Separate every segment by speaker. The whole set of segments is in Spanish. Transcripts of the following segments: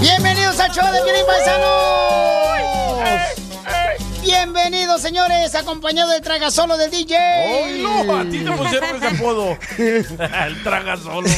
Speaker 1: Bienvenidos al show de Piolín Paisanos. Bienvenidos, señores, acompañado del traga solo del DJ.
Speaker 2: ¡Ay, no! A ti te pusieron ese apodo. El traga solo.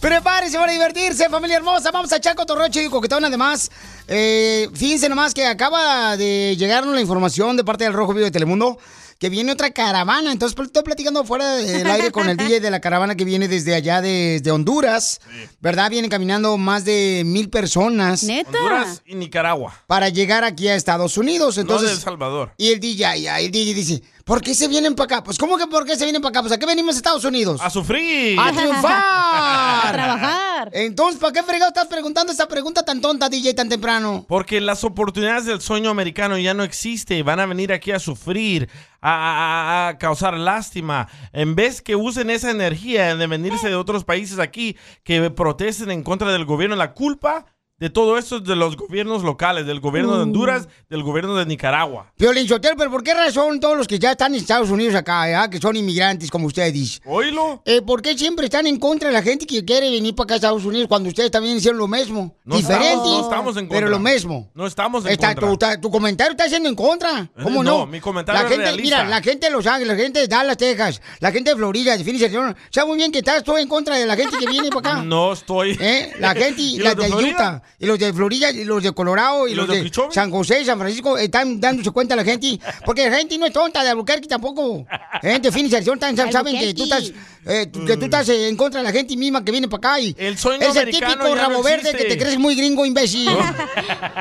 Speaker 1: Prepárense para divertirse, familia hermosa. Vamos a Chaco Torrocho y Coquetón, además. Eh, fíjense nomás que acaba de llegarnos la información de parte del Rojo Vivo de Telemundo que viene otra caravana. Entonces pues, estoy platicando fuera del aire con el DJ de la caravana que viene desde allá, desde de Honduras. Sí. ¿Verdad? Vienen caminando más de mil personas.
Speaker 2: ¿Neta? Honduras y Nicaragua.
Speaker 1: Para llegar aquí a Estados Unidos. Entonces,
Speaker 2: no de El Salvador.
Speaker 1: Y el DJ, ya, el DJ dice, ¿por qué se vienen para acá? Pues ¿cómo que por qué se vienen para acá? Pues ¿a qué venimos a Estados Unidos?
Speaker 2: A sufrir.
Speaker 1: A triunfar.
Speaker 3: a trabajar.
Speaker 1: Entonces, ¿para qué fregado estás preguntando esta pregunta tan tonta, DJ, tan temprano?
Speaker 2: Porque las oportunidades del sueño americano ya no existen. Van a venir aquí a sufrir, a, a, a, causar lástima. En vez que usen esa energía de venirse de otros países aquí, que protesten en contra del gobierno, la culpa de todo esto es de los gobiernos locales, del gobierno
Speaker 1: Mm.
Speaker 2: uh. de Honduras, del gobierno de Nicaragua.
Speaker 1: Violín Sotel, pero ¿por qué razón todos los que ya están en Estados Unidos acá, eh, que son inmigrantes, como usted dice?
Speaker 2: Oílo.
Speaker 1: Eh, ¿Por qué siempre están en contra de la gente que quiere venir para acá a Estados Unidos cuando ustedes también hicieron lo mismo?
Speaker 2: No
Speaker 1: Diferente.
Speaker 2: Estamos, no estamos en contra.
Speaker 1: Pero lo mismo.
Speaker 2: No estamos en
Speaker 1: está,
Speaker 2: contra. Eh,
Speaker 1: Tu, ta, tu, comentario está siendo en contra. ¿Cómo no?
Speaker 2: No, mi comentario
Speaker 1: la gente,
Speaker 2: es
Speaker 1: Mira, la gente de Los Ángeles, la gente de Dallas, Texas, la gente de Florida, de Phoenix, sabe muy bien que estás todo en contra de la gente que viene para acá.
Speaker 2: No estoy.
Speaker 1: ¿Eh? La gente y, ¿Y la de, de Utah y los de Florida, y los de Colorado, y, ¿Y los, los de, de San José, San Francisco, están dándose cuenta a la gente, porque la gente no es tonta de Albuquerque tampoco. La gente de Phoenix, Arizona, saben que tú estás, eh, que tú estás en contra de la gente misma que viene para acá y
Speaker 2: el sueño es
Speaker 1: el típico rabo
Speaker 2: no
Speaker 1: verde que te crees muy gringo, imbécil.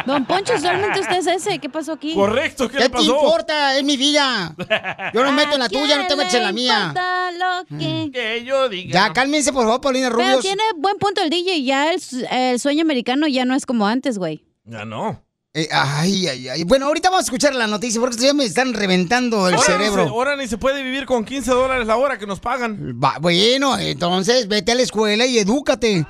Speaker 3: Don Poncho, solamente usted es ese, ¿qué pasó aquí?
Speaker 2: Correcto, ¿qué, ¿Qué le pasó?
Speaker 1: te importa? Es mi vida.
Speaker 3: este?
Speaker 1: Yo no me meto en la tuya, no te metes en la mía. Mm.
Speaker 3: Lo que...
Speaker 2: que yo diga.
Speaker 1: Ya, cálmense, por favor, Paulina Rubio.
Speaker 3: Pero tiene buen punto el DJ, ya el, el sueño americano ya no es como antes, güey.
Speaker 2: Ya no.
Speaker 1: Eh, ay, ay, ay. Bueno, ahorita vamos a escuchar la noticia porque ya me están reventando el
Speaker 2: ahora
Speaker 1: cerebro.
Speaker 2: Ni se, ahora ni se puede vivir con 15 dólares la hora que nos pagan.
Speaker 1: Va, bueno, entonces vete a la escuela y edúcate.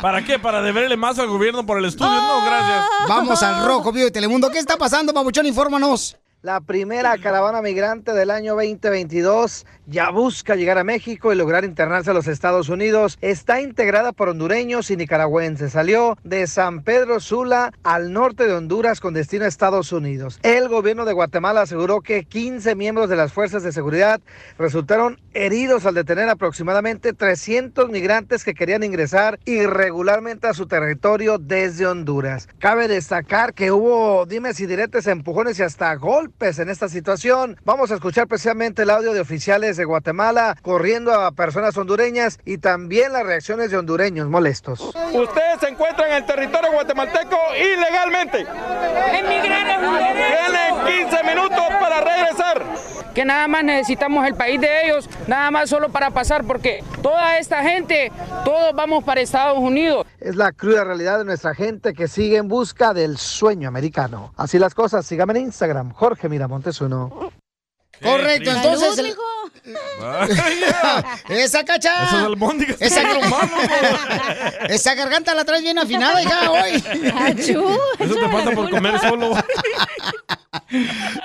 Speaker 2: ¿Para qué? ¿Para deberle más al gobierno por el estudio? Oh. No, gracias.
Speaker 1: Ah. Vamos al rojo, vivo de Telemundo. ¿Qué está pasando, Pabuchón? Infórmanos.
Speaker 4: La primera caravana migrante del año 2022 ya busca llegar a México y lograr internarse a los Estados Unidos. Está integrada por hondureños y nicaragüenses. Salió de San Pedro Sula al norte de Honduras con destino a Estados Unidos. El gobierno de Guatemala aseguró que 15 miembros de las fuerzas de seguridad resultaron heridos al detener aproximadamente 300 migrantes que querían ingresar irregularmente a su territorio desde Honduras. Cabe destacar que hubo dimes y diretes, empujones y hasta golpes en esta situación. Vamos a escuchar precisamente el audio de oficiales de Guatemala corriendo a personas hondureñas y también las reacciones de hondureños molestos.
Speaker 5: Ustedes se encuentran en el territorio guatemalteco ilegalmente. Tienen 15 minutos para regresar.
Speaker 6: Que nada más necesitamos el país de ellos, nada más solo para pasar, porque toda esta gente, todos vamos para Estados Unidos.
Speaker 4: Es la cruda realidad de nuestra gente que sigue en busca del sueño americano. Así las cosas, síganme en Instagram, Jorge. Jorge Miramontes uno.
Speaker 1: Correcto, entonces. El... esa cacha.
Speaker 2: Esa albóndigas.
Speaker 1: Esa, esa garganta la traes bien afinada ya hoy.
Speaker 2: Eso te pasa por comer solo.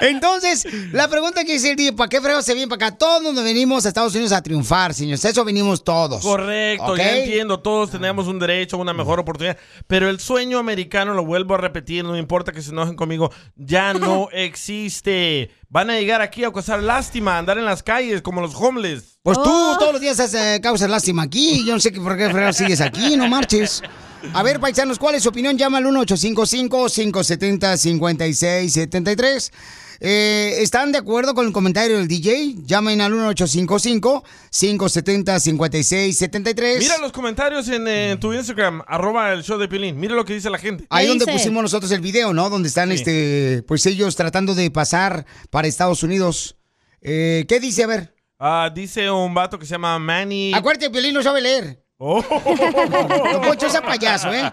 Speaker 1: Entonces, la pregunta que hice el día, ¿para qué fregos se viene para acá? Todos nos venimos a Estados Unidos a triunfar, señores. Eso venimos todos.
Speaker 2: Correcto, ¿Okay? yo entiendo, todos tenemos un derecho, una mejor oportunidad. Pero el sueño americano, lo vuelvo a repetir, no importa que se enojen conmigo, ya no existe. Van a llegar aquí a causar lástima, a andar en las calles como los homeless.
Speaker 1: Pues tú oh. todos los días eh, causas lástima aquí. Yo no sé qué, por qué fregos sigues aquí, no marches. A ver, paisanos, ¿cuál es su opinión? Llama al 1-855-570-5673. Eh, ¿Están de acuerdo con el comentario del DJ? Llamen al 1-855-570-5673.
Speaker 2: Mira los comentarios en, eh, tu Instagram, arroba el show de Pilín. Mira lo que dice la gente.
Speaker 1: Ahí donde dice? pusimos nosotros el video, ¿no? Donde están sí. este, pues ellos tratando de pasar para Estados Unidos. Eh, ¿Qué dice? A ver.
Speaker 2: Ah, dice un vato que se llama Manny.
Speaker 1: Acuérdate, Pilín no sabe leer. Oh. Poncho es payaso, ¿eh?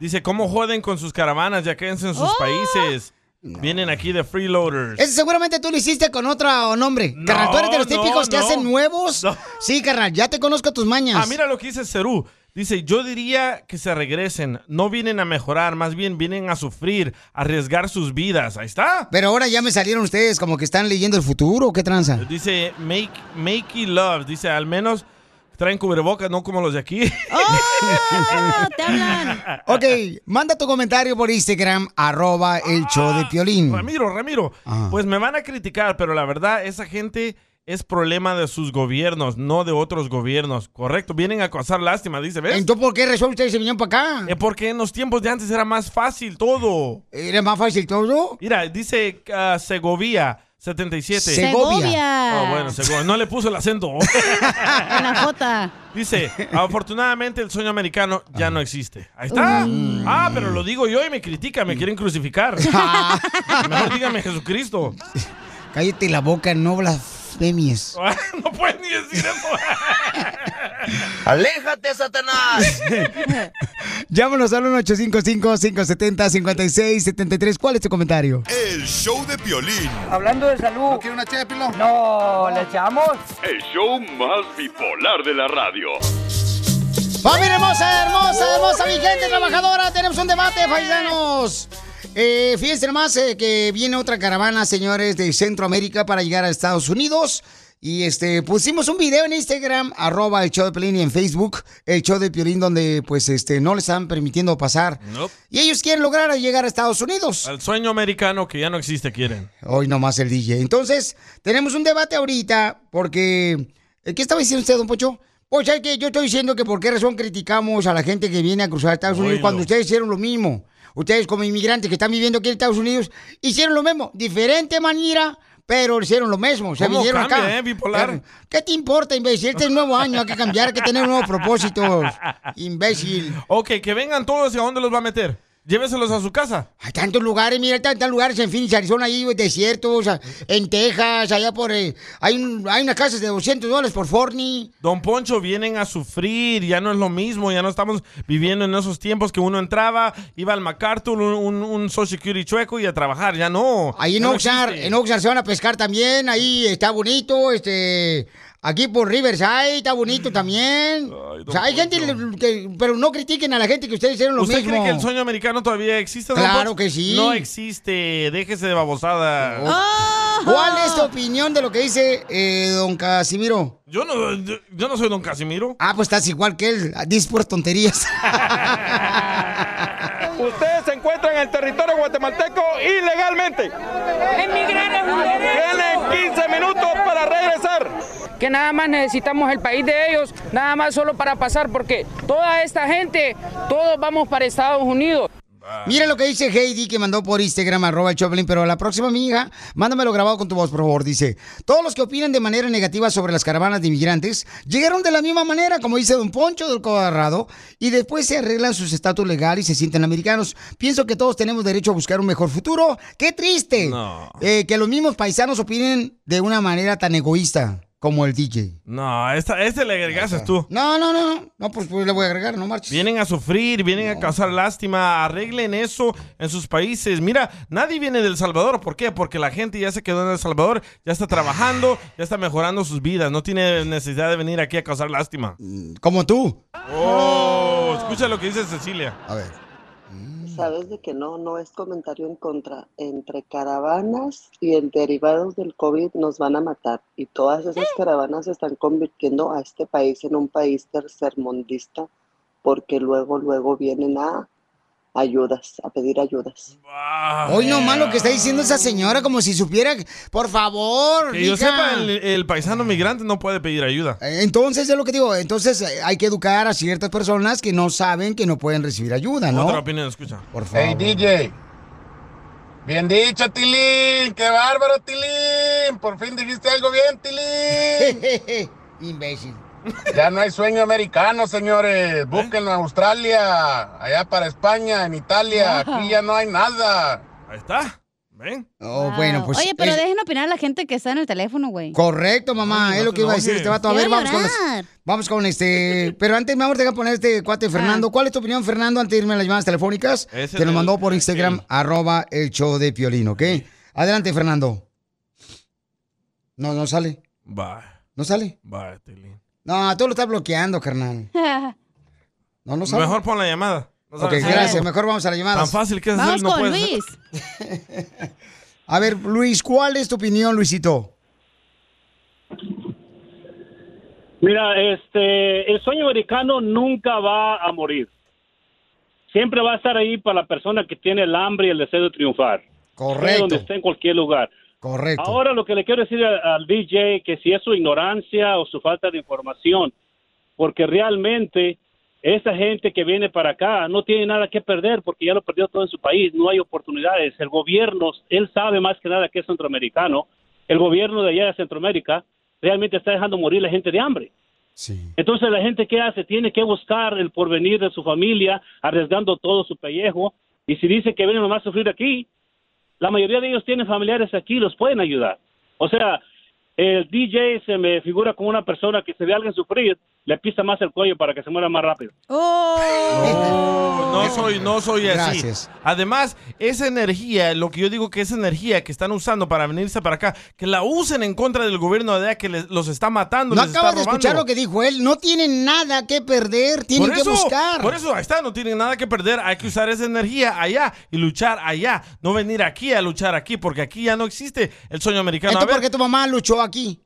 Speaker 2: Dice, ¿cómo joden con sus caravanas? Ya quédense en sus oh. países. No. Vienen aquí de freeloaders.
Speaker 1: Ese seguramente tú lo hiciste con otro nombre. No, carnal, tú eres de los no, típicos que hacen nuevos. Sí, carnal, ya te conozco tus mañas.
Speaker 2: Ah, mira lo que dice Cerú. Dice, yo diría que se regresen. No vienen a mejorar, más bien vienen a sufrir, a arriesgar sus vidas. Ahí está.
Speaker 1: Pero ahora ya me salieron ustedes como que están leyendo el futuro. ¿Qué tranza?
Speaker 2: Dice, make, makey love. Dice, al menos traen cubrebocas, no como los de aquí.
Speaker 1: te Ok, manda tu comentario por Instagram, arroba el show de Piolín. Ah,
Speaker 2: Ramiro, Ramiro, pues me van a criticar, pero la verdad, esa gente es problema de sus gobiernos, no de otros gobiernos. Correcto, vienen a causar lástima, dice, ¿ves? Eh,
Speaker 1: Entonces, ¿por qué resuelve ustedes se vinieron para acá?
Speaker 2: porque en los tiempos de antes era más fácil todo.
Speaker 1: ¿Era más fácil todo?
Speaker 2: Mira, dice ah, Segovia. 77.
Speaker 3: Segovia.
Speaker 2: Oh, bueno, Segovia. No le puso el acento.
Speaker 3: la jota.
Speaker 2: Dice, afortunadamente el sueño americano ya no existe. Ahí está.
Speaker 1: Mm.
Speaker 2: Ah, pero lo digo yo y me critican, me quieren crucificar.
Speaker 1: Ah.
Speaker 2: Mejor dígame Jesucristo.
Speaker 1: Cállate la boca, no blasfemies.
Speaker 2: no puedes ni decir eso.
Speaker 7: ¡Aléjate, Satanás!
Speaker 1: Llámanos al 1-855-570-5673. ¿Cuál es tu comentario?
Speaker 8: El show de Piolín.
Speaker 6: Hablando de salud. ¿No quiere una ché No, ¿le echamos?
Speaker 8: El show más bipolar de la radio.
Speaker 1: ¡Familia hermosa, hermosa, hermosa, mi gente trabajadora! Tenemos un debate, paisanos. Eh, fíjense nomás eh, que viene otra caravana, señores, de Centroamérica para llegar a Estados Unidos. Y este, pusimos un video en Instagram, arroba el show de Piolín y en Facebook, el show de Piolín, donde pues este, no le están permitiendo pasar.
Speaker 2: Nope.
Speaker 1: Y ellos quieren lograr llegar a Estados Unidos.
Speaker 2: Al sueño americano que ya no existe quieren.
Speaker 1: Hoy nomás el DJ. Entonces, tenemos un debate ahorita porque... ¿eh, ¿Qué estaba diciendo usted, don Pocho? Pues es que yo estoy diciendo que por qué razón criticamos a la gente que viene a cruzar Estados Unidos
Speaker 2: Oílo.
Speaker 1: cuando ustedes hicieron lo mismo. Ustedes como inmigrantes que están viviendo aquí en Estados Unidos hicieron lo mismo, diferente manera, pero hicieron lo mismo. O sea,
Speaker 2: ¿Cómo
Speaker 1: vinieron
Speaker 2: cambia,
Speaker 1: acá.
Speaker 2: eh, bipolar?
Speaker 1: Claro. ¿Qué te importa, imbécil? Este es nuevo año, hay que cambiar, hay que tener nuevos propósitos. Imbécil.
Speaker 2: Ok, que vengan todos y a dónde los va a meter. Lléveselos a su casa.
Speaker 1: Hay tantos lugares, mira, hay tantos lugares en Phoenix, Arizona, ahí, güey, desiertos, a- en Texas, allá por... eh, hay, un- hay unas casas de 200 dólares por Forney.
Speaker 2: Don Poncho, vienen a sufrir, ya no es lo mismo, ya no estamos viviendo en esos tiempos que uno entraba, iba al MacArthur, un, un, un Social Security chueco y a trabajar, ya no.
Speaker 1: Ahí en
Speaker 2: Ya Ah, no
Speaker 1: Oxnard,
Speaker 2: existe.
Speaker 1: en Oxnard se van a pescar también, ahí está bonito, este... Aquí por Riverside está bonito
Speaker 2: Mm.
Speaker 1: también. o sea, hay gente que... Pero no critiquen a la gente que ustedes hicieron lo
Speaker 2: ¿Usted
Speaker 1: mismo.
Speaker 2: cree que el sueño americano todavía existe? don
Speaker 1: Claro
Speaker 2: Poncho?
Speaker 1: que sí. Oh.
Speaker 2: No existe, déjese de babosada.
Speaker 1: ¿Cuál es tu opinión de lo que dice eh, don
Speaker 2: Ah.
Speaker 1: Casimiro?
Speaker 2: Yo, no, yo, yo no soy don Casimiro.
Speaker 1: Ah, pues estás igual que él, dices puras tonterías.
Speaker 5: Ustedes se encuentran en el territorio guatemalteco ilegalmente. Tienen 15 minutos para regresar.
Speaker 6: que nada más necesitamos el país de ellos, nada más solo para pasar, porque toda esta gente, todos vamos para Estados Unidos.
Speaker 1: Mira lo que dice Heidi que mandó por Instagram arroba el Choplin, pero la próxima amiga, mándamelo grabado con tu voz, por favor. Dice, todos los que opinan de manera negativa sobre las caravanas de inmigrantes llegaron de la misma manera, como dice Don Poncho del Colorado, y después se arreglan sus estatus legal y se sienten americanos. Pienso que todos tenemos derecho a buscar un mejor futuro. ¡Qué triste!
Speaker 2: No.
Speaker 1: Eh, que los mismos paisanos opinen de una manera tan egoísta como el DJ.
Speaker 2: No, esta, este le agregaste tú.
Speaker 1: No, no, no, no, no, pues, pues le voy a agregar, no marches.
Speaker 2: Vienen a sufrir, vienen a causar lástima, arreglen eso en sus países. Mira, nadie viene del Salvador, ¿por qué? Porque la gente ya se quedó en El Salvador, ya está trabajando, ya está mejorando sus vidas, no tiene necesidad de venir aquí a causar lástima.
Speaker 1: Como tú.
Speaker 2: Oh, escucha lo que dice Cecilia.
Speaker 1: A ver.
Speaker 9: Sabes de que no, no es comentario en contra. Entre caravanas y en derivados del COVID nos van a matar. Y todas esas caravanas están convirtiendo a este país en un país tercermundista porque luego, luego vienen a ayudas, a pedir ayudas.
Speaker 1: Hoy nomás lo que está diciendo esa señora, como si supiera. que- Por favor,
Speaker 2: Que yo
Speaker 1: mija.
Speaker 2: sepa, el, el paisano migrante no puede pedir ayuda.
Speaker 1: Eh, Entonces es lo que digo. Entonces eh, hay que educar a ciertas personas que no saben que no pueden recibir ayuda, ¿no?
Speaker 2: Otra opinión, escucha.
Speaker 1: Por favor.
Speaker 7: Hey, DJ. Bien dicho, Tilín. ¡Qué bárbaro, Tilín! Por fin dijiste algo bien, Tilín.
Speaker 1: Imbécil.
Speaker 7: Ya no hay sueño americano,
Speaker 1: ¿Eh?
Speaker 7: señores. Búsquenlo en Australia, allá para España, en Italia. Aquí ya no hay nada.
Speaker 2: Ahí está. ¿Ven?
Speaker 1: Oh,
Speaker 3: Wow.
Speaker 1: bueno, pues.
Speaker 3: Oye, pero
Speaker 1: es-
Speaker 3: dejen opinar a la gente que está en el teléfono, güey.
Speaker 1: Correcto, mamá.
Speaker 2: Ay,
Speaker 1: es
Speaker 2: no
Speaker 1: lo
Speaker 2: te
Speaker 1: que iba a decir
Speaker 2: enojes.
Speaker 1: este vato. A ver,
Speaker 3: Quiero
Speaker 1: vamos con, los-
Speaker 3: llorar. Ah.
Speaker 1: vamos con este. Pero antes, mi amor, te voy a poner este cuate Fernando. ¿Cuál es tu opinión, Fernando, antes de irme a las llamadas telefónicas?
Speaker 2: Ese
Speaker 1: que nos
Speaker 2: del-
Speaker 1: mandó por Instagram,
Speaker 2: aquel.
Speaker 1: arroba el show de Piolín, ¿ok? Adelante, Fernando. No, no sale.
Speaker 2: Bye,
Speaker 1: No sale.
Speaker 2: bye, Tilín.
Speaker 1: No, tú lo estás bloqueando, carnal. No, no sale.
Speaker 2: Mejor pon la llamada. No
Speaker 1: Ok,
Speaker 2: sabes.
Speaker 1: gracias. Mejor vamos a la llamada.
Speaker 2: Tan fácil que es hacer,
Speaker 3: Vamos
Speaker 2: no
Speaker 3: con
Speaker 2: puedes hacer.
Speaker 3: Luis.
Speaker 1: A ver, Luis, ¿cuál es tu opinión, Luisito?
Speaker 10: Mira, este, el sueño americano nunca va a morir. Siempre va a estar ahí para la persona que tiene el hambre y el deseo de triunfar. Esté
Speaker 1: Correcto.
Speaker 10: donde esté en cualquier lugar.
Speaker 1: Correcto.
Speaker 10: Ahora lo que le quiero decir al, al DJ que si es su ignorancia o su falta de información, porque realmente esa gente que viene para acá no tiene nada que perder porque ya lo perdió todo en su país, no hay oportunidades. El gobierno, él sabe más que nada que es centroamericano, el gobierno de allá de Centroamérica realmente está dejando morir la gente de hambre. Entonces la gente que hace tiene que buscar el porvenir de su familia, arriesgando todo su pellejo. Y si dice que viene nomás a sufrir aquí, la mayoría de ellos tienen familiares aquí, los pueden ayudar. O sea, el DJ se me figura como una persona que se ve a alguien sufrir, le pisa más el cuello para que se muera más rápido.
Speaker 2: No soy, no soy así.
Speaker 10: Gracias.
Speaker 2: Además, esa energía, lo que yo digo que esa energía que están usando para venirse para acá, que la usen en contra del gobierno de allá que les- los está matando.
Speaker 1: No
Speaker 2: les está
Speaker 1: acabas de
Speaker 2: robando.
Speaker 1: escuchar lo que dijo él. No tienen nada que perder, tienen
Speaker 2: Por eso-
Speaker 1: que buscar.
Speaker 2: Por eso, ahí está, no tienen nada que perder. Hay que usar esa energía allá y luchar allá. No venir aquí a luchar aquí, porque aquí ya no existe el sueño americano. A
Speaker 1: Esto
Speaker 2: ver,
Speaker 1: porque tu mamá luchó aquí.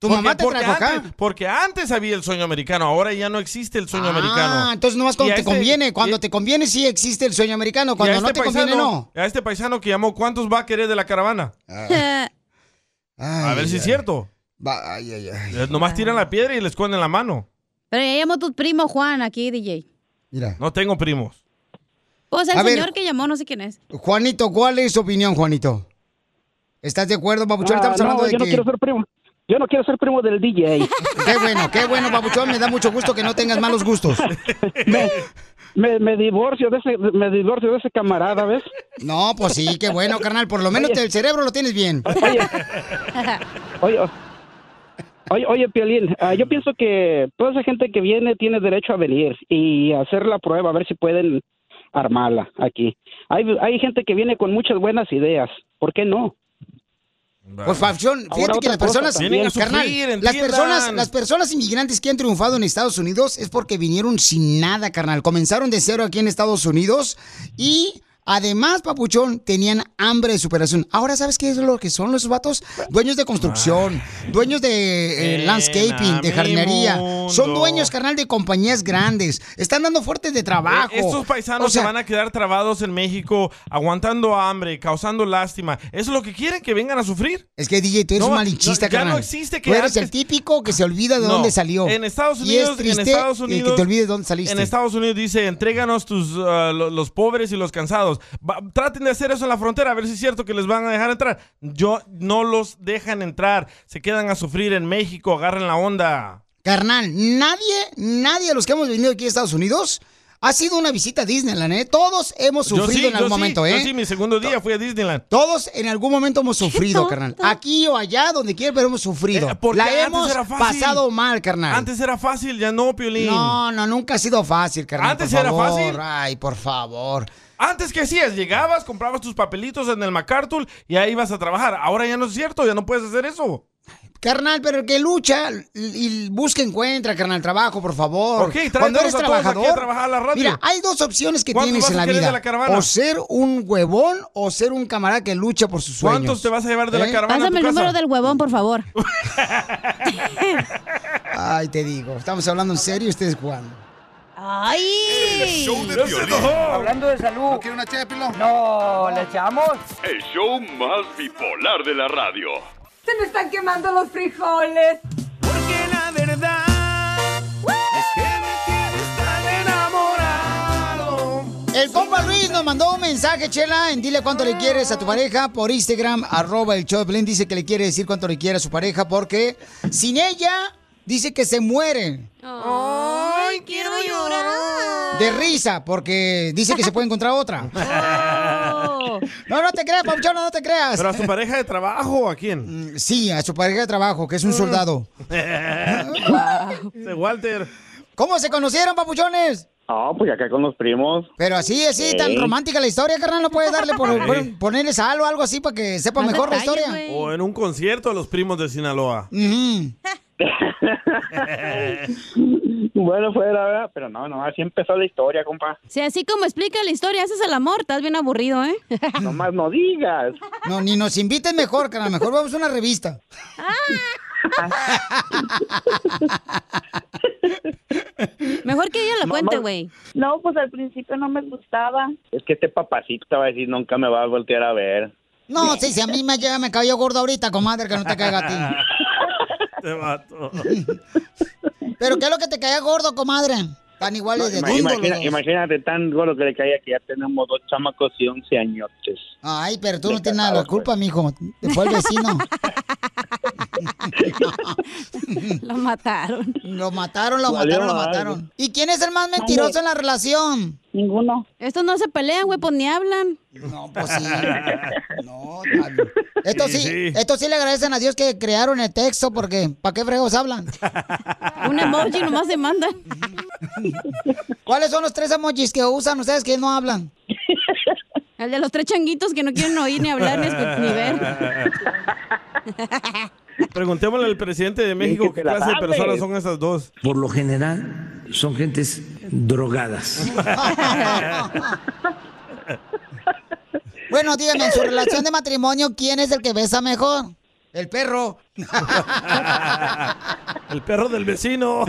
Speaker 1: Tu mamá te trajo acá.
Speaker 2: antes, porque antes había el sueño americano, ahora ya no existe el sueño americano.
Speaker 1: Ah, entonces nomás cuando
Speaker 2: Y a
Speaker 1: te
Speaker 2: este-
Speaker 1: conviene. Cuando
Speaker 2: y-
Speaker 1: te conviene sí existe el sueño americano.
Speaker 2: y a
Speaker 1: Cuando no
Speaker 2: este
Speaker 1: te conviene,
Speaker 2: paisano-
Speaker 1: no. Ah.
Speaker 2: A este paisano que llamó, ¿cuántos va a querer de la caravana? a ver si es cierto. Eh,
Speaker 1: Ah.
Speaker 2: Nomás tiran la piedra y le esconden la mano.
Speaker 3: Pero ya llamó tu primo Juan aquí, DJ.
Speaker 2: No tengo primos.
Speaker 3: Pues el
Speaker 1: A ver.
Speaker 3: señor que llamó, no sé quién es.
Speaker 1: Juanito, ¿cuál es tu opinión, Juanito? ¿Estás de acuerdo, Papuchón?
Speaker 11: Ah,
Speaker 1: Estamos
Speaker 11: no,
Speaker 1: hablando de
Speaker 11: yo
Speaker 1: que...
Speaker 11: no quiero ser primo. Yo no quiero ser primo del DJ.
Speaker 1: Qué bueno, qué bueno, Papuchón. Me da mucho gusto que no tengas malos gustos.
Speaker 11: me, me- me divorcio de ese, me divorcio de ese camarada, ¿ves?
Speaker 1: No, pues sí, qué bueno, carnal. Por lo menos
Speaker 11: Oye.
Speaker 1: te- el cerebro lo tienes bien.
Speaker 11: Oye, o- oye, oye Piolín, ah, yo pienso que toda esa gente que viene tiene derecho a venir y hacer la prueba, a ver si pueden armarla aquí. Hay, hay gente que viene con muchas buenas ideas, ¿por qué no?
Speaker 1: Pues Papuchón,
Speaker 11: Ahora
Speaker 1: fíjate que
Speaker 11: otra
Speaker 1: las personas,
Speaker 11: cosa también. Vienen a
Speaker 1: carnal,
Speaker 11: sufrir,
Speaker 1: las
Speaker 11: entiendan.
Speaker 1: personas, las personas inmigrantes que han triunfado en Estados Unidos es porque vinieron sin nada, carnal. Comenzaron de cero aquí en Estados Unidos y además, Papuchón, tenían hambre de superación. Ahora, ¿sabes qué es lo que son los vatos? Dueños de construcción, dueños de eh,
Speaker 12: Ven
Speaker 1: landscaping,
Speaker 12: a
Speaker 1: de
Speaker 12: mi
Speaker 1: jardinería. Son
Speaker 2: mundo.
Speaker 1: dueños, carnal, de compañías grandes. Están dando fuerte de trabajo.
Speaker 2: Eh, Estos paisanos
Speaker 1: O sea,
Speaker 2: se van a quedar trabados en México, aguantando hambre, causando lástima. ¿Eso es lo que quieren? ¿Que vengan a sufrir?
Speaker 1: Es que DJ, tú eres
Speaker 2: No,
Speaker 1: un malinchista,
Speaker 2: no, ya
Speaker 1: carnal.
Speaker 2: no existe que
Speaker 1: Tú eres el
Speaker 2: antes-
Speaker 1: típico que se olvida de
Speaker 2: No,
Speaker 1: dónde salió.
Speaker 2: En Estados
Speaker 1: Y
Speaker 2: Unidos,
Speaker 1: es triste
Speaker 2: en Estados
Speaker 1: el
Speaker 2: Unidos.
Speaker 1: que te olvides de dónde saliste.
Speaker 2: En Estados Unidos dice, entréganos tus, uh, lo- los pobres y los cansados. Va- traten de hacer eso en la frontera, a ver si es cierto que les van a dejar entrar. Yo no los dejan entrar. Se quedan a sufrir en México, agarren la onda.
Speaker 1: Carnal, nadie, nadie de los que hemos venido aquí a Estados Unidos ha sido una visita a Disneyland, ¿eh? Todos hemos sufrido
Speaker 2: yo sí,
Speaker 1: en algún
Speaker 2: yo sí,
Speaker 1: momento,
Speaker 2: yo
Speaker 1: ¿eh?
Speaker 2: sí, mi segundo día fui a Disneyland.
Speaker 1: Todos en algún momento hemos sufrido,
Speaker 2: tonto.
Speaker 1: carnal. Aquí o allá, donde quiera, pero hemos sufrido.
Speaker 2: Eh, porque
Speaker 1: La
Speaker 2: antes
Speaker 1: hemos
Speaker 2: era fácil.
Speaker 1: pasado mal, carnal.
Speaker 2: Antes era fácil, ya no, Piolín.
Speaker 1: No, no, nunca ha sido fácil, carnal.
Speaker 2: Antes
Speaker 1: por
Speaker 2: era
Speaker 1: favor.
Speaker 2: fácil.
Speaker 1: Ay, por favor.
Speaker 2: Antes que hacías, llegabas, comprabas tus papelitos en el MacArthur y ahí ibas a trabajar. Ahora ya no es cierto, ya no puedes hacer eso.
Speaker 1: Carnal, pero el que lucha y y busca encuentra, carnal, trabajo, por favor.
Speaker 2: Ok, tráetelos
Speaker 1: Cuando eres
Speaker 2: a todos aquí
Speaker 1: trabajador,
Speaker 2: a trabajar a la radio.
Speaker 1: mira, hay dos opciones que
Speaker 2: ¿Cuántos
Speaker 1: tienes
Speaker 2: vas
Speaker 1: en
Speaker 2: a
Speaker 1: la
Speaker 2: querer de
Speaker 1: vida:
Speaker 2: la caravana?
Speaker 1: o ser un huevón o ser un camarada que lucha por sus sueños.
Speaker 2: ¿Cuántos te vas a llevar de la
Speaker 1: ¿Eh?
Speaker 2: caravana a
Speaker 3: Pásame el número del huevón, por favor.
Speaker 1: Ay, te digo, estamos hablando en serio, y ustedes jugando.
Speaker 3: ¡Ay!
Speaker 13: Hablando de salud. ¿No una No, ¿le echamos?
Speaker 8: El show más bipolar de la radio.
Speaker 13: Se me están quemando los frijoles.
Speaker 14: Porque la verdad es que me tienes tan enamorado.
Speaker 1: El compa Luis nos mandó un mensaje, Chela, en dile cuánto le quieres a tu pareja por Instagram, arroba el show de Piolín. Dice que le quiere decir cuánto le quiere a su pareja porque sin ella dice que se mueren.
Speaker 3: ¡Ay, quiero llorar!
Speaker 1: De risa, porque dice que se puede encontrar otra. No, no te creas, Pauchón, no te creas. Mm,
Speaker 2: ¿Pero a su pareja de trabajo o a quién? Mm.
Speaker 1: Sí, a su pareja de trabajo, que es un soldado.
Speaker 2: Ese Walter.
Speaker 1: ¿Cómo se conocieron, papuchones?
Speaker 15: Ah, pues acá con los primos.
Speaker 1: Pero así, así,
Speaker 15: Ey.
Speaker 1: tan romántica la historia, carnal, ¿no puedes darle por,
Speaker 2: Sí.
Speaker 1: por- ponerle sal o algo así para que sepa mejor la historia?
Speaker 2: O en un concierto de los primos de Sinaloa.
Speaker 1: Ujú.
Speaker 15: Bueno, fue la verdad, pero no, no, así empezó la historia, compa.
Speaker 3: Si así como explica la historia, haces el amor, estás bien aburrido, ¿eh?
Speaker 15: Nomás no digas.
Speaker 1: No, ni nos inviten mejor, carnal, mejor vamos a una revista.
Speaker 3: Mejor que ella la
Speaker 5: Mamá.
Speaker 3: cuente, güey.
Speaker 5: No, pues al principio no me gustaba.
Speaker 9: Es que este papacito va a decir nunca me va a voltear a ver.
Speaker 1: No, sí, si a mí me, llega- me cayó gordo ahorita, comadre, que no te caiga a ti.
Speaker 9: Te mato.
Speaker 1: ¿Pero qué es lo que te caía gordo, comadre? Tan iguales de dundo los dos.
Speaker 9: imagínate tan gordo que le caía que ya tenemos dos chamacos y once añotes.
Speaker 1: Ay, pero tú no tienes nada de la
Speaker 3: pues.
Speaker 1: culpa, mijo. Fue el vecino.
Speaker 3: lo mataron.
Speaker 1: Lo mataron, lo
Speaker 3: Valió
Speaker 1: mataron, lo
Speaker 3: madre.
Speaker 1: mataron. ¿Y quién es el más mentiroso en la relación?
Speaker 5: Ninguno.
Speaker 3: Estos no se pelean, güey, pues ni hablan.
Speaker 1: No, pues sí. Esto sí, esto sí le agradecen a Dios que crearon el texto, porque ¿para qué fregos hablan?
Speaker 3: Un emoji nomás se mandan.
Speaker 1: ¿Cuáles son los tres emojis que usan ustedes que no hablan?
Speaker 3: El de los tres changuitos que no quieren oír, ni hablar, ni, escu- ni ver.
Speaker 2: Preguntémosle al presidente de México qué
Speaker 6: la
Speaker 2: clase de
Speaker 6: sabes.
Speaker 2: personas son esas dos.
Speaker 6: Por lo general son gentes drogadas.
Speaker 1: Bueno, díganme, en su relación de matrimonio, ¿quién es el que besa mejor? El perro.
Speaker 9: El perro del vecino.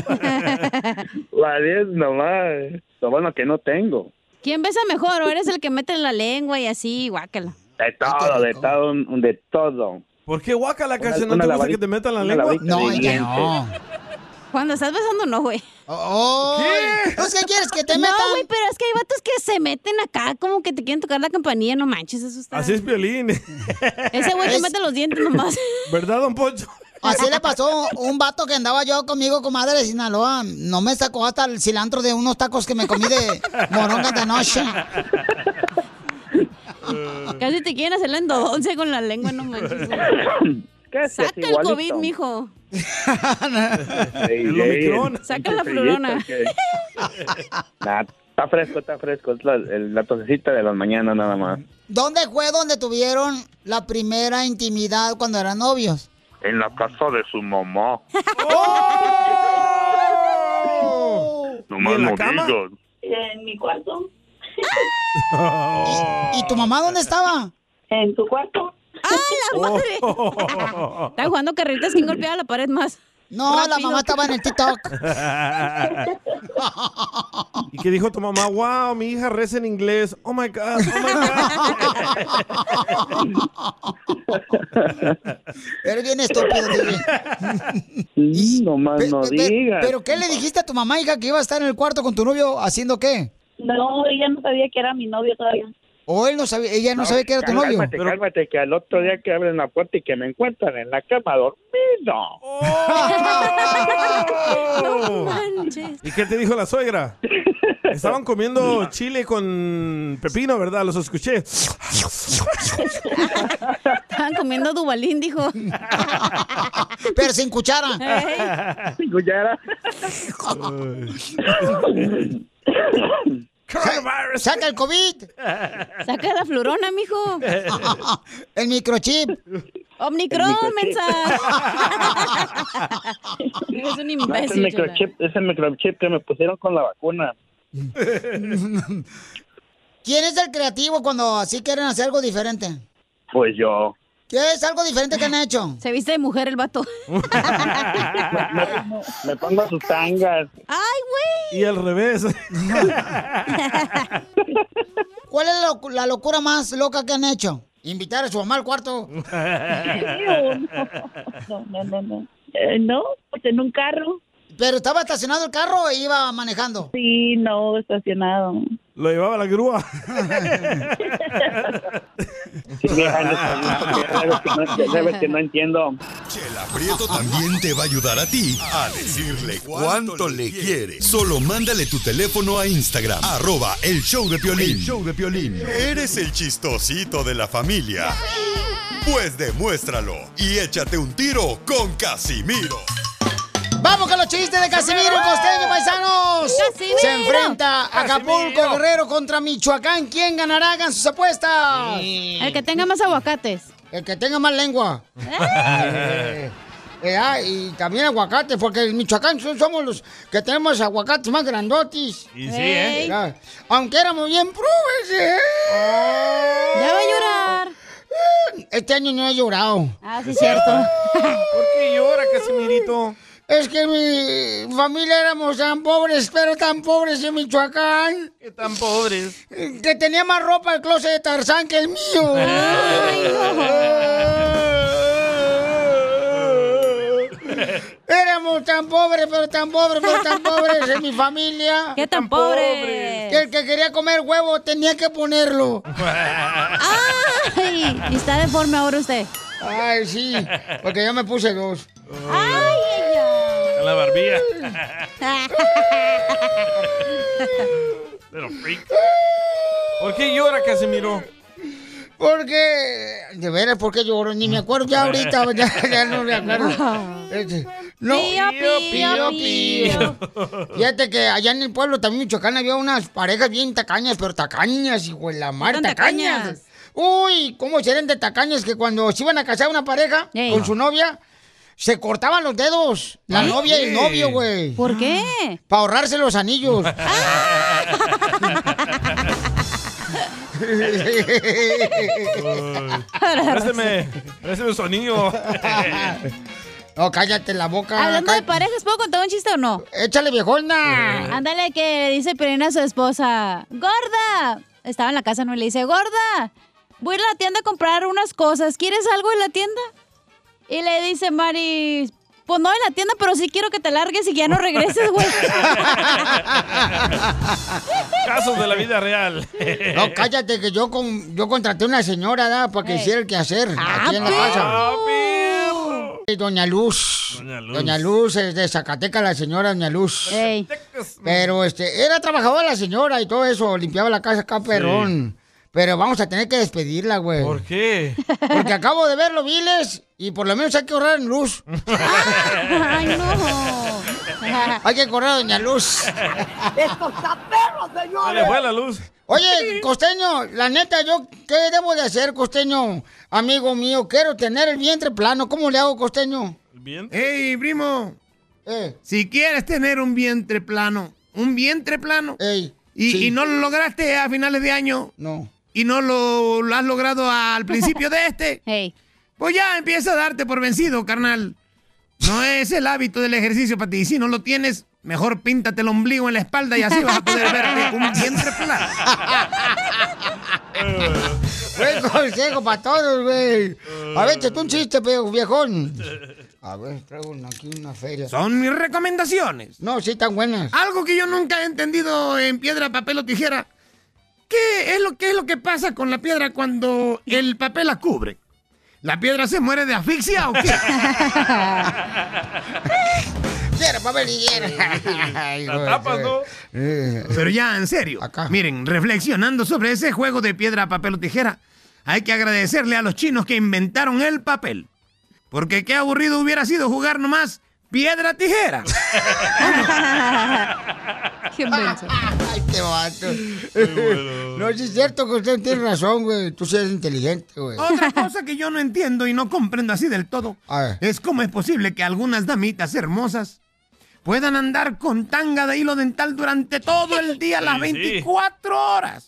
Speaker 16: La 10 nomás. Lo bueno que no tengo.
Speaker 3: ¿Quién besa mejor? ¿O eres el que mete la lengua y así, guácala?
Speaker 9: De todo, de todo, un- de todo.
Speaker 2: ¿Por qué guacala,
Speaker 9: Una-
Speaker 2: Cacha? ¿No
Speaker 9: una
Speaker 2: te gusta
Speaker 9: lavarita-
Speaker 2: que te metan la
Speaker 9: una
Speaker 2: lengua?
Speaker 9: lavarita de dientes.
Speaker 3: Cuando estás besando, no, güey.
Speaker 1: ¿Qué? ¿Entonces Oh, qué quieres? ¿Que te metan?
Speaker 3: No, güey, pero es que hay vatos que se meten acá, como que te quieren tocar la campanilla, no manches, eso está...
Speaker 2: Así es violín.
Speaker 3: Ese güey te
Speaker 1: Es-
Speaker 3: mete los dientes nomás.
Speaker 2: ¿Verdad, don Poncho?
Speaker 1: Así le pasó a un vato que andaba yo conmigo, comadre de Sinaloa. No me sacó hasta el cilantro de unos tacos que me comí de moronga de noche.
Speaker 3: Casi te quieren hacer la endodoncia con la lengua, no manches. güey.
Speaker 9: Pues
Speaker 3: Saca el
Speaker 4: igualito.
Speaker 3: COVID, mijo.
Speaker 9: El Omicron.
Speaker 3: Saca la florona.
Speaker 9: Nah, está fresco, está fresco. Es la, el- la tosecita de las mañanas nada más.
Speaker 1: ¿Dónde fue donde tuvieron la primera intimidad cuando eran novios?
Speaker 14: En la casa de su mamá.
Speaker 1: ¿Y
Speaker 14: Nomás
Speaker 1: en la
Speaker 14: no
Speaker 1: cama?
Speaker 14: digas.
Speaker 5: En mi cuarto.
Speaker 1: ¿Y tu mamá dónde estaba?
Speaker 5: En tu cuarto.
Speaker 3: ¡Ah,
Speaker 9: Oh.
Speaker 3: la madre! Estaba jugando carreritas sin golpeaba la pared más.
Speaker 1: No, la mamá estaba en el TikTok.
Speaker 2: y que dijo tu mamá, wow, mi hija reza en inglés. Oh my God, oh my
Speaker 1: Eres bien estúpido, DJ.
Speaker 9: nomás no
Speaker 1: Pe- pe-
Speaker 9: digas.
Speaker 1: ¿Pero qué le dijiste a tu mamá, hija, que iba a estar en el cuarto con tu novio haciendo qué?
Speaker 5: No, ella no sabía que era mi novio todavía.
Speaker 1: O él no sabía, ella no, sabía que era tu novio.
Speaker 9: Cálmate, cálmate, que al otro día que abren la puerta y que me encuentran en la cama dormido.
Speaker 2: No
Speaker 3: manches.
Speaker 2: ¿Y qué te dijo la suegra? Estaban comiendo chile con pepino, ¿verdad? Los escuché.
Speaker 3: Estaban comiendo dubalín, dijo.
Speaker 1: Pero sin cuchara.
Speaker 9: Sin cuchara.
Speaker 1: ¡Saca el COVID!
Speaker 3: Saca la florona, mijo.
Speaker 1: el microchip.
Speaker 3: Omnicron,
Speaker 9: El microchip.
Speaker 3: mensa. Eres un
Speaker 9: No, Ah, ese
Speaker 3: imbécil. Chela.
Speaker 9: microchip, ese microchip que me pusieron con la vacuna.
Speaker 1: ¿Quién es el creativo cuando así quieren hacer algo diferente?
Speaker 9: Pues yo.
Speaker 1: ¿Qué es algo diferente que han hecho?
Speaker 3: Se viste de mujer el vato.
Speaker 9: Me pongo sus tangas.
Speaker 3: ¡Ay, güey!
Speaker 2: Y al revés.
Speaker 1: ¿Cuál es la, locu- la locura más loca que han hecho? Invitar a su mamá al cuarto.
Speaker 5: No, no, no, no. Eh, no, pues en un carro.
Speaker 1: ¿Pero estaba estacionado el carro o iba manejando?
Speaker 5: Sí, no, estacionado.
Speaker 2: Lo llevaba la grúa.
Speaker 9: Sabes que no entiendo.
Speaker 17: Chela Prieto también te va a ayudar a ti a decirle cuánto le quiere. Solo mándale tu teléfono a Instagram, arroba el show de Piolín.
Speaker 18: El
Speaker 17: show de Piolín. Eres el chistosito de la familia. Pues demuéstralo y échate un tiro con Casimiro.
Speaker 1: ¡Vamos con los chistes de Casimiro
Speaker 4: ¡Casimiro!
Speaker 1: Costeño, paisanos!
Speaker 4: ¡Casimiro!
Speaker 1: Se enfrenta Acapulco
Speaker 4: ¡Casimiro!
Speaker 1: Guerrero contra Michoacán. ¿Quién ganará? Hagan sus apuestas.
Speaker 3: El que tenga más aguacates.
Speaker 1: El que tenga más lengua. Eh, ah, y también aguacate, porque en Michoacán so- somos los que tenemos aguacates más grandotis.
Speaker 4: Y sí, ¿eh? Ey.
Speaker 1: Ah, ¿eh?
Speaker 3: Ah.
Speaker 1: Aunque éramos bien pruebes, Ya
Speaker 3: va a llorar.
Speaker 1: este año no he llorado.
Speaker 3: Ah, sí,
Speaker 2: cierto.
Speaker 1: ¿Por
Speaker 2: qué llora, Casimirito?
Speaker 1: Es que mi familia éramos tan pobres, pero tan pobres en Michoacán.
Speaker 2: Que tan pobres.
Speaker 1: Que tenía más ropa el closet de Tarzán que el mío. Éramos tan pobres, pero tan pobres, pero tan pobres en mi familia.
Speaker 3: ¿Qué tan pobres?
Speaker 1: Que el que quería comer huevo tenía que ponerlo.
Speaker 3: ¡Ay! Y está deforme ahora usted.
Speaker 1: Ay, sí, porque yo me puse dos.
Speaker 3: ¡Ay, ella!
Speaker 2: A la barbilla. Little freak. ¿Por qué llora, Casimiro?
Speaker 1: Porque, de veras, ¿por qué lloro? Ni me acuerdo ya ahorita, ya, ya no me acuerdo. Este, no.
Speaker 14: Pío, pío, pío.
Speaker 1: Fíjate que allá en el pueblo también Michoacán había unas parejas bien tacañas, pero tacañas, hijo de la mar,
Speaker 14: Eran
Speaker 1: tacañas.
Speaker 14: tacañas.
Speaker 1: Uy, cómo eran de tacañas que cuando se iban a casar una pareja con su novia, se cortaban los dedos, la
Speaker 14: ¿Eh?
Speaker 1: novia y el
Speaker 14: Sí.
Speaker 1: novio, güey.
Speaker 3: ¿Por qué?
Speaker 1: Para ahorrarse los anillos. Ah.
Speaker 2: Présteme, présteme su anillo.
Speaker 1: No, cállate la boca.
Speaker 3: Hablando de
Speaker 1: cállate.
Speaker 3: parejas, ¿puedo contar un chiste o no?
Speaker 1: Ah,
Speaker 3: Eh.
Speaker 1: Échale, viejona.
Speaker 3: Ándale, que le dice Pirina a su esposa, ¡Gorda! Estaba en la casa, ¿no? Y le dice, ¡Gorda! Voy a ir a la tienda a comprar unas cosas. ¿Quieres algo en la tienda? Y le dice Mari, pues no en la tienda, pero sí quiero que te largues y que ya no regreses, güey.
Speaker 2: Casos de la vida real.
Speaker 1: No, cállate, que yo con, yo contraté una señora ¿da? para que hiciera el quehacer aquí en la
Speaker 14: perro.
Speaker 1: casa. Eh, Doña Luz.
Speaker 14: Doña Luz.
Speaker 1: Doña Luz es de Zacatecas, la señora Doña Luz. Pero este, era trabajadora la señora y todo eso, limpiaba la casa acá, perrón. Pero vamos a tener que despedirla, güey.
Speaker 2: ¿Por qué?
Speaker 1: Porque acabo de ver los viles y por lo menos hay que ahorrar en luz.
Speaker 14: Ay,
Speaker 3: no.
Speaker 1: Hay que correr a Doña Luz.
Speaker 14: Esto
Speaker 1: está perro,
Speaker 14: Se le fue la luz.
Speaker 1: Oye, costeño, la neta, yo, ¿qué debo de hacer, costeño? Amigo mío, quiero tener el vientre plano. ¿Cómo le hago, costeño?
Speaker 2: Bien.
Speaker 19: Ey, primo. Si quieres tener un vientre plano, un vientre plano, y, y no lo lograste a finales de año,
Speaker 1: no.
Speaker 19: y no lo, lo has logrado al principio de este, pues ya empieza a darte por vencido, carnal. No es el hábito del ejercicio para ti. Si no lo tienes, mejor píntate el ombligo en la espalda y así vas a poder verte un vientre plano.
Speaker 1: Buen consejo para todos, güey. A ver, échate un chiste, pe- viejón. A ver, traigo una- aquí una feria.
Speaker 19: Son mis recomendaciones.
Speaker 1: No, sí, están buenas.
Speaker 19: Algo que yo nunca he entendido en piedra, papel o tijera. ¿Qué es lo, qué es lo que pasa con la piedra cuando el papel la cubre? ¿La piedra se muere de asfixia o qué?
Speaker 1: Piedra, papel y
Speaker 14: La tapas, ¿no?
Speaker 19: Pero ya, en serio. Miren, reflexionando sobre ese juego de piedra, papel o tijera, hay que agradecerle a los chinos que inventaron el papel. Porque qué aburrido hubiera sido jugar nomás piedra, tijera.
Speaker 3: Qué
Speaker 1: Ay, qué vato. No, sí es cierto que usted tiene razón, güey. Tú sí eres inteligente, güey.
Speaker 19: Otra cosa que yo no entiendo y no comprendo así del todo es cómo es posible que algunas damitas hermosas puedan andar con tanga de hilo dental durante todo el día, las
Speaker 14: Sí, sí.
Speaker 19: 24 horas.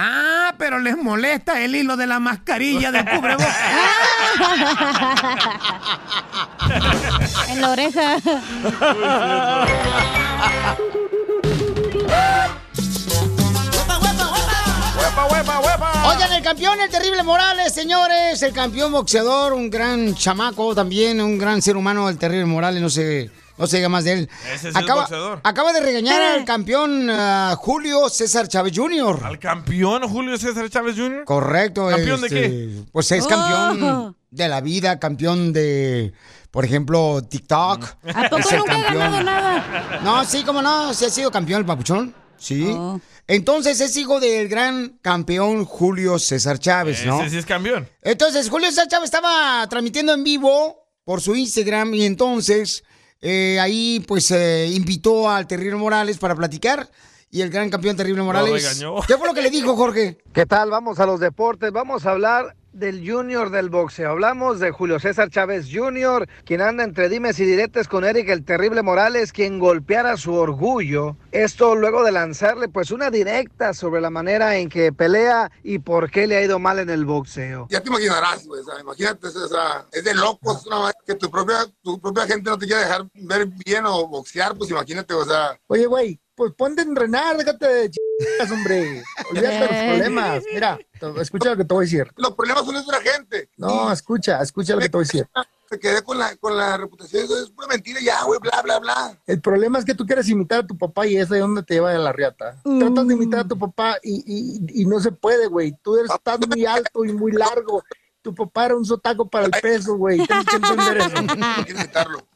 Speaker 19: Ah, pero les molesta el hilo de la mascarilla del cubrebocas.
Speaker 3: en la oreja.
Speaker 1: Oigan, el campeón, el terrible Morales, señores. El campeón boxeador, un gran chamaco también, un gran ser humano, el terrible Morales, no se, no se diga más de él.
Speaker 2: Ese es el
Speaker 1: acaba,
Speaker 2: boxeador.
Speaker 1: acaba de regañar al campeón ah, Julio César Chávez Jr.
Speaker 2: ¿Al campeón Julio César Chávez Jr.?
Speaker 1: Correcto.
Speaker 2: ¿Campeón
Speaker 1: este,
Speaker 2: de qué?
Speaker 1: Pues es campeón
Speaker 2: Oh.
Speaker 1: de la vida, campeón de, por ejemplo, TikTok.
Speaker 3: ¿A poco
Speaker 1: Es el
Speaker 3: nunca ha
Speaker 1: campeón.
Speaker 3: ganado nada?
Speaker 1: No, sí, como no, sí ha sido campeón el papuchón. Sí.
Speaker 20: Oh.
Speaker 1: Entonces es hijo del gran campeón Julio César Chávez, Pues ¿no?
Speaker 2: Ese sí es campeón.
Speaker 1: Entonces, Julio César Chávez estaba transmitiendo en vivo por su Instagram y entonces eh, ahí pues eh, invitó al Terrible Morales para platicar. y el gran campeón terrible Morales.
Speaker 2: regañó.
Speaker 1: ¿Qué fue lo que le dijo Jorge?
Speaker 4: ¿Qué tal? Vamos a los deportes, vamos a hablar del junior del boxeo. Hablamos de Julio César Chávez Jr., quien anda entre dimes y diretes con Eric el Terrible Morales, quien golpeara su orgullo. Esto luego de lanzarle pues una directa sobre la manera en que pelea y por qué le ha ido mal en el boxeo.
Speaker 21: Ya te imaginarás, güey, o sea, imagínate, o sea, es de locos, una madre que tu propia, tu propia gente no te quiere dejar ver bien o boxear, pues imagínate, o sea,
Speaker 20: Oye, güey, pues ponte a entrenar, déjate de chingas, hombre. Olvídate de los
Speaker 21: Eh.
Speaker 20: problemas. Mira, to- escucha lo que te voy a decir.
Speaker 21: los problemas son de otra gente.
Speaker 20: No, escucha, escucha lo que te voy a decir.
Speaker 21: Se quedé con la, con la reputación, eso es pura mentira ya, güey, bla, bla, bla.
Speaker 20: El problema es que tú quieres imitar a tu papá y es de donde te lleva de la riata. Tratas de imitar a tu papá y, y- y no se puede, güey. Tú eres tan muy alto y muy largo. Tu papá era un sotaco para el peso, güey. Tienes que entender eso.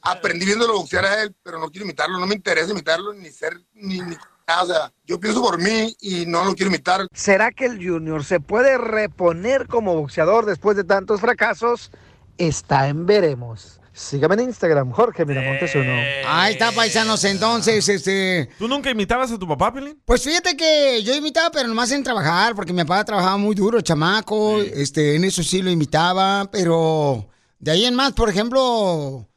Speaker 21: Aprendí viéndolo boxear a él, pero no quiero imitarlo, no me interesa imitarlo, ni ser, ni, ni nada, o sea, yo pienso por mí y no lo quiero imitar.
Speaker 4: ¿Será que el Junior se puede reponer como boxeador después de tantos fracasos? Está en veremos. Sígame en Instagram, Jorge Miramontes uno.
Speaker 1: Ahí está, paisanos, entonces, este...
Speaker 2: Eh, ¿Tú nunca imitabas a tu papá, Pelín?
Speaker 1: Pues fíjate que yo imitaba, pero nomás en trabajar, porque mi papá trabajaba muy duro, chamaco, este, en eso sí lo imitaba, pero de ahí en más, por ejemplo,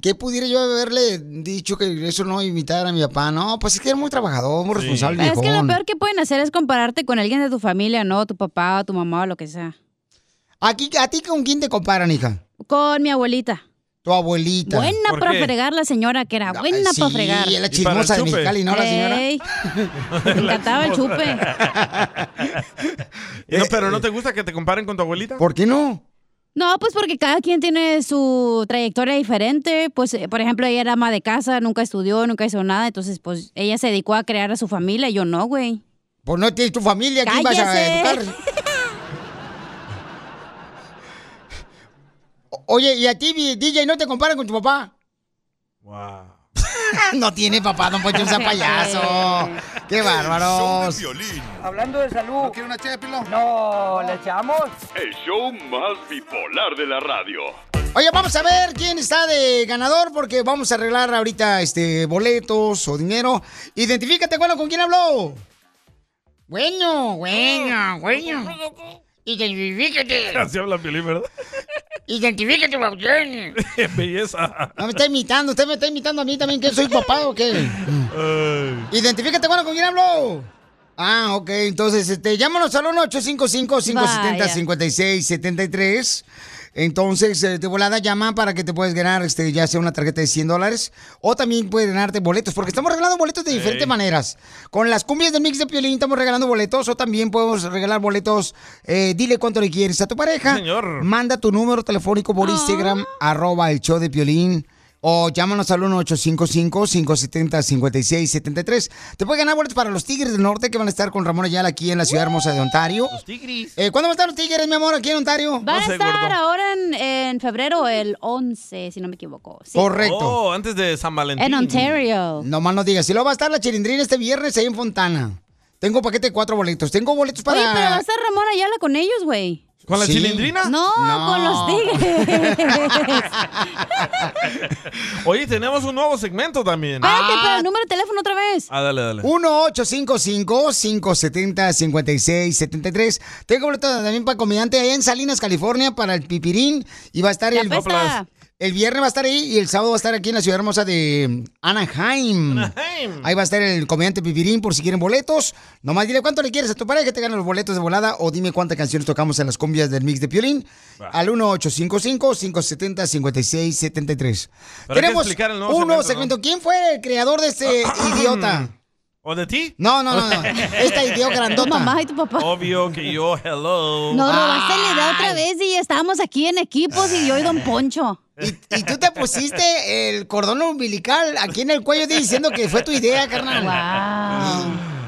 Speaker 1: ¿qué pudiera yo haberle dicho que eso no imitara a mi papá? No, pues es que era muy trabajador, muy responsable.
Speaker 3: Pero es que lo
Speaker 1: viejón.
Speaker 3: peor que pueden hacer es compararte con alguien de tu familia, ¿no? Tu papá, tu mamá o lo que sea.
Speaker 1: Aquí, ¿A ti con quién te comparan, hija?
Speaker 3: Con mi abuelita.
Speaker 1: Tu abuelita.
Speaker 3: Buena para fregar la señora que era. Buena
Speaker 1: sí,
Speaker 3: para fregar.
Speaker 1: es la ¿Y chismosa para el de chupe? Mexicali, ¿no, la señora?
Speaker 3: Ey, me encantaba el chupe.
Speaker 2: Y no, pero ¿no te gusta que te comparen con tu abuelita?
Speaker 1: ¿Por qué no?
Speaker 3: No, pues porque cada quien tiene su trayectoria diferente. Pues, eh, por ejemplo, ella era ama de casa, nunca estudió, nunca hizo nada. Entonces, pues, ella se dedicó a crear a su familia. Yo no, güey.
Speaker 1: Pues no tienes tu familia,
Speaker 3: ¿quién
Speaker 1: ¿quién vas a educar? O- Oye, ¿y a ti, mi DJ, no te comparan con tu papá? no tiene papá, don Poncho, Pues sea payaso. ¡Qué bárbaros!
Speaker 13: Hablando de salud. ¿No una No, ¿le echamos?
Speaker 8: El show más bipolar de la radio.
Speaker 1: Oye, vamos a ver quién está de ganador porque vamos a arreglar ahorita este boletos o dinero. Identifícate, bueno, ¿con quién habló? Bueno, bueno, bueno. Identifícate.
Speaker 2: Así habla Pelín, ¿verdad?
Speaker 1: Identifícate, Bautiani.
Speaker 2: Belleza.
Speaker 1: No me está imitando, usted me está imitando a mí también, que soy papá o qué.
Speaker 2: Ay.
Speaker 1: Identifícate, bueno, ¿con quién habló? Ah, ok, entonces, este, llámanos al 1-855-570-5673. Entonces, eh, de volada llama para que te puedas ganar, este, ya sea una tarjeta de 100 dólares, o también puedes ganarte boletos, porque estamos regalando boletos de diferentes
Speaker 22: Ey.
Speaker 1: maneras. Con las cumbias de Mix de Piolín estamos regalando boletos, o también podemos regalar boletos, eh, dile cuánto le quieres a tu pareja.
Speaker 2: Señor.
Speaker 1: Manda tu número telefónico
Speaker 3: Ah.
Speaker 1: por Instagram, arroba el show de Piolín. O llámanos al 1-855-570-5673. Te puede ganar boletos para los Tigres del Norte que van a estar con Ramón Ayala aquí en la ciudad hermosa de Ontario.
Speaker 2: Tigris.
Speaker 1: Eh, ¿Cuándo van a estar los Tigres, mi amor, aquí en Ontario?
Speaker 3: Van a estar ahora en, en febrero, el 11, si no me equivoco. Sí.
Speaker 1: Correcto.
Speaker 2: Oh, antes de San Valentín.
Speaker 3: En Ontario.
Speaker 1: No más no digas. Si lo va a estar la chilindrina este viernes ahí en Fontana. Tengo paquete de cuatro boletos. Tengo boletos para.
Speaker 3: Oye, pero va a estar Ramón Ayala con ellos, güey.
Speaker 1: ¿Con la Sí. Chilindrina?
Speaker 3: No,
Speaker 1: No.
Speaker 3: con los tigres.
Speaker 2: Oye, tenemos un nuevo segmento también.
Speaker 3: Espérate, pero
Speaker 1: Ah.
Speaker 3: el número de teléfono otra vez.
Speaker 2: Ah, dale, dale.
Speaker 1: 1-855-570-5673. Tengo boletos también para comediante allá en Salinas, California, para el Pipirín. Y va a estar
Speaker 3: La
Speaker 1: el.
Speaker 3: pesta.
Speaker 1: El viernes va a estar ahí y el sábado va a estar aquí en la ciudad hermosa de Anaheim. Ahí va a estar el comediante Pipirín por si quieren boletos. Nomás dile cuánto le quieres a tu pareja que te ganen los boletos de volada o dime cuántas canciones tocamos en las cumbias del mix de Piolín al 1-855-570-5673.
Speaker 2: Pero hay que
Speaker 1: Tenemos
Speaker 2: explicar el nuevo
Speaker 1: un nuevo
Speaker 2: segmento,
Speaker 1: segmento. ¿Quién fue el creador de este idiota?
Speaker 2: ¿O de ti?
Speaker 1: No, no, no, no. Esta idiota grandota. Ah. Tu mamá
Speaker 3: y tu papá.
Speaker 2: Obvio que yo, hello.
Speaker 3: No robaste la idea otra vez y estábamos aquí en equipos y yo y Don Poncho.
Speaker 1: Y tú te pusiste el cordón umbilical aquí en el cuello diciendo que fue tu idea, carnal.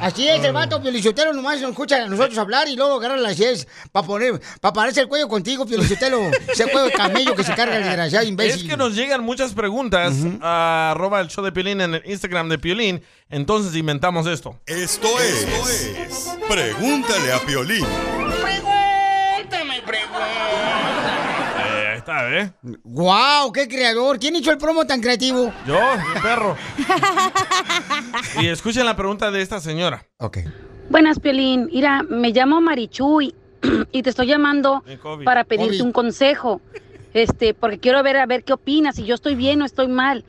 Speaker 1: Así es, el vato piolichotelo nomás nos escucha a nosotros hablar y luego agarra las yes para poner, para pararse el cuello contigo, piolichotelo. Ese cuello de camello que se carga el desgraciado imbécil.
Speaker 2: Es que nos llegan muchas preguntas a arroba el show de Piolín en el Instagram de Piolín. Entonces inventamos esto.
Speaker 17: Esto es. Pregúntale a Piolín.
Speaker 14: Pregúntame, pregúntame.
Speaker 17: Eh,
Speaker 2: está, ¿eh?
Speaker 1: ¡Guau! ¡Qué creador! ¿Quién hizo el promo tan creativo?
Speaker 2: Yo, mi perro. y escuchen la pregunta de esta señora.
Speaker 1: Ok.
Speaker 5: Buenas, Piolín. Mira, me llamo Marichuy y te estoy llamando
Speaker 2: De COVID.
Speaker 5: para pedirte
Speaker 2: COVID.
Speaker 5: un consejo. Este, porque quiero ver a ver qué opinas, si yo estoy bien o estoy mal.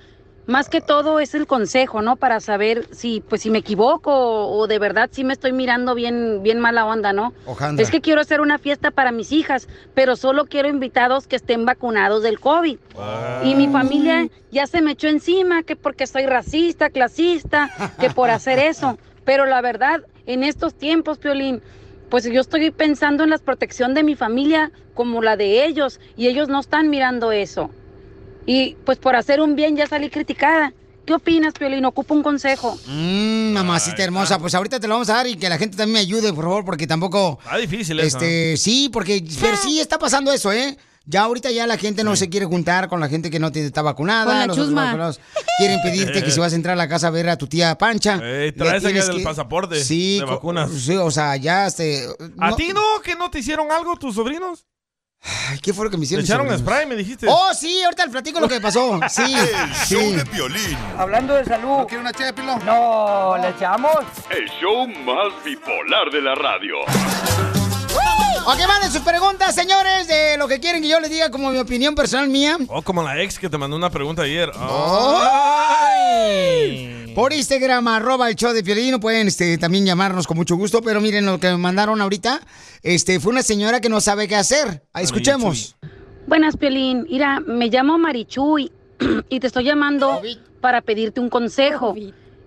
Speaker 5: Más que todo es el consejo, ¿no? Para saber si, pues, si me equivoco o, o de verdad si me estoy mirando bien, bien mala onda, ¿no?
Speaker 6: Ojandra.
Speaker 5: Es que quiero hacer una fiesta para mis hijas, pero solo quiero invitados que estén vacunados del COVID. Y mi familia ya se me echó encima que porque soy racista, clasista, que por hacer eso. Pero la verdad, en estos tiempos, Piolín, pues yo estoy pensando en la protección de mi familia como la de ellos y ellos no están mirando eso. Y pues por hacer un bien ya salí criticada. ¿Qué opinas, Piolín? Ocupo un consejo.
Speaker 1: Mmm, mamacita hermosa. Pues ahorita te lo vamos a dar y que la gente también me ayude, por favor, porque tampoco.
Speaker 2: Está difícil eso,
Speaker 1: Este, sí, porque. Pero sí está pasando eso, ¿eh? Ya ahorita ya la gente no se quiere juntar con la gente que no te- está vacunada.
Speaker 2: Con la
Speaker 1: otros
Speaker 2: chusma.
Speaker 1: vacunados Quieren pedirte que si vas a entrar a la casa a ver a tu tía Pancha.
Speaker 2: Ey,
Speaker 1: le
Speaker 2: traes
Speaker 1: tienes
Speaker 2: acá el
Speaker 1: que-
Speaker 2: pasaporte
Speaker 1: Sí,
Speaker 2: de
Speaker 1: co-
Speaker 2: vacunas.
Speaker 1: Sí, o sea, ya este.
Speaker 2: ¿A ti no? ¿Que no te hicieron algo tus sobrinos?
Speaker 1: Ay, ¿Qué fue lo que me hicieron?
Speaker 2: Te echaron
Speaker 1: mis sobrinos?
Speaker 2: spray, me dijiste.
Speaker 1: Oh, sí, ahorita les platico lo que pasó. Sí. sí.
Speaker 17: Violín.
Speaker 13: Hablando de salud. ¿No quiere una ché No, ¿le echamos?
Speaker 8: El show más bipolar de la radio.
Speaker 1: Ok, manden sus preguntas, señores, de lo que quieren que yo les diga como mi opinión personal mía.
Speaker 2: Oh, como la ex que te mandó una pregunta ayer. Oh.
Speaker 1: ¡Ay! Por Instagram, arroba el show de Piolín, pueden este, también llamarnos con mucho gusto, pero miren lo que me mandaron ahorita, este, fue una señora que no sabe qué hacer. Ah, Escuchemos.
Speaker 5: Buenas, Piolín. Mira, me llamo Marichuy y te estoy llamando para pedirte un consejo.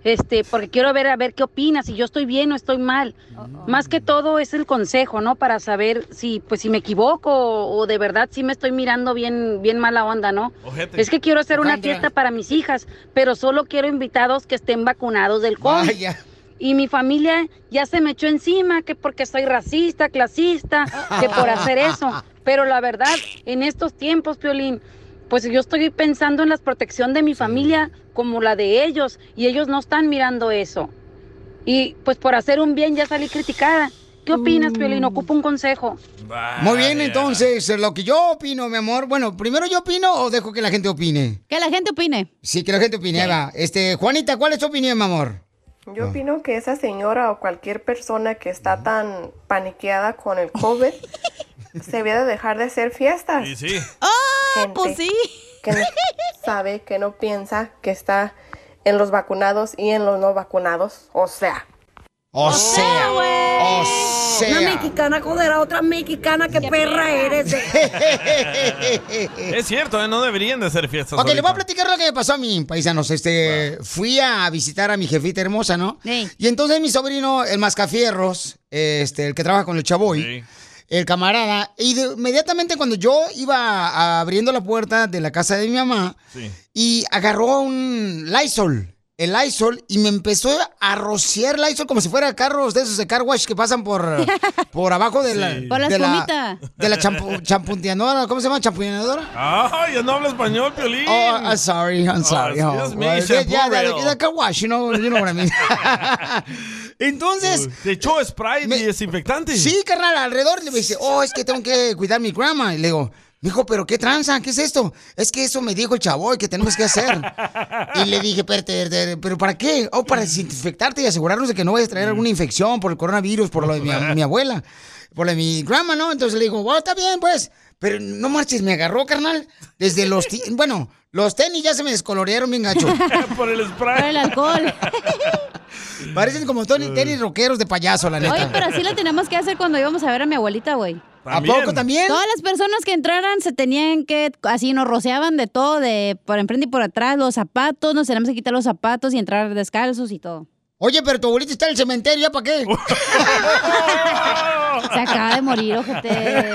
Speaker 5: Este, porque quiero ver a ver qué opinas, si yo estoy bien o estoy mal. Más que todo es el consejo, ¿no? Para saber si, pues, si me equivoco o, o de verdad si me estoy mirando bien, bien mala onda, ¿no?
Speaker 6: Ojete.
Speaker 5: Es que quiero hacer una
Speaker 6: Ojandra.
Speaker 5: fiesta para mis hijas, pero solo quiero invitados que estén vacunados del COVID. Y mi familia ya se me echó encima que porque soy racista, clasista, que por hacer eso. Pero la verdad, en estos tiempos, Piolín, pues yo estoy pensando en la protección de mi familia como la de ellos y ellos no están mirando eso. Y pues por hacer un bien ya salí criticada. ¿Qué opinas, Piolín? Ocupo un consejo.
Speaker 1: Muy bien, entonces, lo que yo opino, mi amor, bueno, primero yo opino o dejo que la gente opine.
Speaker 3: Que la gente opine.
Speaker 1: Sí, que la gente opine, ahí va. Este, Juanita, ¿cuál es tu opinión, mi amor?
Speaker 22: Yo opino que esa señora o cualquier persona que está tan paniqueada con el COVID se debe de dejar de hacer fiestas.
Speaker 2: Sí, sí.
Speaker 3: ¡Ah!
Speaker 22: Gente
Speaker 3: Pues
Speaker 22: Que no sabe, que no piensa que está en los vacunados y en los no vacunados. O sea.
Speaker 1: O Oh, sea, Oh, o sea.
Speaker 22: Una mexicana
Speaker 23: Joder, otra mexicana, qué perra eres.
Speaker 2: Es cierto, ¿eh? no deberían de hacer fiestas.
Speaker 1: Ok, le voy a
Speaker 2: ahorita.
Speaker 1: platicar lo que me pasó a mí, paisanos. Este, fui a visitar a mi jefita hermosa, ¿no? Y entonces mi sobrino, el mascafierros, este, el que trabaja con el chavoy, el camarada, y de- inmediatamente cuando yo iba a- abriendo la puerta de la casa de mi mamá,
Speaker 14: Sí.
Speaker 1: y agarró un Lysol, el Lysol, y me empezó a rociar Lysol como si fuera carros de esos de car wash que pasan por, por abajo de la...
Speaker 2: Sí. Por la
Speaker 1: de
Speaker 2: espumita.
Speaker 1: de la champu- champunteadora, ¿cómo se llama? ¿Champunteadora?
Speaker 2: ¡Ay, ya no hablo español, Piolín!
Speaker 1: Oh, I'm sorry, I'm sorry.
Speaker 2: Oh,
Speaker 1: Oh,
Speaker 2: excuse me,
Speaker 1: well, yeah,
Speaker 2: shampoo
Speaker 1: yeah, that-
Speaker 2: rail.
Speaker 1: that car wash, you know, you know what I mean. Entonces.
Speaker 2: te echó spray y desinfectante.
Speaker 1: Sí, carnal, alrededor le dice, oh, es que tengo que cuidar mi grama. Y le digo, mijo, pero qué tranza, ¿qué es esto? Es que eso me dijo el chavo que tenemos que hacer. y le dije, pero, te- te- pero ¿para qué? Oh, para desinfectarte y asegurarnos de que no vayas a traer alguna infección por el coronavirus, por lo de mi, mi abuela, por lo de mi grama, ¿no? Entonces le digo, bueno, está bien, pues. Pero no marches, me agarró, carnal. Desde los. ti- Bueno, los tenis ya se me descolorearon bien gacho.
Speaker 2: Por el spray.
Speaker 3: Por el alcohol. Eh.
Speaker 1: Parecen como Tony tenis rockeros de payaso, la neta.
Speaker 3: Oye, pero así lo teníamos que hacer cuando íbamos a ver a mi abuelita, güey.
Speaker 1: ¿A poco también?
Speaker 3: Todas las personas que entraran se tenían que, así nos roceaban de todo, de por enfrente y por atrás, los zapatos, nos teníamos que quitar los zapatos y entrar descalzos y todo.
Speaker 1: Oye, pero tu abuelita está en el cementerio, ¿ya para qué?
Speaker 3: Se acaba de morir, ojete.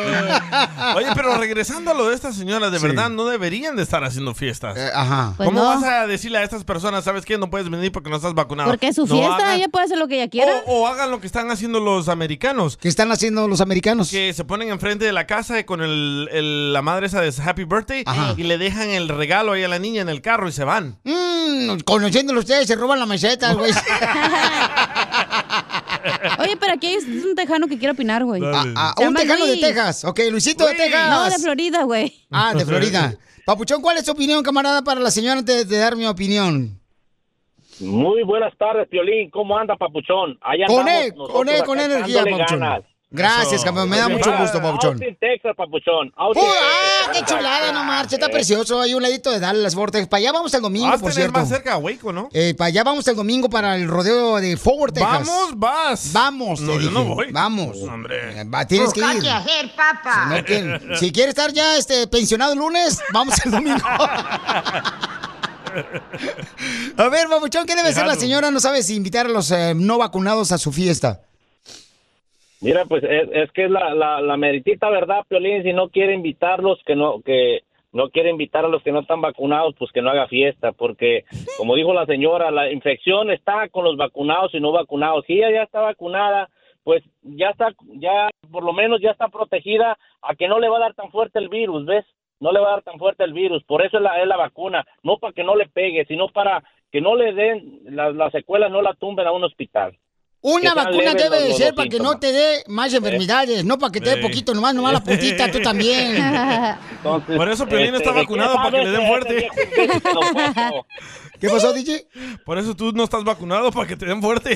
Speaker 2: Oye, pero regresando a lo de estas señoras, de verdad no deberían de estar haciendo fiestas.
Speaker 1: ajá.
Speaker 3: Pues
Speaker 2: ¿Cómo
Speaker 3: no.
Speaker 2: vas a decirle a estas personas, sabes qué, no puedes venir porque no estás vacunado?
Speaker 3: Porque es su
Speaker 2: No
Speaker 3: fiesta,
Speaker 2: hagan-
Speaker 3: ella puede hacer lo que ella quiera.
Speaker 2: o hagan lo que están haciendo los americanos.
Speaker 1: ¿Qué están haciendo los americanos?
Speaker 2: Que se ponen enfrente de la casa con el, el- la madre esa de Happy Birthday y le dejan el regalo ahí a la niña en el carro y se van.
Speaker 1: Mm, conociéndolo ustedes, se roban la meseta, güey.
Speaker 3: Oye, Oye, pero aquí hay un tejano que quiere opinar, güey.
Speaker 1: Ah, ah,
Speaker 3: Se
Speaker 1: un
Speaker 3: llama
Speaker 1: tejano
Speaker 3: Luis.
Speaker 1: de Texas. Ok, Luisito de Texas.
Speaker 3: No, de Florida, güey.
Speaker 1: Ah, de Florida. Papuchón, ¿cuál es tu opinión, camarada, para la señora antes de dar mi opinión?
Speaker 6: Muy buenas tardes, Piolín. ¿Cómo anda, Papuchón? Allá
Speaker 1: Con
Speaker 6: andamos
Speaker 1: él,
Speaker 6: nosotros
Speaker 1: con él,
Speaker 6: acá
Speaker 1: con energía,
Speaker 6: echándole
Speaker 1: Papuchón.
Speaker 6: ganas.
Speaker 1: Gracias,
Speaker 6: Eso.
Speaker 1: campeón. Me da mucho gusto, Papuchón.
Speaker 6: Austin, Texas, Papuchón.
Speaker 1: ¡Uy!
Speaker 6: Austin,
Speaker 1: ¡Ah,
Speaker 6: Texas.
Speaker 1: qué chulada, no marcha! Está
Speaker 6: Eh.
Speaker 1: precioso. Hay un ladito de Dallas Vortex. Para allá vamos el domingo,
Speaker 2: Austin
Speaker 1: por
Speaker 2: es
Speaker 1: cierto.
Speaker 2: más cerca a Waco, ¿no?
Speaker 1: Eh, para allá vamos el domingo para el rodeo de Forward, Texas.
Speaker 2: Vamos, vas.
Speaker 1: Vamos.
Speaker 2: No,
Speaker 1: te
Speaker 2: yo
Speaker 1: dije.
Speaker 2: no voy.
Speaker 1: Vamos. Eh,
Speaker 2: Hombre.
Speaker 1: Va, Ah, tienes Pues, que
Speaker 2: Busca
Speaker 1: ir.
Speaker 2: qué
Speaker 1: hacer, papá. Si, no que- si quieres estar ya este, pensionado el lunes, vamos el domingo. A ver, Papuchón, ¿qué debe hacer la
Speaker 6: Déjalo.
Speaker 1: señora? No sabes invitar a los eh, no vacunados a su fiesta.
Speaker 6: Mira, pues es, es que es la, la, la meritita verdad, Piolín. Si no quiere invitarlos, que no, que no quiere invitar a los que no están vacunados, pues que no haga fiesta, porque como dijo la señora, la infección está con los vacunados y no vacunados. Si ella ya está vacunada, pues ya está, ya por lo menos ya está protegida a que no le va a dar tan fuerte el virus, ¿ves? No le va a dar tan fuerte el virus, por eso es la, es la vacuna, no para que no le pegue, sino para que no le den las las secuelas, no la tumben a un hospital. Que
Speaker 1: Una
Speaker 6: sean
Speaker 1: vacuna
Speaker 6: leves
Speaker 1: debe
Speaker 6: los-
Speaker 1: de
Speaker 6: los
Speaker 1: ser para que
Speaker 6: síntomas.
Speaker 1: no te dé más enfermedades, no para que te dé
Speaker 6: Sí.
Speaker 1: poquito nomás, nomás la puntita, tú también.
Speaker 6: Entonces,
Speaker 2: Por eso Piolín
Speaker 6: este,
Speaker 2: está
Speaker 6: ¿de este qué
Speaker 2: vacunado, para que le
Speaker 6: sabe
Speaker 2: den
Speaker 6: ese-
Speaker 2: fuerte.
Speaker 1: ¿Qué pasó, DJ?
Speaker 2: Por eso tú no estás vacunado, para que te den fuerte.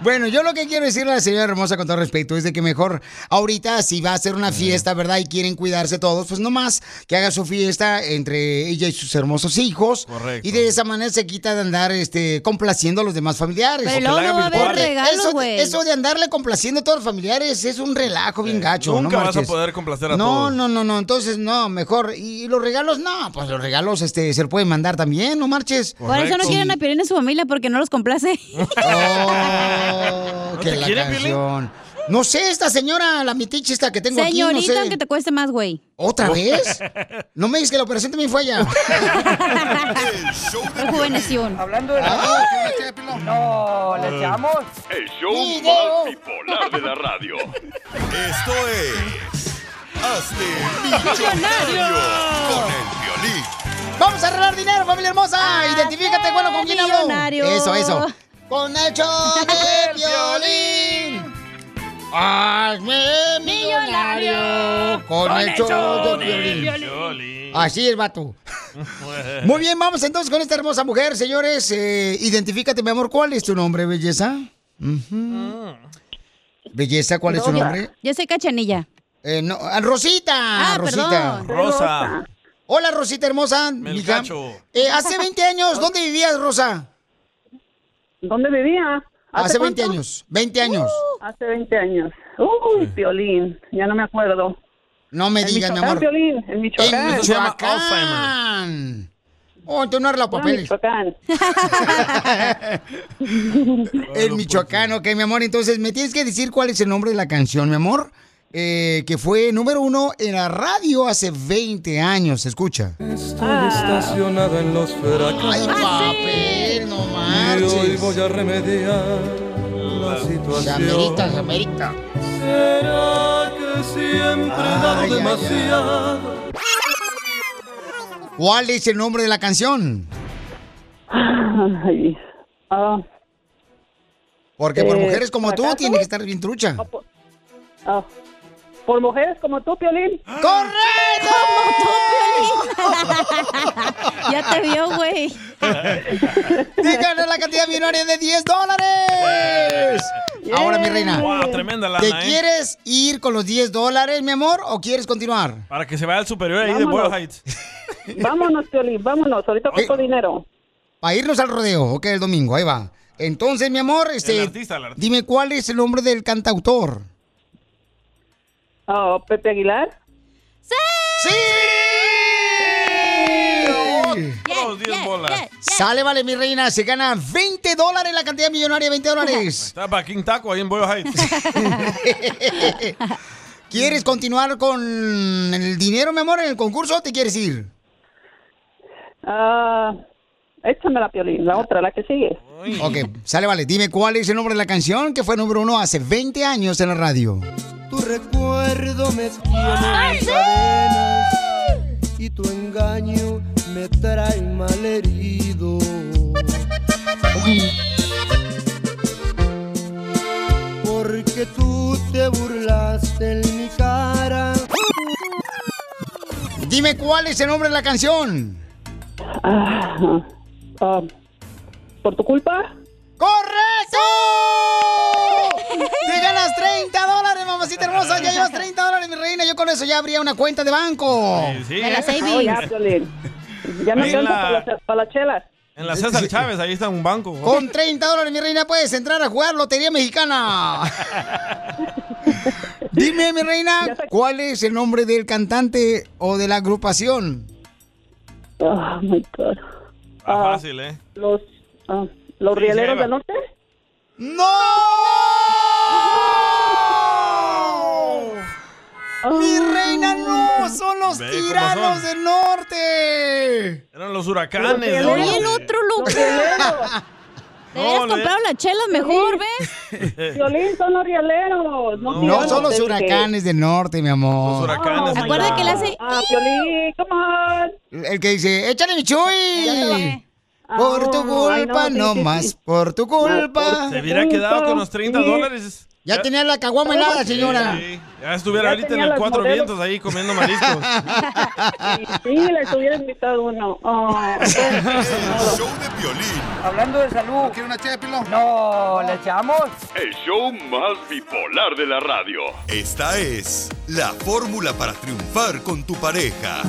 Speaker 1: Bueno, yo lo que quiero decirle a la señora hermosa con todo respeto es de que mejor ahorita si va a ser una fiesta, ¿verdad? Y quieren cuidarse todos, pues nomás que haga su fiesta entre ella y sus hermosos hijos.
Speaker 2: Correcto.
Speaker 1: Y de esa manera se quita de andar este, complaciendo a los demás familiares.
Speaker 3: Pero luego no va a haber
Speaker 1: Porque
Speaker 3: regalo,
Speaker 1: eso,
Speaker 3: güey.
Speaker 1: eso de andarle complaciendo a todos los familiares es un relajo bien gacho.
Speaker 2: Eh, Nunca
Speaker 1: no
Speaker 2: vas a
Speaker 1: marches.
Speaker 2: poder complacer a
Speaker 1: no,
Speaker 2: todos.
Speaker 1: No, no, no, entonces no, mejor. Y los regalos, no, pues los regalos este, se los pueden mandar también, no marches.
Speaker 3: Por eso no quieren a Piolín en su familia porque no los complace.
Speaker 1: Oh, que
Speaker 3: te
Speaker 1: la
Speaker 3: quiere, Piolín?
Speaker 1: canción. No sé, esta señora, la metichista que tengo
Speaker 3: Señorita,
Speaker 1: aquí, no sé.
Speaker 3: aunque te cueste más, güey.
Speaker 1: ¿Otra vez? No me digas que la operación también fue allá.
Speaker 3: Rejuvenación.
Speaker 13: Hablando de la No, ¿le echamos?
Speaker 8: El show
Speaker 13: Video.
Speaker 8: más bipolar de la radio.
Speaker 17: Esto es. Hazte
Speaker 1: Millonario.
Speaker 17: millonario con el violín.
Speaker 1: Vamos a arreglar dinero, familia hermosa. Identifícate, bueno, con quién hablo.
Speaker 17: millonario.
Speaker 1: Eso, eso. Con el show de violín. Hazme millonario. Con, el, show, de Piolín. Así es, vato. Muy bien, vamos entonces con esta hermosa mujer, señores. Eh, identifícate, mi amor. ¿Cuál es tu nombre, belleza?
Speaker 3: Ah.
Speaker 1: Ujú. Belleza, ¿cuál es tu nombre?
Speaker 3: Yo soy Cachanilla.
Speaker 1: Eh, no, ah, Rosita.
Speaker 3: Ah,
Speaker 1: Rosita.
Speaker 3: perdón. Rosa.
Speaker 1: Hola, Rosita hermosa.
Speaker 2: Me
Speaker 1: mija. Eh, hace 20 años, ¿dónde vivías, Rosa?
Speaker 7: ¿Dónde vivía?
Speaker 1: Hace, 20
Speaker 7: cuánto? Uh,
Speaker 1: años. 20 años.
Speaker 7: Hace 20 años. Uy, Piolín, ya no me acuerdo.
Speaker 1: No me
Speaker 7: En
Speaker 1: digas, mi
Speaker 7: Michoacán,
Speaker 1: amor.
Speaker 7: Piolín, en Michoacán.
Speaker 1: En
Speaker 7: Eso se llama
Speaker 1: Michoacán. Oh, tú no eres la
Speaker 7: Puro
Speaker 1: papeles.
Speaker 7: Michoacán.
Speaker 1: En Michoacán, ok, mi amor. Entonces, me tienes que decir cuál es el nombre de la canción, mi amor. Eh, que fue número uno en la radio hace 20 años. Escucha.
Speaker 7: Ah.
Speaker 9: Estoy estacionado en los
Speaker 1: Ay,
Speaker 9: huracanes.
Speaker 1: papel, no
Speaker 9: Y hoy
Speaker 1: marches.
Speaker 9: voy a remediar la
Speaker 1: Se
Speaker 9: situación.
Speaker 1: amerita, se amerita.
Speaker 9: Será que siempre he dado
Speaker 1: Ay, ay,
Speaker 9: demasiado.
Speaker 1: ¿Cuál es el nombre de la canción?
Speaker 7: Ay, ah,
Speaker 1: Porque por
Speaker 7: Eh,
Speaker 1: mujeres como tú
Speaker 7: ¿acaso?
Speaker 1: tiene que estar bien trucha.
Speaker 7: ah. Por mujeres como tú, Piolín.
Speaker 1: ¡Correcto!
Speaker 3: Ya te vio, güey.
Speaker 1: Díganos la cantidad millonaria de 10 dólares. Ahora, mi reina.
Speaker 2: Wow, tremenda lana,
Speaker 1: ¿Te
Speaker 2: ¿eh?
Speaker 1: quieres ir con los 10 dólares, mi amor, o quieres continuar?
Speaker 2: Para que se vaya al superior ahí de
Speaker 7: Vámonos.
Speaker 2: Boyle Heights.
Speaker 7: Vámonos, Piolín, vámonos. Ahorita ocupo dinero.
Speaker 1: Eh, Para irnos al rodeo, ok, el domingo, ahí va. Entonces, mi amor, este,
Speaker 7: El artista, el artista.
Speaker 1: dime cuál es el nombre del cantautor.
Speaker 7: Ah, Pepe Aguilar.
Speaker 1: ¡Sí!
Speaker 2: Todos 10 bolas.
Speaker 1: Sale, vale, mi reina, se gana 20 dólares la cantidad millonaria, 20 dólares.
Speaker 2: Está para King Taco ahí en Boyle Heights.
Speaker 1: ¿Quieres continuar con el dinero, mi amor, en el concurso o te quieres ir?
Speaker 7: Ah, échame la Piolín, la otra, la que sigue.
Speaker 1: Ok, sale, vale. Dime cuál es el nombre de la canción que fue número uno hace 20 años en la radio.
Speaker 9: Tu recuerdo me tiene en cadenas y tu engaño me trae malherido. que tú te burlaste en mi cara.
Speaker 1: Dime cuál es el nombre de la canción.
Speaker 10: Ah, ¿Por tu culpa?
Speaker 1: ¡Correcto! ¡Te ganas 30 dólares, mamacita hermosa! Ya llevas 30 dólares, mi reina. Yo con eso ya abría una cuenta de banco.
Speaker 2: sí, De la ¿eh? savings.
Speaker 10: ya, Piolín. Ya me
Speaker 2: Ahí
Speaker 10: alcanza
Speaker 2: la-
Speaker 10: para las- para las chelas.
Speaker 2: En la César Chávez, ahí está un banco.
Speaker 1: Con 30 dólares, mi reina, puedes entrar a jugar Lotería Mexicana. Dime, mi reina, ¿cuál es el nombre del cantante o de la agrupación?
Speaker 10: Oh, my God.
Speaker 2: Está fácil, ¿eh?
Speaker 10: Los, ah, los
Speaker 2: Sí,
Speaker 10: rieleros
Speaker 2: lleva.
Speaker 10: del norte.
Speaker 1: ¡No! ¡Mi reina, no! ¡Son los
Speaker 2: Ve cómo
Speaker 1: tiranos
Speaker 2: son.
Speaker 1: del norte!
Speaker 2: Eran los huracanes. del norte.
Speaker 3: Oye, el otro Lucas. Te
Speaker 2: No,
Speaker 3: hubieras
Speaker 2: le-
Speaker 3: comprado las chelas mejor, ¿ves?
Speaker 10: Violín son los rieleros. No,
Speaker 1: No
Speaker 10: tiranos,
Speaker 1: son los
Speaker 10: te dije.
Speaker 1: huracanes del norte, mi amor.
Speaker 10: huracanes,
Speaker 1: Acuérdate
Speaker 10: Acuérdate
Speaker 1: que
Speaker 10: que le hace- Ah, Piolín, come on.
Speaker 1: El que dice, échale mi chuy.
Speaker 10: Ah,
Speaker 1: Por tu
Speaker 10: ay, no,
Speaker 1: culpa,
Speaker 10: sí,
Speaker 1: no
Speaker 10: sí,
Speaker 1: más,
Speaker 10: sí.
Speaker 1: por tu culpa.
Speaker 2: Se hubiera quedado con los 30 dólares.
Speaker 1: Ya tenía la caguama helada,
Speaker 2: Sí,
Speaker 1: señora.
Speaker 2: sí. Ya estuviera
Speaker 10: Ya
Speaker 2: ahorita en
Speaker 10: tenía
Speaker 2: el
Speaker 10: las
Speaker 2: Cuatro
Speaker 10: modelos.
Speaker 2: Vientos ahí comiendo mariscos.
Speaker 10: Sí, les hubiera invitado uno. Oh,
Speaker 13: Hablando de salud. ¿Quiere una ché, No, ¿le echamos?
Speaker 8: El show más bipolar de la radio.
Speaker 17: Esta es la fórmula para triunfar con tu pareja.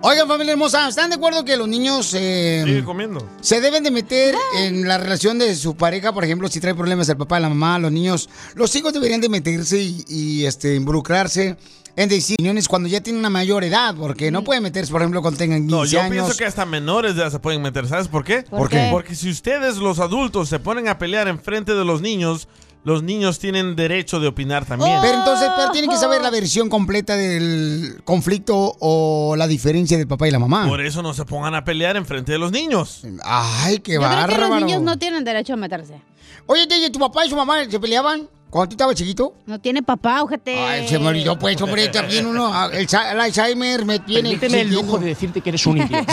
Speaker 1: Oigan, familia hermosa, ¿están de acuerdo que los niños eh,
Speaker 2: Sigue comiendo.
Speaker 1: se deben de meter en la relación de su pareja? Por ejemplo, si trae problemas el papá, la mamá, los niños, los hijos deberían de meterse y, y, este, involucrarse en decisiones cuando ya tienen una mayor edad, porque no pueden meterse, por ejemplo, cuando tengan 15
Speaker 2: No, yo
Speaker 1: años.
Speaker 2: pienso que hasta menores ya se pueden meter. ¿Sabes por qué?
Speaker 1: ¿Por qué?
Speaker 2: Porque si ustedes, los adultos, se ponen a pelear en frente de los niños, los niños tienen derecho de opinar
Speaker 3: Oh.
Speaker 2: también.
Speaker 1: Pero entonces, pero tienen que saber la versión completa del conflicto o la diferencia del papá y la mamá.
Speaker 2: Por eso no se pongan a pelear en frente de los niños.
Speaker 1: Ay, qué
Speaker 3: Yo creo que los
Speaker 1: bárbaro.
Speaker 3: niños no tienen derecho a meterse.
Speaker 1: Oye, Yeye, ¿tu papá y su mamá se peleaban cuando tú estabas chiquito?
Speaker 3: No tiene papá, ojete.
Speaker 1: Ay, se me olvidó, pues, hombre, también uno, ah, el, Sa- el Alzheimer me tiene...
Speaker 3: Permíteme el lujo
Speaker 1: de decirte que eres un idiota.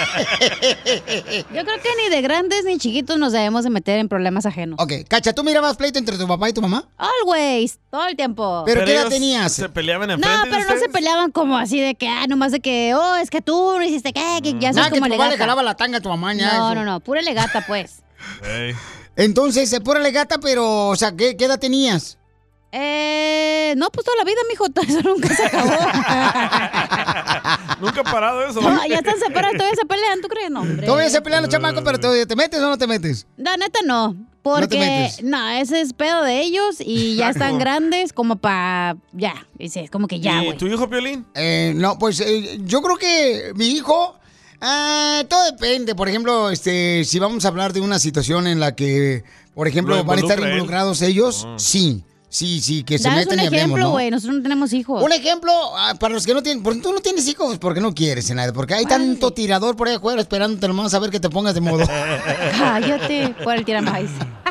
Speaker 3: Yo creo que ni de grandes ni chiquitos nos debemos de meter en problemas ajenos.
Speaker 1: Ok, Cacha, ¿tú mirabas pleito entre tu papá y tu mamá?
Speaker 3: Always, todo el tiempo.
Speaker 2: ellos Se peleaban en
Speaker 3: No,
Speaker 2: frente
Speaker 3: pero no se peleaban como así de que, ah, nomás de que, oh, es que tú no hiciste que, que ya
Speaker 1: Nada,
Speaker 3: sabes
Speaker 1: que tu
Speaker 3: como
Speaker 1: papá le
Speaker 3: legata.
Speaker 1: jalaba la tanga a tu mamá, ya,
Speaker 3: No,
Speaker 1: eso.
Speaker 3: no, no, pura legata, pues.
Speaker 1: Entonces, se pone la gata, pero, o sea, ¿qué, qué edad tenías?
Speaker 3: Eh, no, pues toda la vida, mijo, todo eso nunca se acabó.
Speaker 2: Nunca ha parado eso.
Speaker 3: No, ya están separados, todavía se pelean, ¿tú crees? No, hombre.
Speaker 1: Todavía se pelean los chamacos, pero todavía te metes o no te metes.
Speaker 3: La neta no, porque
Speaker 1: metes.
Speaker 3: no, ese es pedo de ellos y ya están grandes como para, ya, dice, es como que ya, güey.
Speaker 2: tu hijo, Piolín?
Speaker 1: Eh, no, pues eh, yo creo que mi hijo, ah, todo depende. Por ejemplo, este, si vamos a hablar de una situación en la que, por ejemplo,
Speaker 3: Lo
Speaker 1: van a estar
Speaker 3: involucra él.
Speaker 1: involucrados ellos,
Speaker 2: Ah.
Speaker 1: sí, sí, sí, que se
Speaker 3: Danos
Speaker 1: metan
Speaker 3: un
Speaker 1: y hablemos,
Speaker 3: ejemplo,
Speaker 1: ¿no?
Speaker 3: güey, nosotros no tenemos hijos.
Speaker 1: Un ejemplo, ah, para los que no tienen, porque tú no tienes hijos, porque no quieres, Zenaida, porque hay tanto tirador por ahí afuera esperándote nomás a ver que te pongas de modo.
Speaker 3: Cállate, por el tiramais.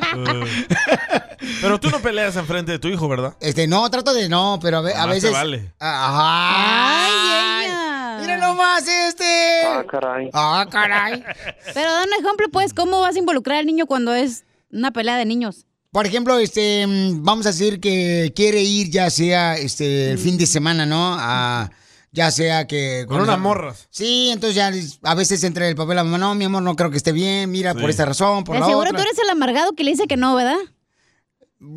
Speaker 2: Pero tú no peleas en frente de tu hijo, ¿verdad?
Speaker 1: Este, no, trato de no, pero a, ve- a
Speaker 2: Más te
Speaker 1: veces. Ah,
Speaker 2: vale.
Speaker 1: Ajá. Ay, Mira nomás este.
Speaker 24: Ah, caray.
Speaker 1: Ah, caray.
Speaker 3: Pero da un ejemplo, pues, ¿cómo vas a involucrar al niño cuando es una pelea de niños?
Speaker 1: Por ejemplo, este, mm, vamos a decir que quiere ir ya sea este el fin de semana, ¿no? A, ya sea que
Speaker 2: Con unas morras.
Speaker 1: Sí, entonces ya es- a veces entre el papel y la mamá, no, mi amor, no creo que esté bien, mira por esta razón, por
Speaker 3: De
Speaker 1: la
Speaker 3: seguro
Speaker 1: otra.
Speaker 3: tú eres el amargado que le dice que no, ¿verdad?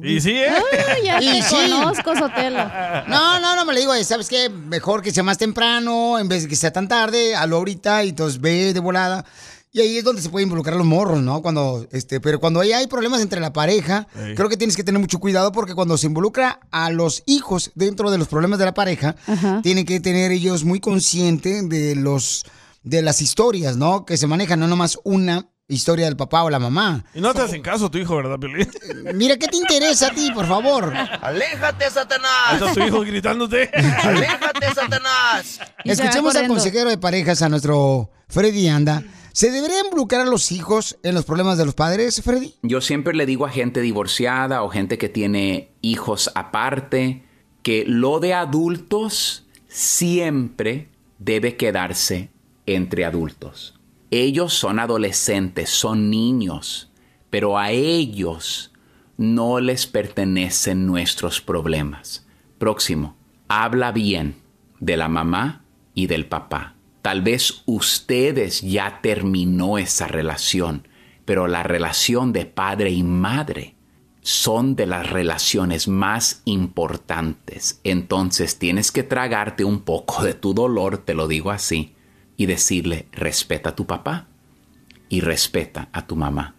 Speaker 2: Y sí, ¿eh?
Speaker 3: Ay, Ah, ya
Speaker 1: Y
Speaker 3: te
Speaker 1: sí.
Speaker 3: conozco, Sotelo.
Speaker 1: No, no, no me le digo, eh, ¿sabes qué? Mejor que sea más temprano, en vez de que sea tan tarde, a lo ahorita, y entonces ve de volada. Y ahí es donde se pueden involucrar los morros, ¿no? Cuando, este, pero cuando ahí hay problemas entre la pareja,
Speaker 2: Ey.
Speaker 1: creo que tienes que tener mucho cuidado porque cuando se involucra a los hijos dentro de los problemas de la pareja, tienen que tener ellos muy consciente de los, de las historias, ¿no? Que se manejan, no nomás una historia del papá o la mamá.
Speaker 2: Y no te hacen caso tu hijo, ¿verdad, Piolín?
Speaker 1: Mira, ¿qué te interesa a ti, por favor?
Speaker 9: ¡Aléjate,
Speaker 2: Ahí
Speaker 9: Satanás!
Speaker 2: está tu hijo gritándote.
Speaker 9: ¡Aléjate, Satanás!
Speaker 1: Escuchemos al consejero de parejas, a nuestro Freddy Anda. ¿Se deberían involucrar a los hijos en los problemas de los padres, Freddy?
Speaker 11: Yo siempre le digo a gente divorciada o gente que tiene hijos aparte que lo de adultos siempre debe quedarse entre adultos. Ellos son adolescentes, son niños, pero a ellos no les pertenecen nuestros problemas. Próximo, habla bien de la mamá y del papá. Tal vez ustedes ya terminó esa relación, pero la relación de padre y madre son de las relaciones más importantes. Entonces tienes que tragarte un poco de tu dolor, te lo digo así, y decirle, respeta a tu papá y respeta a tu mamá.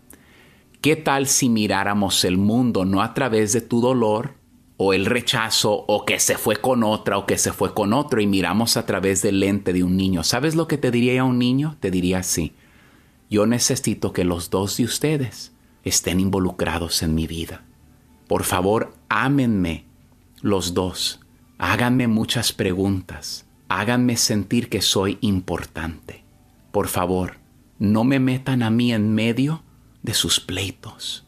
Speaker 11: ¿Qué tal si miráramos el mundo no a través de tu dolor o el rechazo o que se fue con otra o que se fue con otro y miramos a través del lente de un niño? ¿Sabes lo que te diría a un niño? Te diría así. Yo necesito que los dos de ustedes estén involucrados en mi vida. Por favor, ámenme los dos. Háganme muchas preguntas. Háganme sentir que soy importante. Por favor, no me metan a mí en medio de sus pleitos.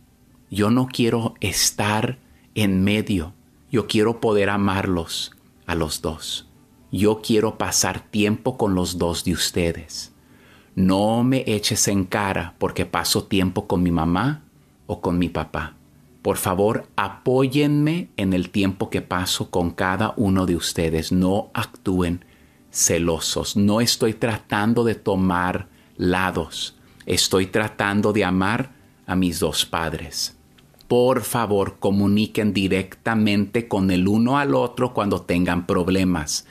Speaker 11: Yo no quiero estar en medio. Yo quiero poder amarlos a los dos. Yo quiero pasar tiempo con los dos de ustedes. No me eches en cara porque paso tiempo con mi mamá o con mi papá. Por favor, apóyenme en el tiempo que paso con cada uno de ustedes. No actúen celosos. No estoy tratando de tomar lados estoy tratando de amar a mis dos padres. Por favor, comuniquen directamente con el uno al otro cuando tengan problemas.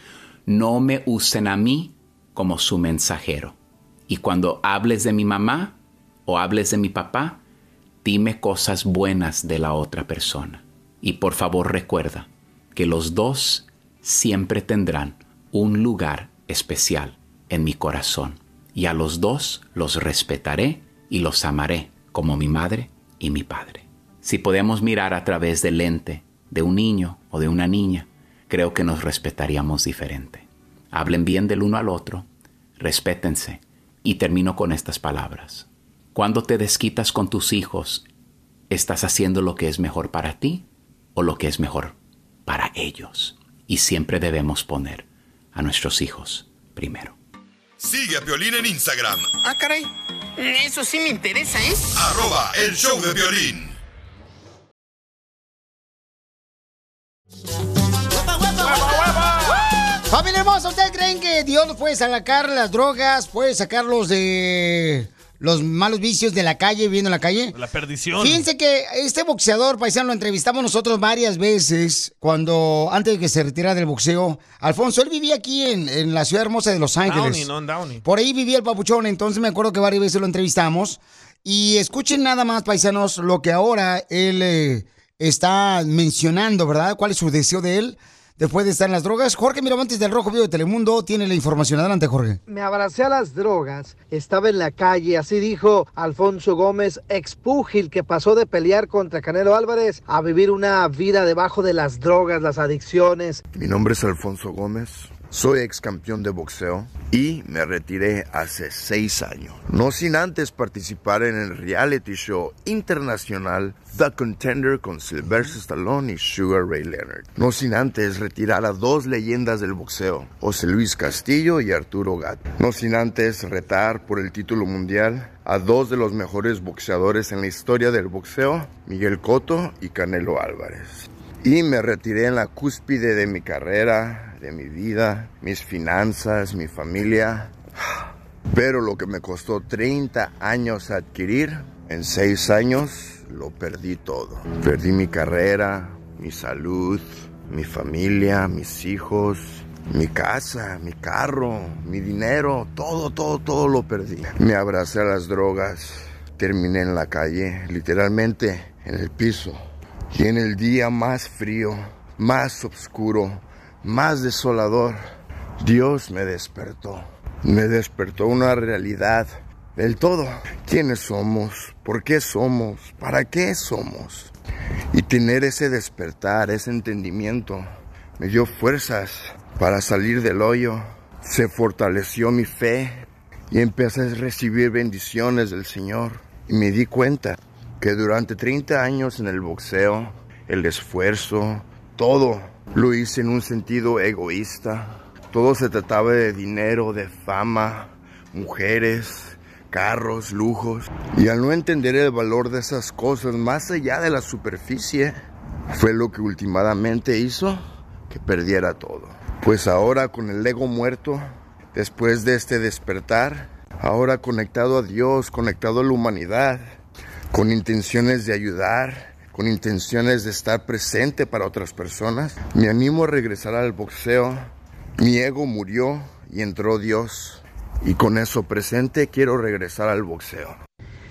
Speaker 11: No me usen a mí como su mensajero. Y cuando hables de mi mamá o hables de mi papá, dime cosas buenas de la otra persona. Y por favor recuerda que los dos siempre tendrán un lugar especial en mi corazón y a los dos los respetaré y los amaré como mi madre y mi padre. Si podemos mirar a través del lente de un niño o de una niña, creo que nos respetaríamos diferente. Hablen bien del uno al otro, respétense y termino con estas palabras. Cuando te desquitas con tus hijos, estás haciendo lo que es mejor para ti o lo que es mejor para ellos. Y siempre debemos poner a nuestros hijos primero.
Speaker 17: Sigue a Violín en Instagram.
Speaker 12: Ah, caray. Eso sí me interesa, ¿eh?
Speaker 17: Arroba el show de violín.
Speaker 1: Familia hermosa, ¿ustedes creen que Dios los puede sacar las drogas, puede sacarlos de los malos vicios de la calle, viviendo en la calle?
Speaker 2: La perdición.
Speaker 1: Fíjense que este boxeador paisano lo entrevistamos nosotros varias veces cuando, antes de que se retirara del boxeo. Alfonso, él vivía aquí en, en la ciudad hermosa de Los Ángeles.
Speaker 2: Downey, no en Downey.
Speaker 1: Por ahí vivía el papuchón, entonces me acuerdo que varias veces lo entrevistamos. Y escuchen nada más, paisanos, lo que ahora él eh, está mencionando, ¿verdad? ¿Cuál es su deseo de él después de estar en las drogas? Jorge Miramontes del Rojo Vivo de Telemundo tiene la información. Adelante, Jorge.
Speaker 4: Me abracé a las drogas, estaba en la calle, así dijo Alfonso Gómez, expúgil que pasó de pelear contra Canelo Álvarez a vivir una vida debajo de las drogas, las adicciones.
Speaker 15: Mi nombre es Alfonso Gómez. Soy ex campeón de boxeo y me retiré hace seis años. No sin antes participar en el reality show internacional The Contender con Sylvester Stallone y Sugar Ray Leonard. No sin antes retirar a dos leyendas del boxeo, José Luis Castillo y Arturo Gato. No sin antes retar por el título mundial a dos de los mejores boxeadores en la historia del boxeo, Miguel Cotto y Canelo Álvarez. Y me retiré en la cúspide de mi carrera, de mi vida, mis finanzas, mi familia. Pero lo que me costó 30 años adquirir, en 6 años lo perdí todo. Perdí mi carrera, mi salud, mi familia, mis hijos, mi casa, mi carro, mi dinero, todo, todo, todo lo perdí. Me abracé a las drogas, terminé en la calle, literalmente en el piso. Y en el día más frío, más oscuro, más desolador, Dios me despertó. Me despertó una realidad del todo. ¿Quiénes somos? ¿Por qué somos? ¿Para qué somos? Y tener ese despertar, ese entendimiento, me dio fuerzas para salir del hoyo. Se fortaleció mi fe y empecé a recibir bendiciones del Señor. Y me di cuenta que durante 30 años en el boxeo, el esfuerzo, todo lo hice en un sentido egoísta. Todo se trataba de dinero, de fama, mujeres, carros, lujos. Y al no entender el valor de esas cosas más allá de la superficie, fue lo que últimamente hizo que perdiera todo. Pues ahora con el ego muerto, después de este despertar, ahora conectado a Dios, conectado a la humanidad, con intenciones de ayudar, con intenciones de estar presente para otras personas, me animo a regresar al boxeo. Mi ego murió y entró Dios. Y con eso presente quiero regresar al boxeo.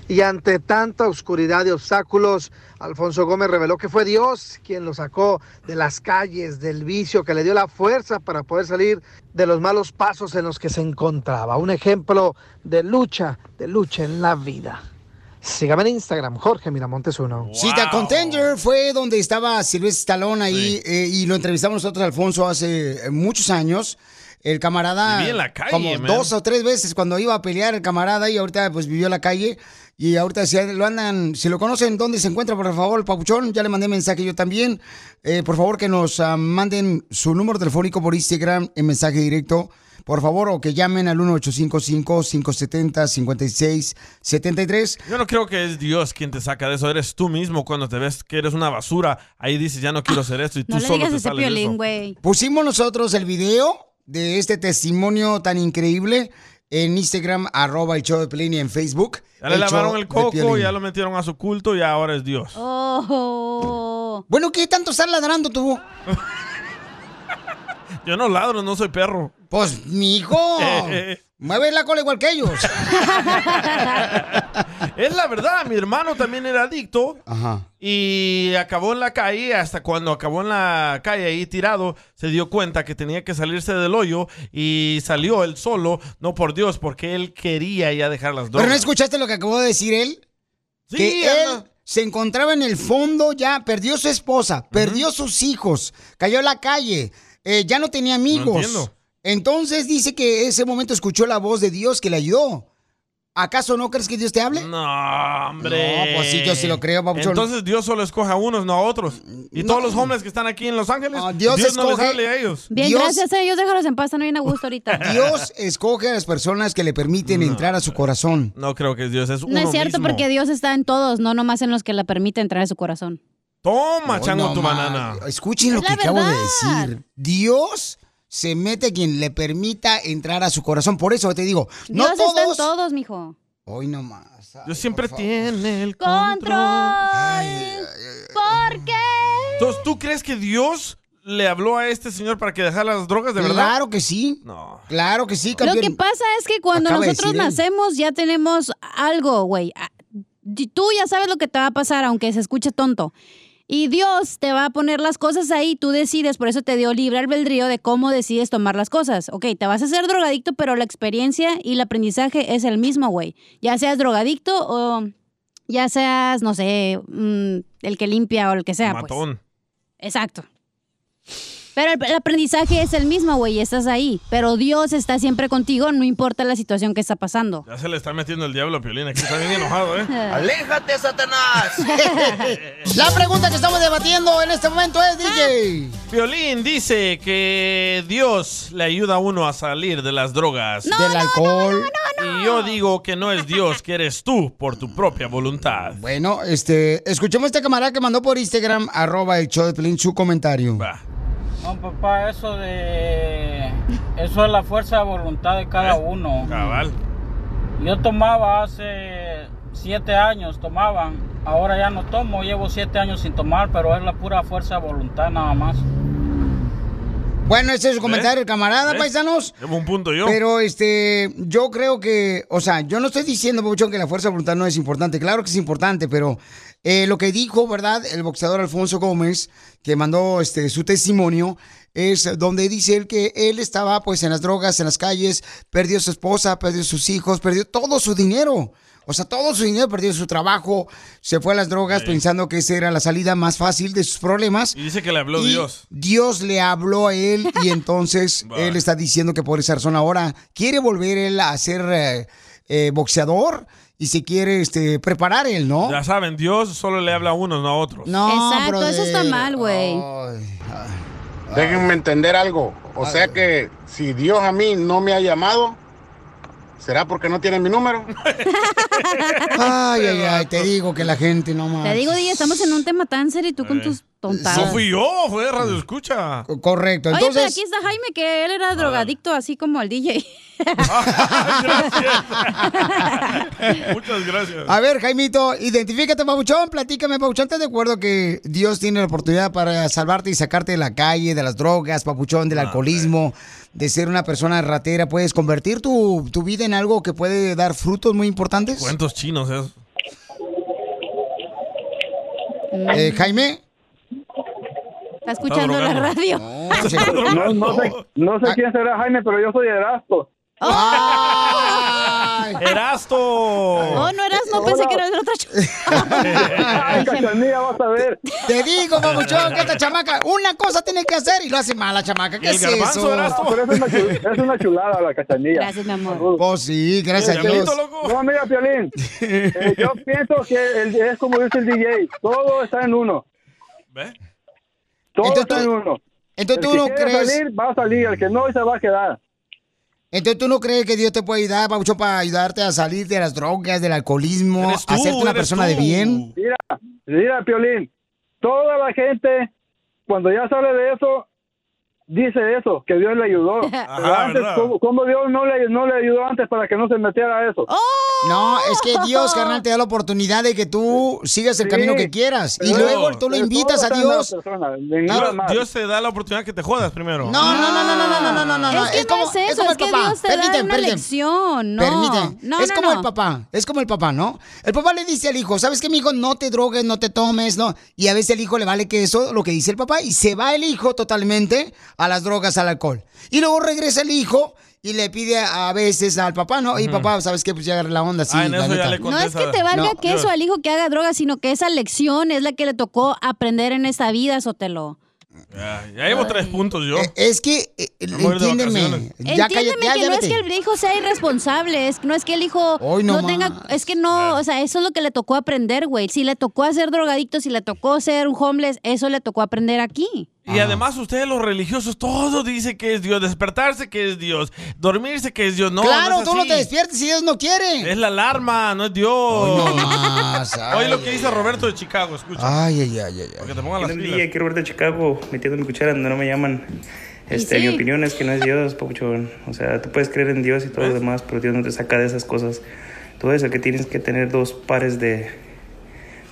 Speaker 4: Y ante tanta oscuridad y obstáculos, Alfonso Gómez reveló que fue Dios quien lo sacó de las calles, del vicio, que le dio la fuerza para poder salir de los malos pasos en los que se encontraba. Un ejemplo de lucha, de lucha en la vida. Sígame en Instagram, Jorge Miramontes uno.
Speaker 1: Cita Contender fue donde estaba Silvestre Stallone ahí eh, y lo entrevistamos nosotros, Alfonso, hace eh, muchos años. El camarada,
Speaker 2: Vivía en la calle,
Speaker 1: como
Speaker 2: man.
Speaker 1: dos o tres veces cuando iba a pelear el camarada y ahorita pues vivió en la calle. Y ahorita si lo andan, si lo conocen, ¿dónde se encuentra? Por favor, el Papuchón, ya le mandé mensaje yo también. Eh, por favor que nos ah, manden su número telefónico por Instagram en mensaje directo. Por favor, o que llamen al 1855-570-5673.
Speaker 2: Yo no creo que es Dios quien te saca de eso. Eres tú mismo cuando te ves que eres una basura. Ahí dices, ya no quiero hacer esto y tú solo te sales de eso.
Speaker 1: güey. Pusimos nosotros el video de este testimonio tan increíble en Instagram, arroba el show de Pelín y en Facebook.
Speaker 2: Ya le
Speaker 1: el
Speaker 2: lavaron
Speaker 1: show
Speaker 2: el
Speaker 1: de Piolín.
Speaker 2: coco, ya lo metieron a su culto y ahora es Dios.
Speaker 1: Bueno, ¿qué tanto estás ladrando tú?
Speaker 2: Yo no ladro, no soy perro.
Speaker 1: Pues, mi hijo. Mueve la cola igual que ellos.
Speaker 2: es la verdad, mi hermano también era adicto y acabó en la calle, hasta cuando acabó en la calle ahí tirado, se dio cuenta que tenía que salirse del hoyo y salió él solo, no por Dios, porque él quería ya dejar las
Speaker 1: ¿Pero no
Speaker 2: drogas.
Speaker 1: escuchaste lo que acabó de decir él? que él se encontraba en el fondo ya, perdió su esposa, perdió sus hijos, cayó a la calle, eh, ya no tenía amigos.
Speaker 2: entiendo.
Speaker 1: Entonces dice que ese momento escuchó la voz de Dios que le ayudó. ¿Acaso no crees que Dios te hable?
Speaker 2: No, hombre.
Speaker 1: No, pues sí, yo sí lo creo, papuchón.
Speaker 2: Entonces Dios solo escoge a unos, no a otros. Y todos los hombres que están aquí en Los Ángeles, Dios, no les
Speaker 1: Ah, escoge-
Speaker 2: hable a ellos.
Speaker 3: Bien,
Speaker 1: Dios-
Speaker 3: gracias a ellos, déjalos en paz, están bien a gusto ahorita.
Speaker 1: Dios escoge a las personas que le permiten entrar a su corazón.
Speaker 2: No creo que es Dios, es
Speaker 3: No es cierto, porque Dios está en todos, no nomás en los que la permite entrar a su corazón.
Speaker 2: Toma,
Speaker 1: Hoy
Speaker 2: chango,
Speaker 1: no
Speaker 2: tu
Speaker 1: más.
Speaker 2: banana.
Speaker 1: Escuchen lo
Speaker 3: Es
Speaker 1: que
Speaker 3: la
Speaker 1: acabo de
Speaker 3: verdad.
Speaker 1: decir. Dios se mete a quien le permita entrar a su corazón. Por eso te digo, no
Speaker 3: Dios está en
Speaker 1: todos.
Speaker 3: todos, mijo.
Speaker 1: Hoy no más.
Speaker 2: Dios siempre tiene el
Speaker 3: Control. ¿Por qué?
Speaker 2: Entonces, ¿tú crees que Dios le habló a este señor para que dejara las drogas de verdad?
Speaker 1: Claro que sí.
Speaker 2: No.
Speaker 1: Claro que sí,
Speaker 3: Lo
Speaker 1: campeón.
Speaker 3: que pasa es que cuando
Speaker 1: Acaba de
Speaker 3: nosotros
Speaker 1: decir él.
Speaker 3: nacemos ya tenemos algo, güey. Ah, di- Tú ya sabes lo que te va a pasar, aunque se escuche tonto. Y Dios te va a poner las cosas ahí, tú decides, por eso te dio libre albedrío de cómo decides tomar las cosas. Ok, te vas a hacer drogadicto, pero la experiencia y el aprendizaje es el mismo, güey. Ya seas drogadicto o ya seas, no sé, mm, el que limpia o el que sea. pues.
Speaker 2: Matón.
Speaker 3: Exacto. Pero el, el aprendizaje es el mismo, güey, estás ahí. Pero Dios está siempre contigo, no importa la situación que está pasando.
Speaker 2: Ya se le está metiendo el diablo a Piolín. Aquí está bien enojado, ¿eh?
Speaker 1: ¡Aléjate, Satanás! La pregunta que estamos debatiendo en este momento es, DJ.
Speaker 2: Piolín dice que Dios le ayuda a uno a salir de las drogas.
Speaker 1: del alcohol.
Speaker 2: Y yo digo que no es Dios, que eres tú por tu propia voluntad.
Speaker 1: Bueno, este, escuchemos a este camarada que mandó por Instagram, arroba el show de Pelín, su comentario.
Speaker 25: No, papá, eso de. Eso es la fuerza de voluntad de cada uno.
Speaker 2: Cabal.
Speaker 25: Yo tomaba hace siete años, tomaban. Ahora ya no tomo, llevo siete años sin tomar, pero es la pura fuerza de voluntad nada más.
Speaker 1: Bueno, ese es su comentario, el camarada,
Speaker 25: ¿Ves?
Speaker 1: paisanos.
Speaker 2: Llevo un punto yo.
Speaker 1: Pero este, yo creo que, o sea, yo no estoy diciendo, Pabuchón, que la fuerza de voluntad no es importante. Claro que es importante, pero eh, lo que dijo, ¿verdad? El boxeador Alfonso Gómez, que mandó este su testimonio, es donde dice él que él estaba pues en las drogas, en las calles, perdió su esposa, perdió sus hijos, perdió todo su dinero. O sea, todo su dinero, perdió su trabajo, se fue a las drogas pensando que esa era la salida más fácil de sus problemas.
Speaker 2: Y dice que le habló
Speaker 1: Y
Speaker 2: Dios.
Speaker 1: Dios le habló a él y entonces él está diciendo que por esa razón ahora quiere volver él a ser eh, eh, boxeador y se quiere este, preparar él, ¿no?
Speaker 2: Ya saben, Dios solo le habla a unos, no a otros.
Speaker 3: Exacto, eso está mal, güey.
Speaker 1: Ah.
Speaker 26: Déjenme entender algo. O sea que si Dios a mí no me ha llamado, ¿Será porque no tienen mi número?
Speaker 1: Ay, ay, ay, te digo que la gente no más.
Speaker 3: Te digo, DJ, estamos en un tema tan serio y tú con
Speaker 1: Eh.
Speaker 3: tus tontadas.
Speaker 2: No fui yo, fue Radio Escucha.
Speaker 1: Correcto,
Speaker 3: Oye, pero
Speaker 1: entonces.
Speaker 3: aquí está Jaime, que él era drogadicto, así como el DJ.
Speaker 2: Muchas gracias.
Speaker 1: A ver, Jaimito, identifícate, Pabuchón, platícame, Pabuchón, ¿estás de acuerdo que Dios tiene la oportunidad para salvarte y sacarte de la calle, de las drogas, Pabuchón, del alcoholismo, de ser una persona ratera? ¿Puedes convertir tu, tu vida en algo que puede dar frutos muy importantes?
Speaker 2: Cuentos chinos, eso.
Speaker 1: Eh, Jaime.
Speaker 3: Está escuchando la radio.
Speaker 19: No, no sé, no
Speaker 9: Ah.
Speaker 19: sé quién será Jaime, pero yo soy Erasto.
Speaker 2: ¡Erasto! Oh,
Speaker 3: no eras, no pensé que eras de otra
Speaker 19: Ay, Cachanilla, vas a ver.
Speaker 1: Te digo, Pabuchón, que esta chamaca, una cosa tiene que hacer y lo hace mal la chamaca. ¿Qué
Speaker 19: El
Speaker 1: es
Speaker 19: garbanzo,
Speaker 1: eso?
Speaker 19: Erasto. No, pero es una chul- es una chulada la Cachanilla. Gracias,
Speaker 3: mi amor.
Speaker 1: Oh, sí, gracias a Dios.
Speaker 19: No, mira, Piolín, eh, yo pienso que el- es como dice el DJ, todo está en uno.
Speaker 2: ¿Ves?
Speaker 19: Todo
Speaker 1: Entonces
Speaker 19: está
Speaker 1: tú-
Speaker 19: en uno.
Speaker 1: entonces
Speaker 19: el
Speaker 1: tú
Speaker 19: que
Speaker 1: no
Speaker 19: quiera
Speaker 1: crees-
Speaker 19: salir, va a salir, el que no, se va a quedar.
Speaker 1: Entonces, ¿tú no crees que Dios te puede ayudar, Paucho, para ayudarte a salir de las drogas, del alcoholismo,
Speaker 19: Eres tú,
Speaker 1: a hacerte una
Speaker 19: eres
Speaker 1: persona de
Speaker 19: tú.
Speaker 1: bien?
Speaker 19: Mira, mira, Piolín, toda la gente, cuando ya sale de eso, dice eso, que Dios le ayudó. Pero antes,
Speaker 1: ¿verdad?
Speaker 19: ¿cómo, cómo Dios no le, no le ayudó antes para que no se metiera a eso?
Speaker 1: No, es que Dios, carnal, te da la oportunidad de que tú sigas el
Speaker 19: Sí.
Speaker 1: camino que quieras. Y
Speaker 19: Pero-
Speaker 1: luego tú lo
Speaker 19: pero
Speaker 1: invitas
Speaker 19: todo
Speaker 1: a
Speaker 19: está en la
Speaker 1: Dios.
Speaker 19: persona, en nada
Speaker 2: Dios,
Speaker 19: más.
Speaker 2: Dios te da la oportunidad que te jodas primero.
Speaker 1: No, no, no, no, no, no, no, no, no, no.
Speaker 3: Es que no es eso, es
Speaker 1: como el
Speaker 3: que
Speaker 1: papá.
Speaker 3: Dios te da
Speaker 1: Permíteme,
Speaker 3: una
Speaker 1: permíteme.
Speaker 3: lección, no.
Speaker 1: Permíteme.
Speaker 3: No,
Speaker 1: es
Speaker 3: no,
Speaker 1: como
Speaker 3: no.
Speaker 1: el papá, es como el papá, ¿no? El papá le dice al hijo, ¿sabes qué, mi hijo? No te drogues, no te tomes, no. Y a veces al hijo le vale que eso, lo que dice el papá, y se va el hijo totalmente a las drogas, al alcohol. Y luego regresa el hijo y le pide a veces al papá, ¿no? Y papá, ¿sabes qué? Pues ya agarré la onda, sí.
Speaker 2: Ah, en
Speaker 1: la
Speaker 2: eso ya
Speaker 1: neta".
Speaker 2: le
Speaker 3: No es que te valga queso al hijo que haga droga, sino que esa lección es la que le tocó aprender en esta vida, Sotelo.
Speaker 2: Ya, ya llevo tres puntos yo.
Speaker 1: Es que, eh,
Speaker 2: Me voy a ir de
Speaker 1: entiéndeme.
Speaker 2: vacaciones.
Speaker 3: Entiéndeme
Speaker 1: cállate, ya,
Speaker 3: que
Speaker 1: ya
Speaker 3: no es
Speaker 1: vete.
Speaker 3: que el hijo sea irresponsable, es, no es que el hijo
Speaker 1: Hoy no
Speaker 3: no tenga, es que
Speaker 2: Eh.
Speaker 3: no, o sea, eso es lo que le tocó aprender, güey. Si le tocó ser drogadicto, si le tocó ser un homeless, eso le tocó aprender aquí.
Speaker 2: Y además ustedes los religiosos, todo dice que es Dios, despertarse que es Dios, dormirse que es Dios, no.
Speaker 1: claro,
Speaker 2: no es
Speaker 1: tú no
Speaker 2: así.
Speaker 1: te despiertes si Dios no quiere.
Speaker 2: Es la alarma, no es Dios.
Speaker 1: Hoy
Speaker 2: Oye lo que dice Roberto de Chicago, escucha.
Speaker 1: Ay, ay, ay, ay.
Speaker 2: Que te pongan las
Speaker 21: Buenos
Speaker 2: pilas.
Speaker 21: días, aquí Roberto de Chicago, metiendo mi cuchara donde no me llaman. Este,
Speaker 2: Y sí.
Speaker 21: Mi opinión es que no es Dios, papuchón. O sea, tú puedes creer en Dios y todo lo demás, pero Dios no te saca de esas cosas. Tú eso que tienes que tener dos pares de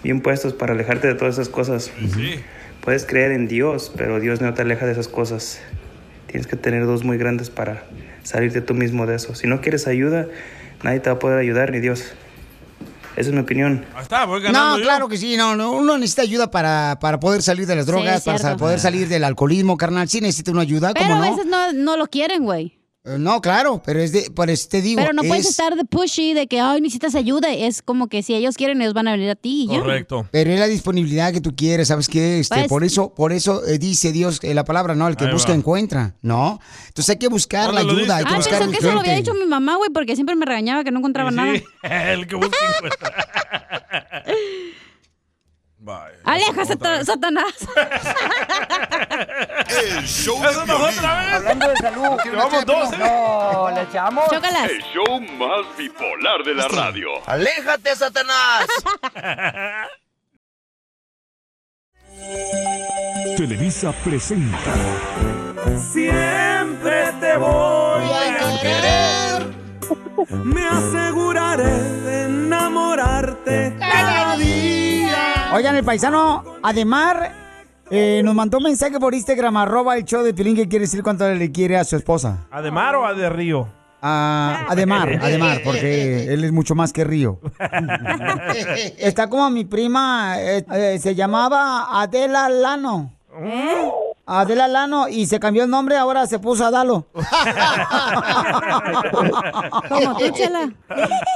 Speaker 21: bien puestos para alejarte de todas esas cosas. Puedes creer en Dios, pero Dios no te aleja de esas cosas. Tienes que tener dos muy grandes para salirte tú mismo de eso. Si no quieres ayuda, nadie te va a poder ayudar, ni Dios. Esa es mi opinión.
Speaker 2: Ahí está, voy ganando
Speaker 1: No,
Speaker 2: yo.
Speaker 1: claro que sí, no, no, uno necesita ayuda para, para poder salir de las
Speaker 3: Sí,
Speaker 1: drogas, para
Speaker 3: cierto.
Speaker 1: sa-
Speaker 2: Ah.
Speaker 1: poder salir del alcoholismo, carnal. Sí necesita una ayuda,
Speaker 3: Pero
Speaker 1: Ah, ¿cómo
Speaker 3: a
Speaker 1: no?
Speaker 3: veces no, no lo quieren, güey.
Speaker 1: Eh, No, claro, pero es de, por eso te digo.
Speaker 3: Pero no puedes
Speaker 1: es-
Speaker 3: estar de pushy, de que, ay, necesitas ayuda. Es como que si ellos quieren, ellos van a venir a ti. y ya.
Speaker 1: Pero es la disponibilidad que tú quieres, ¿sabes qué? Este,
Speaker 3: Pues-
Speaker 1: por eso, por eso eh, dice Dios eh, la palabra, ¿no? El que
Speaker 2: Ahí
Speaker 1: busca
Speaker 2: va.
Speaker 1: encuentra, ¿no? Entonces hay que buscar la
Speaker 2: ¿Dónde lo
Speaker 1: ayuda,
Speaker 2: dice?
Speaker 1: hay que
Speaker 3: Ah,
Speaker 1: buscar
Speaker 3: pensó que se lo había
Speaker 1: urgente.
Speaker 3: dicho mi mamá, güey, porque siempre me regañaba que no encontraba nada.
Speaker 2: Sí, el que busca encuentra. Bye.
Speaker 1: Eh,
Speaker 3: Aleja, sata- Satanás.
Speaker 17: El show
Speaker 14: Eso
Speaker 17: de
Speaker 14: no,
Speaker 17: Piolín.
Speaker 14: otra vez. Hablando de salud.
Speaker 17: Llevamos dos,
Speaker 14: No, le echamos.
Speaker 8: El show más bipolar de la radio.
Speaker 14: Aléjate, Satanás.
Speaker 20: Televisa presenta.
Speaker 14: Siempre te voy a querer. Me aseguraré de enamorarte cada día.
Speaker 1: Oigan, el paisano, además, eh, nos mandó un mensaje por Instagram, arroba el show de Pilín, que quiere decir cuánto le quiere a su esposa.
Speaker 2: ¿A de mar o a de río?
Speaker 1: Ah, Ademar, Ademar, porque él es mucho más que Río. Está como mi prima, eh, eh, se llamaba Adela Lano.
Speaker 3: ¿Eh?
Speaker 1: Adela Lano y se cambió el nombre, ahora se puso Adalo.
Speaker 3: Como tú, chela.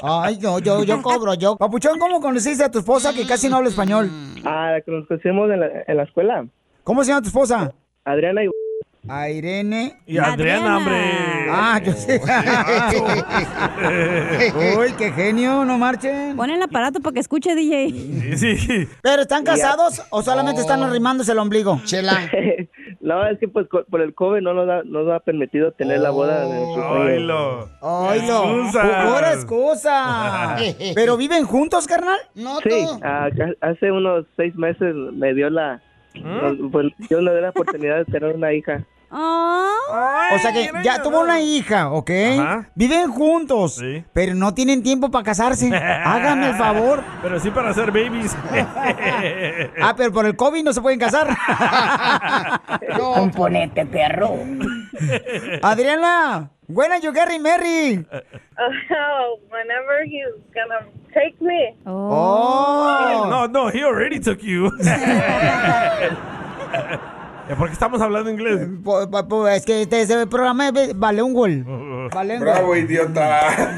Speaker 1: Ay, yo, yo, yo cobro, yo. Papuchón, ¿cómo conociste a tu esposa que casi no habla español?
Speaker 21: Ah, la conocimos en la, en la escuela.
Speaker 1: ¿Cómo se llama tu esposa?
Speaker 21: Adriana y...
Speaker 1: A Irene.
Speaker 2: Y Adriana, hombre. Oh,
Speaker 1: Ah, yo sé. Uy, qué genio, no marchen.
Speaker 3: Pon el aparato para que escuche, DJ.
Speaker 2: Sí, sí.
Speaker 1: ¿Pero están
Speaker 21: Ya.
Speaker 1: casados o solamente están arrimándose el ombligo? Oh. Chela.
Speaker 27: No, es que pues co- por el COVID no nos ha, nos ha permitido tener la boda de nuestros
Speaker 2: Oilo.
Speaker 1: Ay, no.
Speaker 27: Oh, Excusas.
Speaker 1: Pura excusa. ¿Pero viven juntos, carnal? No,
Speaker 27: Sí,
Speaker 1: tú.
Speaker 27: ah, ca- hace unos seis meses me dio la... no, pues, Dios me dio la oportunidad de tener una hija.
Speaker 1: O sea que ya tuvo una hija, ¿ok? Viven juntos, pero no tienen tiempo para casarse. Hágame el favor.
Speaker 2: Pero sí para hacer babies.
Speaker 1: Ah, pero por el COVID no se pueden casar.
Speaker 19: Componente,
Speaker 1: perro. Adriana, buena you Gary Mary.
Speaker 14: Oh, whenever he's gonna take me.
Speaker 1: Oh.
Speaker 2: No, no, he already took you. Eh, ¿Por qué estamos hablando inglés?
Speaker 1: Eh, Po- po- po- Es que este, este programa es vale un gol. Vale un gol.
Speaker 2: idiota.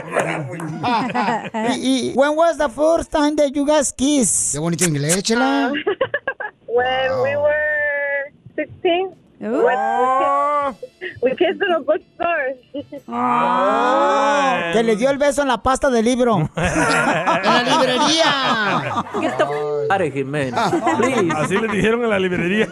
Speaker 2: Eh.
Speaker 1: y, y, when was the first time that you guys kissed? Qué bonito inglés, chela.
Speaker 14: When we were 16, when
Speaker 1: Uh.
Speaker 14: we, kissed, we kissed in a bookstore.
Speaker 1: Ah. Que le dio el beso en la pasta del libro.
Speaker 14: la
Speaker 1: librería.
Speaker 2: Así le dijeron en la librería.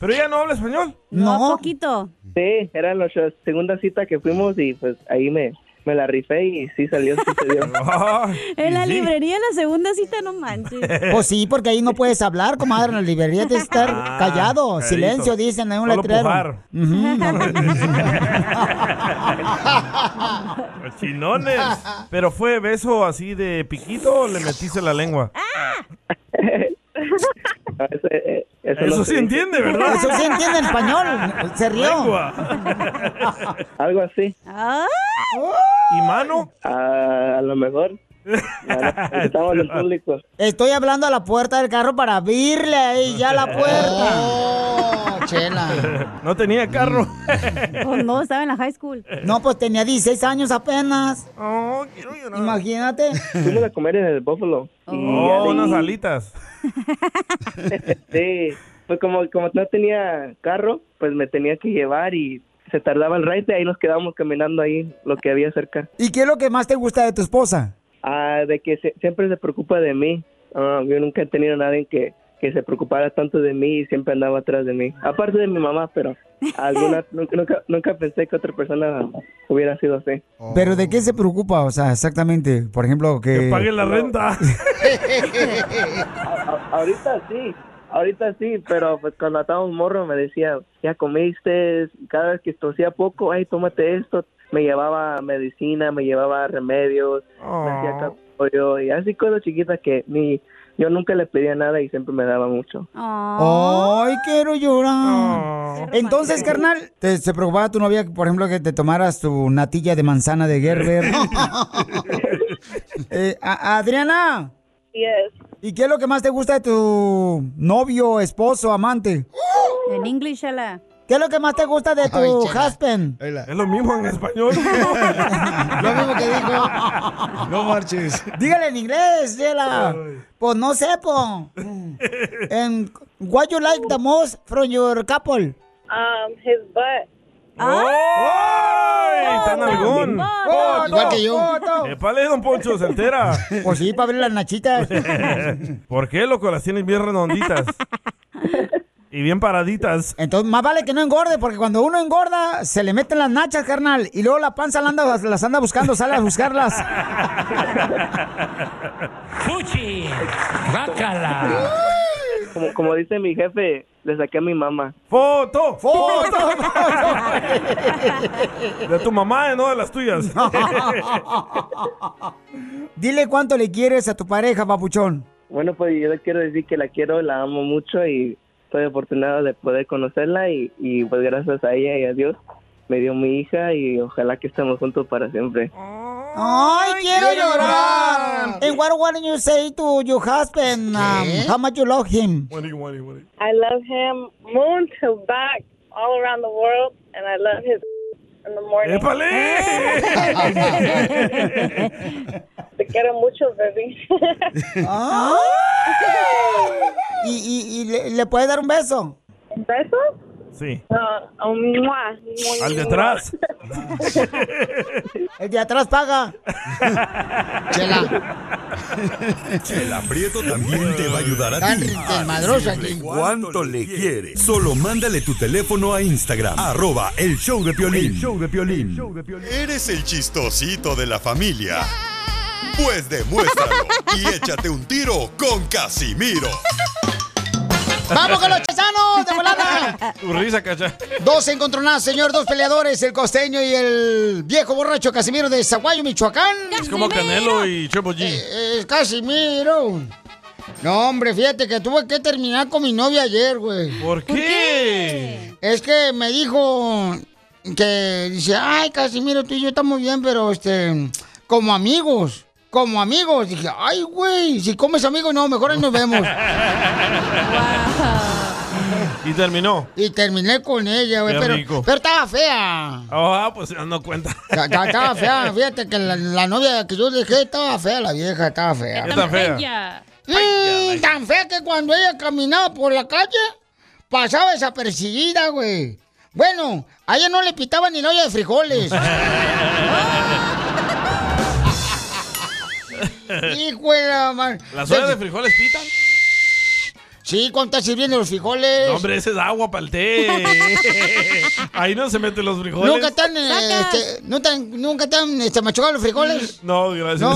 Speaker 27: ¿Pero ella no habla español?
Speaker 1: No.
Speaker 27: poquito. Sí, era nuestra segunda cita que fuimos y pues ahí me, me la rifé y sí salió, sí se dio.
Speaker 3: En la librería, la segunda cita, no manches.
Speaker 1: Pues sí, porque ahí no puedes hablar, comadre. En la librería tienes que estar
Speaker 27: Ah,
Speaker 1: callado.
Speaker 27: calladito.
Speaker 1: Silencio, dicen en un
Speaker 27: Solo
Speaker 1: letrero.
Speaker 27: pujar.
Speaker 2: Chinones. Pero fue beso así de piquito o le metiste la lengua.
Speaker 27: Eso, eh,
Speaker 2: Eso
Speaker 27: no
Speaker 2: sí
Speaker 27: se dice.
Speaker 2: entiende, ¿verdad?
Speaker 1: Eso sí entiende el español. Se rió.
Speaker 27: Algo así.
Speaker 2: ¿Y mano?
Speaker 27: Ah, a lo mejor. Estamos en el público.
Speaker 1: Estoy hablando a la puerta del carro para abrirle ahí ya la puerta. Ah,
Speaker 2: chela. No tenía carro.
Speaker 1: Pues no, estaba en la high school. No, pues tenía 16 años apenas.
Speaker 2: Oh, quiero llorar.
Speaker 1: Imagínate.
Speaker 27: Fuimos a comer en el Buffalo.
Speaker 2: Oh, unas alitas.
Speaker 27: sí, pues como, como no tenía carro, pues me tenía que llevar y se tardaba el ride, ahí nos quedábamos caminando ahí, lo que había cerca.
Speaker 1: ¿Y qué es lo que más te gusta de tu esposa?
Speaker 27: Ah, de que se- siempre se preocupa de mí. Ah, yo nunca he tenido a nadie que, que se preocupara tanto de mí y siempre andaba atrás de mí. Aparte de mi mamá, pero alguna, nunca, nunca, nunca pensé que otra persona hubiera sido así.
Speaker 1: ¿Pero de qué se preocupa? O sea, exactamente. Por ejemplo, que.
Speaker 2: Que pague la renta.
Speaker 27: A- ahorita sí, ahorita sí, pero pues cuando estábamos morro me decía, ya comiste, cada vez que tosía poco, ay, tómate esto. Me llevaba medicina, me llevaba remedios, me hacía capullo y así cosas chiquitas que ni yo nunca le pedía nada y siempre me daba mucho.
Speaker 1: Ay, quiero llorar. Entonces, carnal, ¿te, ¿se preocupaba tu novia, por ejemplo, que te tomaras tu natilla de manzana de Gerber? Eh, a- Adriana. ¿Y qué es lo que más te gusta de tu novio, esposo, amante?
Speaker 3: En inglés, la.
Speaker 1: ¿Qué es lo que más te gusta de tu
Speaker 3: Ay, chela.
Speaker 1: husband?
Speaker 2: Es lo mismo en español.
Speaker 1: Lo mismo que dijo.
Speaker 2: No marches.
Speaker 1: Dígale en inglés, Yela. Pues no sé, po. And what you like the most from your couple?
Speaker 14: Um, his butt.
Speaker 2: ¡Ay, tan algún!
Speaker 1: Foto, Igual que yo. foto.
Speaker 2: Épale, don Poncho, se entera.
Speaker 1: Pues sí, para abrir las nachitas.
Speaker 2: ¿Por qué, loco? Las tienes bien redonditas. Y bien paraditas.
Speaker 1: Entonces, más vale que no engorde, porque cuando uno engorda, se le meten las nachas, carnal, y luego la panza la anda- las anda buscando, sale a buscarlas.
Speaker 19: ¡Fuchi! ¡Bácala!
Speaker 27: Como, como dice mi jefe, le saqué a mi mamá.
Speaker 2: ¡Foto!
Speaker 1: ¡Foto!
Speaker 2: De tu mamá, no de las tuyas.
Speaker 1: Dile cuánto le quieres a tu pareja, papuchón.
Speaker 27: Bueno, pues yo le quiero decir que la quiero, la amo mucho y estoy afortunado de poder conocerla y, y pues gracias a ella y a Dios me dio mi hija y ojalá que estemos juntos para siempre.
Speaker 1: ¡Ay, quiero llorar! And what want you say to your husband? um, how much you love him?
Speaker 14: I love him moon to back all around the world, and I love his in the morning. Te quiero mucho, baby.
Speaker 1: Ah. ¿Y, y, y le, le puedes dar un beso?
Speaker 14: ¿Un beso?
Speaker 2: Sí.
Speaker 14: No, un mua.
Speaker 2: Al detrás.
Speaker 1: El de atrás paga.
Speaker 17: El aprieto también te va a ayudar a ti.
Speaker 1: Tan
Speaker 17: a
Speaker 1: desmadroso
Speaker 17: decirle
Speaker 1: aquí.
Speaker 17: ¿Cuánto le quieres? Solo mándale tu teléfono a Instagram. Arroba el show de Piolín.
Speaker 8: El
Speaker 17: show de Eres el chistosito de la familia. Pues demuéstralo y échate un tiro con Casimiro.
Speaker 1: ¡Vamos con los chesanos de volada!
Speaker 2: Tu risa, cacha.
Speaker 1: Dos encontronazos, señor, dos peleadores, el costeño y el viejo borracho Casimiro de Zaguayo, Michoacán.
Speaker 2: Es como Canelo y Triple G.
Speaker 1: Es Casimiro. No, hombre, fíjate que tuve que terminar con mi novia ayer, güey.
Speaker 2: ¿Por qué?
Speaker 1: Es que me dijo que dice, ay, Casimiro, tú y yo estamos bien, pero este, como amigos, como amigos. Dije, ay, güey, si comes amigos, no, mejor ahí nos vemos.
Speaker 2: Y terminó.
Speaker 1: Y terminé con ella, güey,
Speaker 2: Qué
Speaker 1: pero,
Speaker 2: rico.
Speaker 1: pero estaba fea.
Speaker 2: Ah, pues se dando cuenta.
Speaker 1: Ta- ta- Estaba fea, fíjate que la, la novia que yo dejé estaba fea, la vieja estaba fea.
Speaker 2: ¿Qué tan fea?
Speaker 1: Mm, tan fea que cuando ella caminaba por la calle, pasaba desapercibida, güey. Bueno, a ella no le pitaba ni la olla de frijoles. Hijo de la mar-
Speaker 2: ¿Las ollas de frijoles pitan?
Speaker 1: Sí, cuando estás sirviendo los frijoles.
Speaker 2: No, hombre, ese es agua para el té. Ahí no se meten los frijoles.
Speaker 1: ¿Nunca te han, eh, este, no te han- nunca te han, este, machucado los frijoles?
Speaker 2: No, gracias. A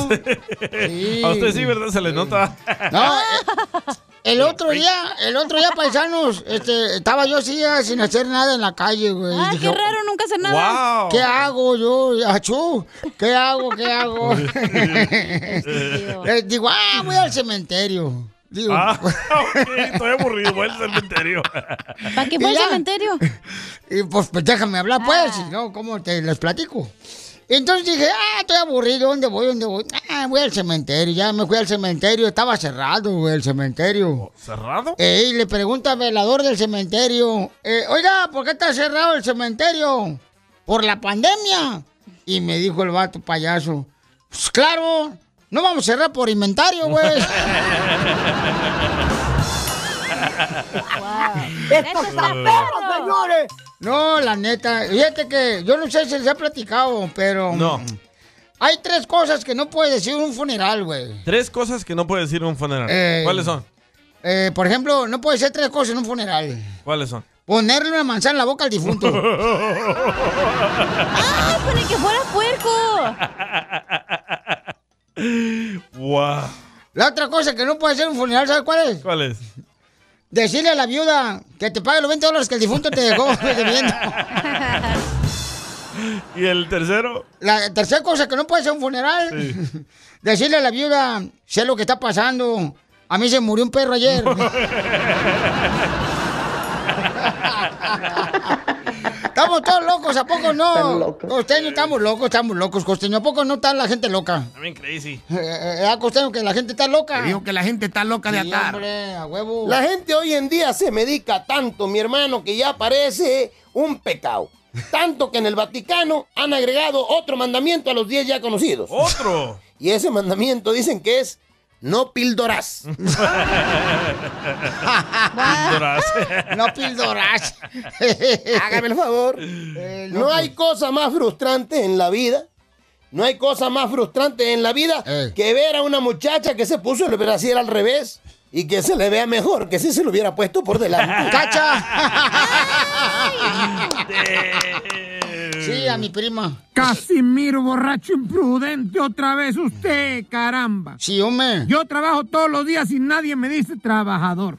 Speaker 2: usted sí, ¿verdad? Se le nota.
Speaker 1: No, eh, el otro día, el otro día, paisanos, este, estaba yo así ah, sin hacer nada en la calle, güey.
Speaker 3: Ah,
Speaker 1: Dije,
Speaker 3: qué raro, nunca hacer nada.
Speaker 1: ¿Qué hago yo? Achú, ¿qué hago? ¿Qué hago?
Speaker 2: Este,
Speaker 1: Eh, Digo, ah, voy al cementerio. Digo, pues,
Speaker 2: Ah, ok, estoy aburrido, voy al cementerio.
Speaker 1: ¿Para
Speaker 3: qué fue al Ah.
Speaker 1: cementerio? Y pues, pues, déjame hablar, pues, si no, ¿cómo te les platico? Entonces dije, ah, estoy aburrido, ¿dónde voy? ¿Dónde voy? Ah, voy al cementerio, ya me fui al cementerio, estaba cerrado güey, el cementerio.
Speaker 2: ¿Cerrado?
Speaker 1: Ey, le pregunta al velador del cementerio, eh, oiga, ¿por qué está cerrado el cementerio? ¿Por la pandemia? Y me dijo el vato payaso, pues claro, no vamos a cerrar por inventario,
Speaker 2: Pues.
Speaker 1: güey.
Speaker 14: ¡Esto está perro,
Speaker 1: señores! No, la neta, fíjate que yo no sé si les he platicado, pero...
Speaker 2: No.
Speaker 1: Hay tres cosas que no puede decir un funeral, güey.
Speaker 2: Tres cosas que no puede decir en un funeral.
Speaker 1: Eh.
Speaker 2: ¿Cuáles son?
Speaker 1: Eh, por ejemplo, no puede ser tres cosas en un funeral.
Speaker 2: ¿Cuáles son?
Speaker 1: Ponerle una manzana en la boca al difunto. ¡Ah, pone que fuera puerco!
Speaker 2: ¡Wow!
Speaker 1: La otra cosa que no puede ser un funeral, ¿sabes cuál es?
Speaker 2: ¿Cuáles?
Speaker 1: Decirle a la viuda que te pague los 20 dólares que el difunto te dejó debiendo.
Speaker 2: ¿Y el tercero?
Speaker 1: La tercera cosa que no puede ser un funeral, decirle a la viuda, sé lo que está pasando. A mí se murió un perro ayer. Estamos todos locos, ¿a poco no? Costeño, estamos locos, estamos locos, Costeño. ¿A poco no está la gente loca?
Speaker 2: También crazy.
Speaker 1: Eh, eh, ah, Costeño, que la gente está loca.
Speaker 8: Te digo
Speaker 1: que la gente está loca
Speaker 8: de atar.
Speaker 1: hombre, a huevo.
Speaker 8: La gente hoy en día se medica tanto, mi hermano, que ya parece un pecado. Tanto que en el Vaticano han agregado otro mandamiento a los 10 ya conocidos.
Speaker 2: ¡Otro!
Speaker 8: Y ese mandamiento dicen que es no pildorás.
Speaker 1: No pildorás.
Speaker 8: Hágame el favor. no hay cosa más frustrante en la vida. No hay cosa más frustrante en la vida que ver a una muchacha que se puso el brasier al revés y que se le vea mejor que si se lo hubiera puesto por delante.
Speaker 1: Ah, Sí, a mi prima.
Speaker 19: Casimiro, borracho imprudente, otra vez usted, caramba.
Speaker 1: Sí, hombre.
Speaker 19: Yo trabajo todos los días y nadie me dice trabajador.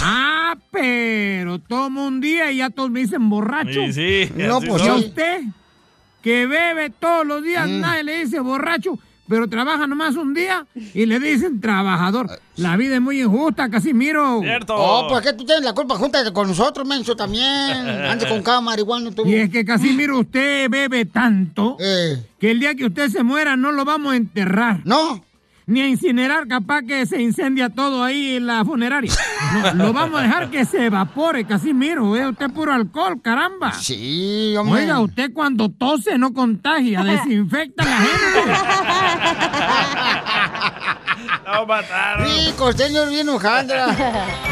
Speaker 19: Ah, pero tomo un día y ya todos me dicen borracho.
Speaker 2: Sí, sí, No,
Speaker 19: No,
Speaker 2: así pues
Speaker 19: pues
Speaker 2: son. sí.
Speaker 19: usted que bebe todos los días,
Speaker 1: Mm.
Speaker 19: nadie le dice borracho, pero trabaja nomás un día y le dicen trabajador. La vida es muy injusta, Casimiro.
Speaker 1: Oh, pues que tú tienes la culpa junta con nosotros, menso, también. Antes con cada marihuana tú.
Speaker 19: Y es que Casimiro, usted bebe tanto que el día que usted se muera no lo vamos a enterrar.
Speaker 1: Eh. No.
Speaker 19: Ni a incinerar, capaz que se incendia todo ahí en la funeraria. No, lo vamos a dejar que se evapore, Casimiro. Es usted puro alcohol, caramba.
Speaker 1: Sí,
Speaker 19: hombre. Oiga, usted cuando tose no contagia, desinfecta la
Speaker 2: ¡Lo mataron!
Speaker 1: Sí, costeño bien Ojandra.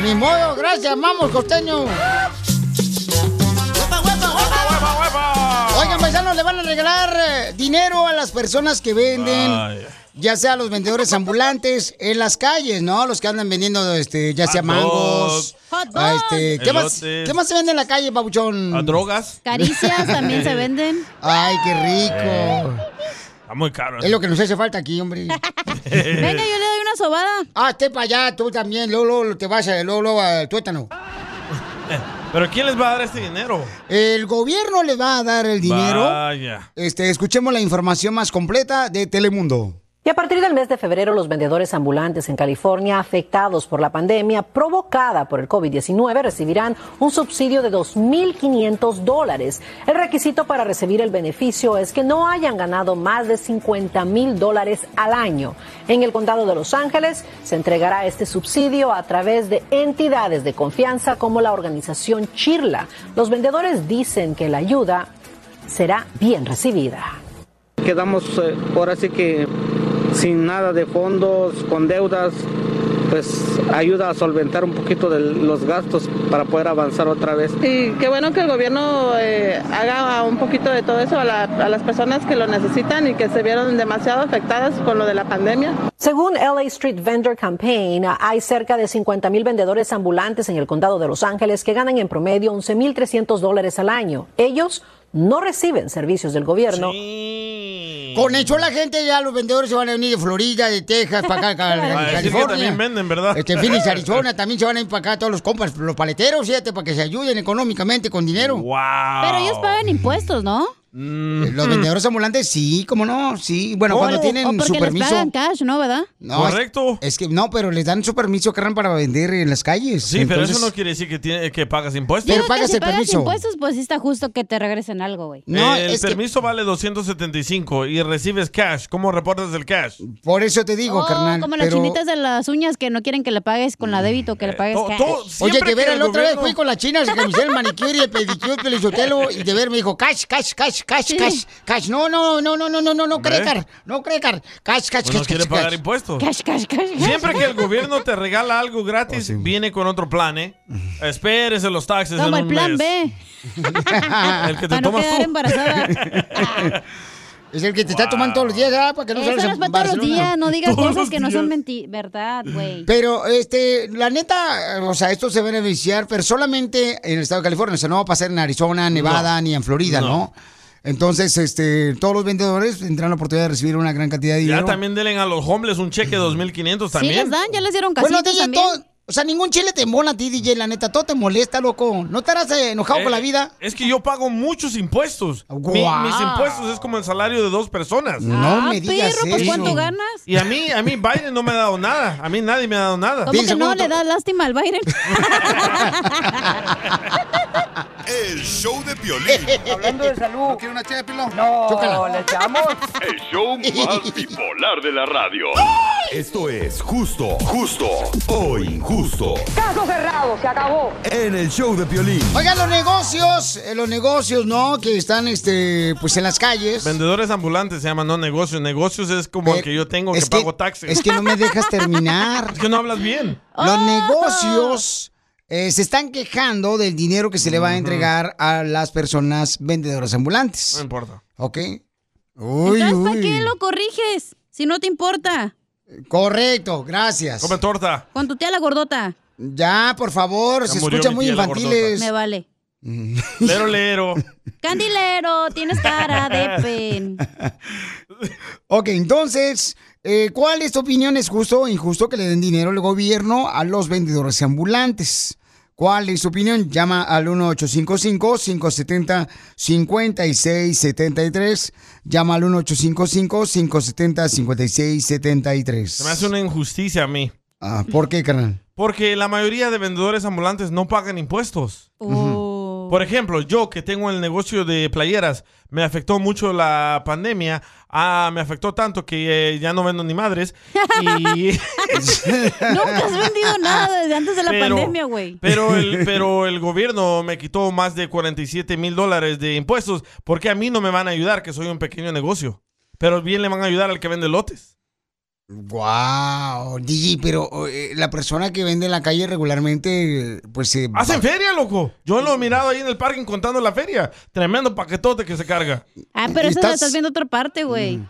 Speaker 1: Ni modo, gracias, vamos, costeño. Oigan, paisanos, le van a regalar eh, dinero a las personas que venden.
Speaker 2: Ay.
Speaker 1: Ya sea los vendedores ambulantes en las calles, ¿no? Los que andan vendiendo, este, ya sea
Speaker 2: Hot
Speaker 1: mangos.
Speaker 2: dog. Hot
Speaker 1: ah, este, ¿qué, más,
Speaker 2: Elotes.
Speaker 1: ¿Qué más se vende en la calle, papuchón?
Speaker 2: ¿A drogas?
Speaker 3: Caricias también se venden.
Speaker 1: Ay, qué rico.
Speaker 2: Eh, Está muy caro.
Speaker 1: Es lo que nos hace falta aquí, hombre.
Speaker 3: Venga, yo le doy una sobada.
Speaker 1: Ah, esté para allá, tú también. Luego, luego te vas a- luego, luego al tuétano.
Speaker 2: ¿Pero quién les va a dar este dinero?
Speaker 1: El gobierno le va a dar el dinero.
Speaker 2: Vaya.
Speaker 1: Este, escuchemos la información más completa de Telemundo.
Speaker 13: Y a partir del mes de febrero, los vendedores ambulantes en California afectados por la pandemia provocada por el COVID-19 recibirán un subsidio de 2.500 dólares. El requisito para recibir el beneficio es que no hayan ganado más de 50.000 dólares al año. En el condado de Los Ángeles se entregará este subsidio a través de entidades de confianza como la organización Chirla. Los vendedores dicen que la ayuda será bien recibida.
Speaker 24: Quedamos eh, ahora sí que sin nada de fondos, con deudas, pues ayuda a solventar un poquito de los gastos para poder avanzar otra vez.
Speaker 22: Y qué bueno que el gobierno eh, haga un poquito de todo eso a, la- a las personas que lo necesitan y que se vieron demasiado afectadas con lo de la pandemia.
Speaker 13: Según LA Street Vendor Campaign, hay cerca de 50 mil vendedores ambulantes en el condado de Los Ángeles que ganan en promedio 11.300 dólares al año. Ellos no reciben servicios del gobierno.
Speaker 1: Con hecho la gente ya los vendedores se van a venir de Florida, de Texas, para acá,
Speaker 2: Va a decir
Speaker 1: ca-
Speaker 2: que Ah, también
Speaker 1: California.
Speaker 2: venden, ¿verdad?
Speaker 1: Este Phoenix, Arizona, también se van a ir para acá todos los compas, los paleteros, fíjate, para que se ayuden económicamente con dinero.
Speaker 2: ¡Wow!
Speaker 3: Pero ellos pagan impuestos, ¿no?
Speaker 2: Mm.
Speaker 1: Los vendedores ambulantes, sí, cómo no, sí. Bueno,
Speaker 3: O-
Speaker 1: cuando
Speaker 3: o
Speaker 1: tienen
Speaker 3: porque
Speaker 1: su permiso.
Speaker 3: les pagan cash, ¿no, verdad?
Speaker 1: No, es- Es, que no, pero les dan su permiso, carnal, para vender en las calles.
Speaker 2: Sí, pero
Speaker 1: Entonces-
Speaker 2: eso no quiere decir que, tiene, que pagas impuestos.
Speaker 3: Digo que si pagas impuestos, pues sí está justo que te regresen algo, güey.
Speaker 2: el permiso vale 275 y recibes cash. ¿Cómo reportas el cash?
Speaker 1: Por eso te digo,
Speaker 3: Oh,
Speaker 1: carnal.
Speaker 3: como las
Speaker 1: pero... Mm.
Speaker 3: chinitas de las uñas que no quieren que le pagues con la débito, que le pagues cash.
Speaker 1: Oye, que ver, la otra vez fui con la china, se camisé el manicure y el pedicure, el pelizotelo, y de ver me dijo, cash, cash, cash, cash, cash, cash. No, no, no, no, no, no, no, no,
Speaker 2: Hombre.
Speaker 1: crecar, no, crecar. Cash, cash,
Speaker 2: Uno ¿Eh?
Speaker 1: cash,
Speaker 2: Pues quiere
Speaker 1: cash,
Speaker 2: pagar
Speaker 1: cash.
Speaker 2: impuestos.
Speaker 1: Cash, cash, cash, cash.
Speaker 2: Siempre que el gobierno te regala algo gratis,
Speaker 1: Oh,
Speaker 2: viene con otro plan, ¿eh? Espérese los taxes
Speaker 3: Como
Speaker 2: en
Speaker 3: el
Speaker 2: un
Speaker 3: plan
Speaker 2: mes.
Speaker 3: B.
Speaker 2: El que te
Speaker 3: Para no
Speaker 2: tomas
Speaker 3: quedar
Speaker 2: tú.
Speaker 3: embarazada.
Speaker 1: Es el que te está tomando todos los días, ah, para que no
Speaker 3: Eso
Speaker 1: salgas
Speaker 3: no
Speaker 1: en
Speaker 3: es para todos Eh, los
Speaker 1: Barcelona.
Speaker 3: días, no digas cosas que no son menti verdad, güey.
Speaker 1: Pero, este, la neta, eh, o sea, esto se va a beneficiar, pero solamente en el estado de California. O sea, no va a pasar en Arizona, Nevada, ni en Florida,
Speaker 2: No.
Speaker 1: no. Entonces, este, todos los vendedores tendrán la oportunidad de recibir una gran cantidad de dinero.
Speaker 2: Ya también denle a los homeless un cheque de 2.500
Speaker 1: Sí,
Speaker 2: también.
Speaker 1: les dan,
Speaker 3: Ya les dieron
Speaker 1: Bueno,
Speaker 3: casitas
Speaker 1: DJ,
Speaker 3: también.
Speaker 1: todo- o sea, ningún chile te mola a ti, DJ, la neta. Todo te molesta, loco. ¿No estarás eh, enojado
Speaker 2: Eh,
Speaker 1: con la vida?
Speaker 2: Es que yo pago muchos impuestos. Mi-
Speaker 1: Guau.
Speaker 2: mis impuestos es como el salario de dos personas.
Speaker 1: No me digas
Speaker 3: perro, pues,
Speaker 2: eso.
Speaker 3: ¿cuánto ganas?
Speaker 2: Y a mí, a mí Biden no me ha dado nada. A mí nadie me ha dado nada.
Speaker 3: ¿Cómo que no le da lástima al Biden?
Speaker 17: El show de Piolín.
Speaker 23: Hablando de salud. ¿No quiere una ché de pilón? No,
Speaker 17: Chócala.
Speaker 23: le echamos.
Speaker 8: El show más bipolar de la radio.
Speaker 17: Esto es justo, justo o injusto.
Speaker 23: Caso cerrado, se acabó.
Speaker 17: En el show de Piolín.
Speaker 1: Oigan, los negocios, eh, los negocios, ¿no? Que están, este, pues en las calles.
Speaker 2: Vendedores ambulantes se llaman, no negocios. Negocios es como el que yo tengo que, pago taxes.
Speaker 1: Eh, Es que no me dejas terminar.
Speaker 2: Es que no hablas bien.
Speaker 1: Los
Speaker 3: Ah.
Speaker 1: negocios eh, se están quejando del dinero que se le va a entregar a las personas vendedoras ambulantes.
Speaker 2: No importa.
Speaker 1: ¿Ok? Uy,
Speaker 3: Entonces, ¿para
Speaker 1: uy.
Speaker 3: qué lo corriges? Si no te importa.
Speaker 1: Correcto, gracias.
Speaker 2: Come torta.
Speaker 3: Con tu tía la gordota.
Speaker 1: Ya, por favor,
Speaker 2: Ya
Speaker 1: se
Speaker 2: murió
Speaker 1: escuchan
Speaker 2: mi
Speaker 1: muy
Speaker 2: tía la
Speaker 1: infantiles.
Speaker 3: Me vale.
Speaker 2: Lero, lero.
Speaker 3: Candilero, tienes cara de pen.
Speaker 1: Ok, entonces, eh, ¿cuál es tu opinión? ¿Es justo o injusto que le den dinero al gobierno a los vendedores ambulantes? ¿Cuál es tu opinión? Llama al 1855-570-5673. Llama al 1855-570-5673.
Speaker 2: Se me hace una injusticia a mí.
Speaker 1: Ah, ¿Por qué, carnal?
Speaker 2: Porque la mayoría de vendedores ambulantes no pagan impuestos. Por ejemplo, yo que tengo el negocio de playeras, me afectó mucho la pandemia. Ah, me afectó tanto que eh, ya no vendo ni madres. Y...
Speaker 3: Nunca has vendido nada desde antes de la
Speaker 2: Pero-
Speaker 3: pandemia, güey.
Speaker 2: Pero el, pero el gobierno me quitó más de 47 mil dólares de impuestos porque a mí no me van a ayudar, que soy un pequeño negocio. Pero bien le van a ayudar al que vende lotes.
Speaker 1: Wow, DJ, pero eh, la persona que vende en la calle regularmente, eh, pues se.
Speaker 2: Hacen feria, loco. Yo lo he mirado ahí en el parking contando la feria. Tremendo paquetote que se carga.
Speaker 3: Ah, pero eso
Speaker 1: Estás- Mm.
Speaker 3: lo estás viendo otra parte, güey.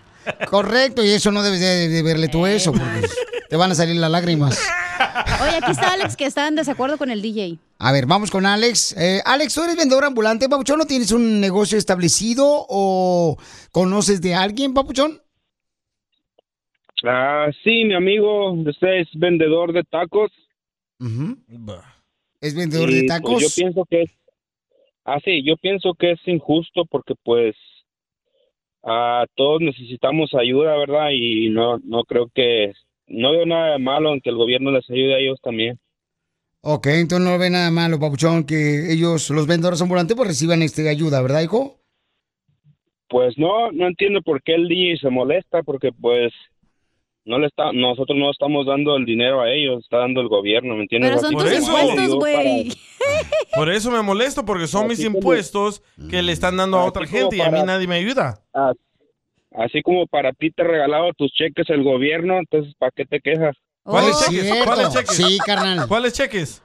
Speaker 1: Correcto, y eso no debes de, de verle tú eso, porque te van a salir las lágrimas.
Speaker 3: Oye, aquí está Alex que está en desacuerdo con el DJ.
Speaker 1: A ver, vamos con Alex. Eh, Alex, ¿tú eres vendedor ambulante, Papuchón? ¿No tienes un negocio establecido o conoces de alguien, Papuchón?
Speaker 9: Ah, sí, mi amigo, usted es vendedor de tacos.
Speaker 1: ¿Es vendedor
Speaker 9: Y,
Speaker 1: de
Speaker 9: pues,
Speaker 1: tacos?
Speaker 9: yo pienso que es... Ah, sí, yo pienso que es injusto porque pues ah, todos necesitamos ayuda, ¿verdad? Y no, no creo que... No veo nada de malo en que el gobierno les ayude a ellos también.
Speaker 1: Ok, entonces no ve nada malo, Papuchón, que ellos, los vendedores ambulantes, pues reciban este, ayuda, ¿verdad, hijo?
Speaker 9: Pues no, no entiendo por qué el DJ se molesta porque pues... No le está, nosotros no estamos dando el dinero a ellos, está dando el gobierno, ¿me entiendes? Así como ayudó para-
Speaker 2: Por eso me molesto, porque son mis
Speaker 9: Así como-
Speaker 2: impuestos que le están dando a otra
Speaker 9: como
Speaker 2: gente y a mí
Speaker 9: para-
Speaker 2: nadie me ayuda.
Speaker 9: Ah, Así como para ti te he regalado tus cheques el gobierno, entonces ¿para qué te quejas?
Speaker 3: Oh,
Speaker 2: ¿Cuáles cheques? ¿Cuáles cheques?
Speaker 1: carnal.
Speaker 2: ¿Cuáles cheques?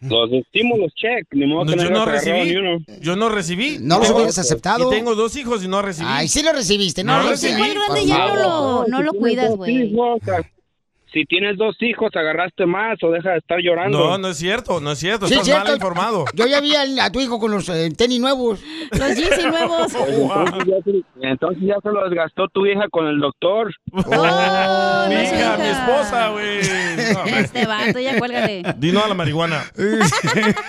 Speaker 9: Los estímulos cheques, ni modo que
Speaker 2: No, yo no
Speaker 9: hayas agarrado
Speaker 2: recibí.
Speaker 9: ni uno.
Speaker 2: Yo no recibí.
Speaker 9: No los
Speaker 2: Tengo-
Speaker 9: hubieras aceptado.
Speaker 2: Y tengo dos hijos y no recibí.
Speaker 9: Ay,
Speaker 1: sí lo recibiste.
Speaker 9: no, lo recibí.
Speaker 3: Igual grande ya no lo, no lo cuidas, güey.
Speaker 9: Si tienes dos hijos, agarraste más o deja de estar llorando.
Speaker 2: No, no es cierto, no es cierto.
Speaker 1: Sí,
Speaker 2: Estás
Speaker 1: cierto.
Speaker 2: mal informado.
Speaker 1: Yo ya vi al- a, tu hijo con los eh, tenis nuevos.
Speaker 3: Los jeans nuevos.
Speaker 9: Pues entonces, ya se, entonces ya se lo desgastó tu hija con el doctor.
Speaker 2: mi
Speaker 3: no es su
Speaker 2: hija, mi
Speaker 3: hija.
Speaker 2: esposa, güey. No, hombre.
Speaker 3: Este vato, ya cuélgate.
Speaker 2: Dino a la marihuana.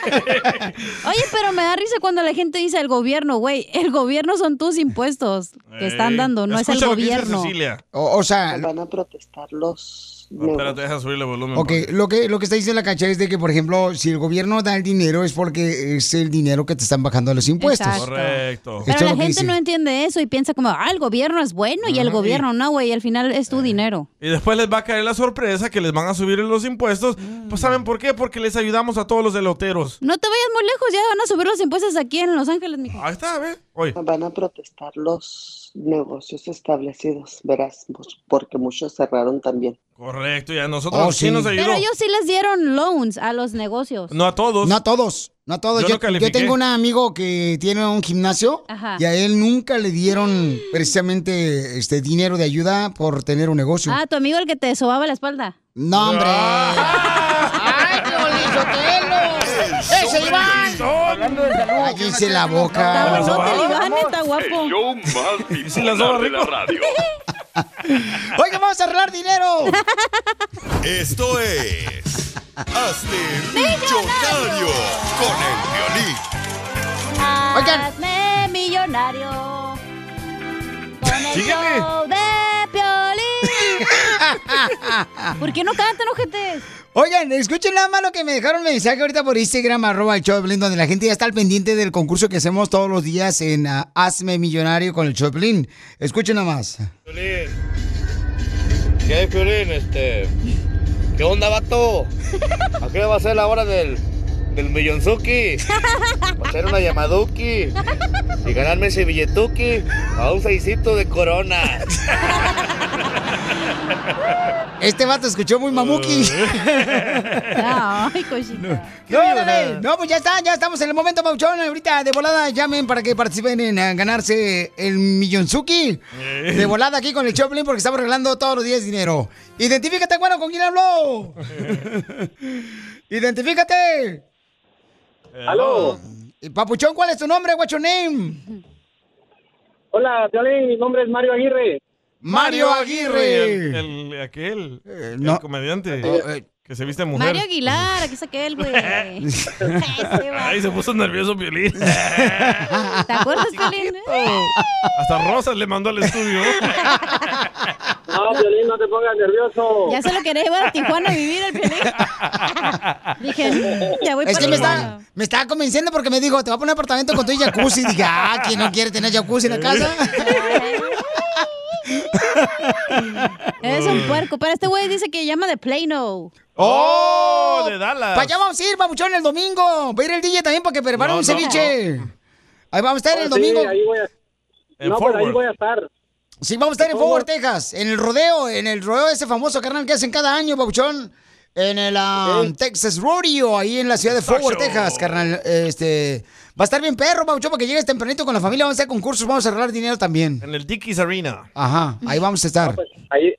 Speaker 3: Oye, pero me da risa cuando la gente dice el gobierno, güey. El gobierno son tus impuestos que están
Speaker 2: Ey,
Speaker 3: dando, no es el
Speaker 2: escucha lo Eh, que dice
Speaker 3: gobierno.
Speaker 2: Cecilia.
Speaker 1: O, o sea,
Speaker 9: Van a protestar los...
Speaker 2: No, espérate, deja subirle volumen.
Speaker 1: ok,
Speaker 2: porque-
Speaker 1: lo que, lo que está diciendo la cacha es de que, por ejemplo, si el gobierno da el dinero es porque es el dinero que te están bajando los impuestos.
Speaker 3: Exacto.
Speaker 2: Correcto.
Speaker 1: Esto es
Speaker 3: Pero la
Speaker 1: lo que
Speaker 3: gente
Speaker 1: dice.
Speaker 3: no entiende eso y piensa como, ah, el gobierno es bueno y el
Speaker 2: Ajá,
Speaker 3: gobierno no, güey, al final es tu dinero.
Speaker 2: Y después les va a caer la sorpresa que les van a subir los impuestos. Pues ¿saben por qué? Porque les ayudamos a todos los deloteros.
Speaker 3: No te vayas muy lejos, ya van a subir los impuestos aquí en Los Ángeles, mijo.
Speaker 2: Ahí está, a ver. Oye.
Speaker 11: Van a protestar los negocios establecidos, verás, pues, porque muchos cerraron también.
Speaker 2: Correcto, y a nosotros
Speaker 11: Oh,
Speaker 2: sí.
Speaker 11: sí.
Speaker 2: nos ayudó.
Speaker 3: Pero ellos sí les dieron loans a los negocios.
Speaker 2: No a todos.
Speaker 1: No a todos. No a todos.
Speaker 2: Yo
Speaker 1: Yo,
Speaker 2: no califiqué.
Speaker 1: yo tengo un amigo que tiene un gimnasio
Speaker 3: Ajá.
Speaker 1: y a él nunca le dieron precisamente este dinero de ayuda por tener un negocio.
Speaker 3: Ah, tu amigo el que te sobaba la espalda.
Speaker 1: No, hombre.
Speaker 2: Ah,
Speaker 3: ¡Ay,
Speaker 1: ¡Ese Iván!
Speaker 9: Hablando de salud.
Speaker 1: Cállese la boca.
Speaker 3: Está guapote el Iván, está guapo.
Speaker 8: El show más bipolar de la radio.
Speaker 1: Oiga, vamos a arreglar dinero.
Speaker 17: Esto es. Hazte millonario con el violín.
Speaker 1: Oigan.
Speaker 3: Hazme millonario. Con el
Speaker 17: Sígueme.
Speaker 3: show de Piolín. ¿Por qué no cantan, ojetes?
Speaker 1: Oigan, escuchen nada más lo que me dejaron mensaje ahorita por Instagram, arroba el show de Piolín, donde la gente ya está al pendiente del concurso que hacemos todos los días en ah, Hazme Millonario con el show de Piolín. Escuchen nada más.
Speaker 12: Piolín. ¿Qué hay, Piolín? Este. ¿Qué onda, vato? ¿A qué hora va a ser la hora del. del millonzuki? Va a ser una llamaduki. Y ganarme ese billetuki a un seisito de corona.
Speaker 1: Este vato escuchó muy mamuki.
Speaker 3: Ay, cosita.
Speaker 1: No, no, no, no, pues ya está, ya estamos en el momento, Pauchón. Ahorita de volada llamen para que participen en eh, ganarse el Millonzuki.
Speaker 2: Eh.
Speaker 1: De volada aquí con el Choplin porque estamos regalando todos los días dinero. Identifícate, bueno, ¿con quién habló? Identifícate.
Speaker 12: Aló.
Speaker 1: Y, Papuchón, ¿cuál es tu nombre? What's your name?
Speaker 12: Hola, Piolín, mi nombre es Mario Aguirre.
Speaker 1: Mario Aguirre. Eh,
Speaker 2: El, el- aquel. el
Speaker 1: no. eh,
Speaker 2: comediante. que se viste mujer.
Speaker 3: Mario Aguilar, aquí saqué el güey.
Speaker 2: Ay, se puso nervioso Piolín.
Speaker 3: ¿Te acuerdas, Piolín?
Speaker 2: Hasta Rosas le mandó al estudio.
Speaker 12: No, Piolín, no te pongas nervioso.
Speaker 3: Ya se lo quería llevar a Tijuana a vivir el Piolín. Dije, "Mm, ya voy
Speaker 1: es
Speaker 3: para
Speaker 1: que me
Speaker 3: Tijuana".
Speaker 1: está, me estaba convenciendo porque me dijo, te va a poner apartamento con tu jacuzzi. Dije, ah, ¿quién no quiere tener jacuzzi en la casa?
Speaker 3: Eres un puerco. Pero este güey dice que llama de Plano.
Speaker 2: ¡Oh! De Dallas.
Speaker 1: Para allá Pues vamos a ir, papuchón, el domingo. Va a ir el DJ también para Ah, que prepare
Speaker 2: No, no.
Speaker 1: un ceviche. Ahí vamos a estar el
Speaker 12: Sí,
Speaker 1: domingo.
Speaker 12: ahí voy a-
Speaker 2: En
Speaker 12: No, pues ahí
Speaker 2: forward.
Speaker 12: voy a estar.
Speaker 1: Sí, vamos a estar en Fort Worth, Texas, en el rodeo, en el rodeo ese famoso carnal que hacen cada año, Babuchón. En el um, Texas Rodeo, ahí en la ciudad de Fort Worth, Texas, carnal. Este, va a estar bien perro, Babuchón, para que llegues tempranito con la familia. Vamos a hacer concursos, vamos a arreglar dinero también.
Speaker 2: En el Dickies Arena.
Speaker 1: Ajá, ahí vamos a estar.
Speaker 14: Ahí,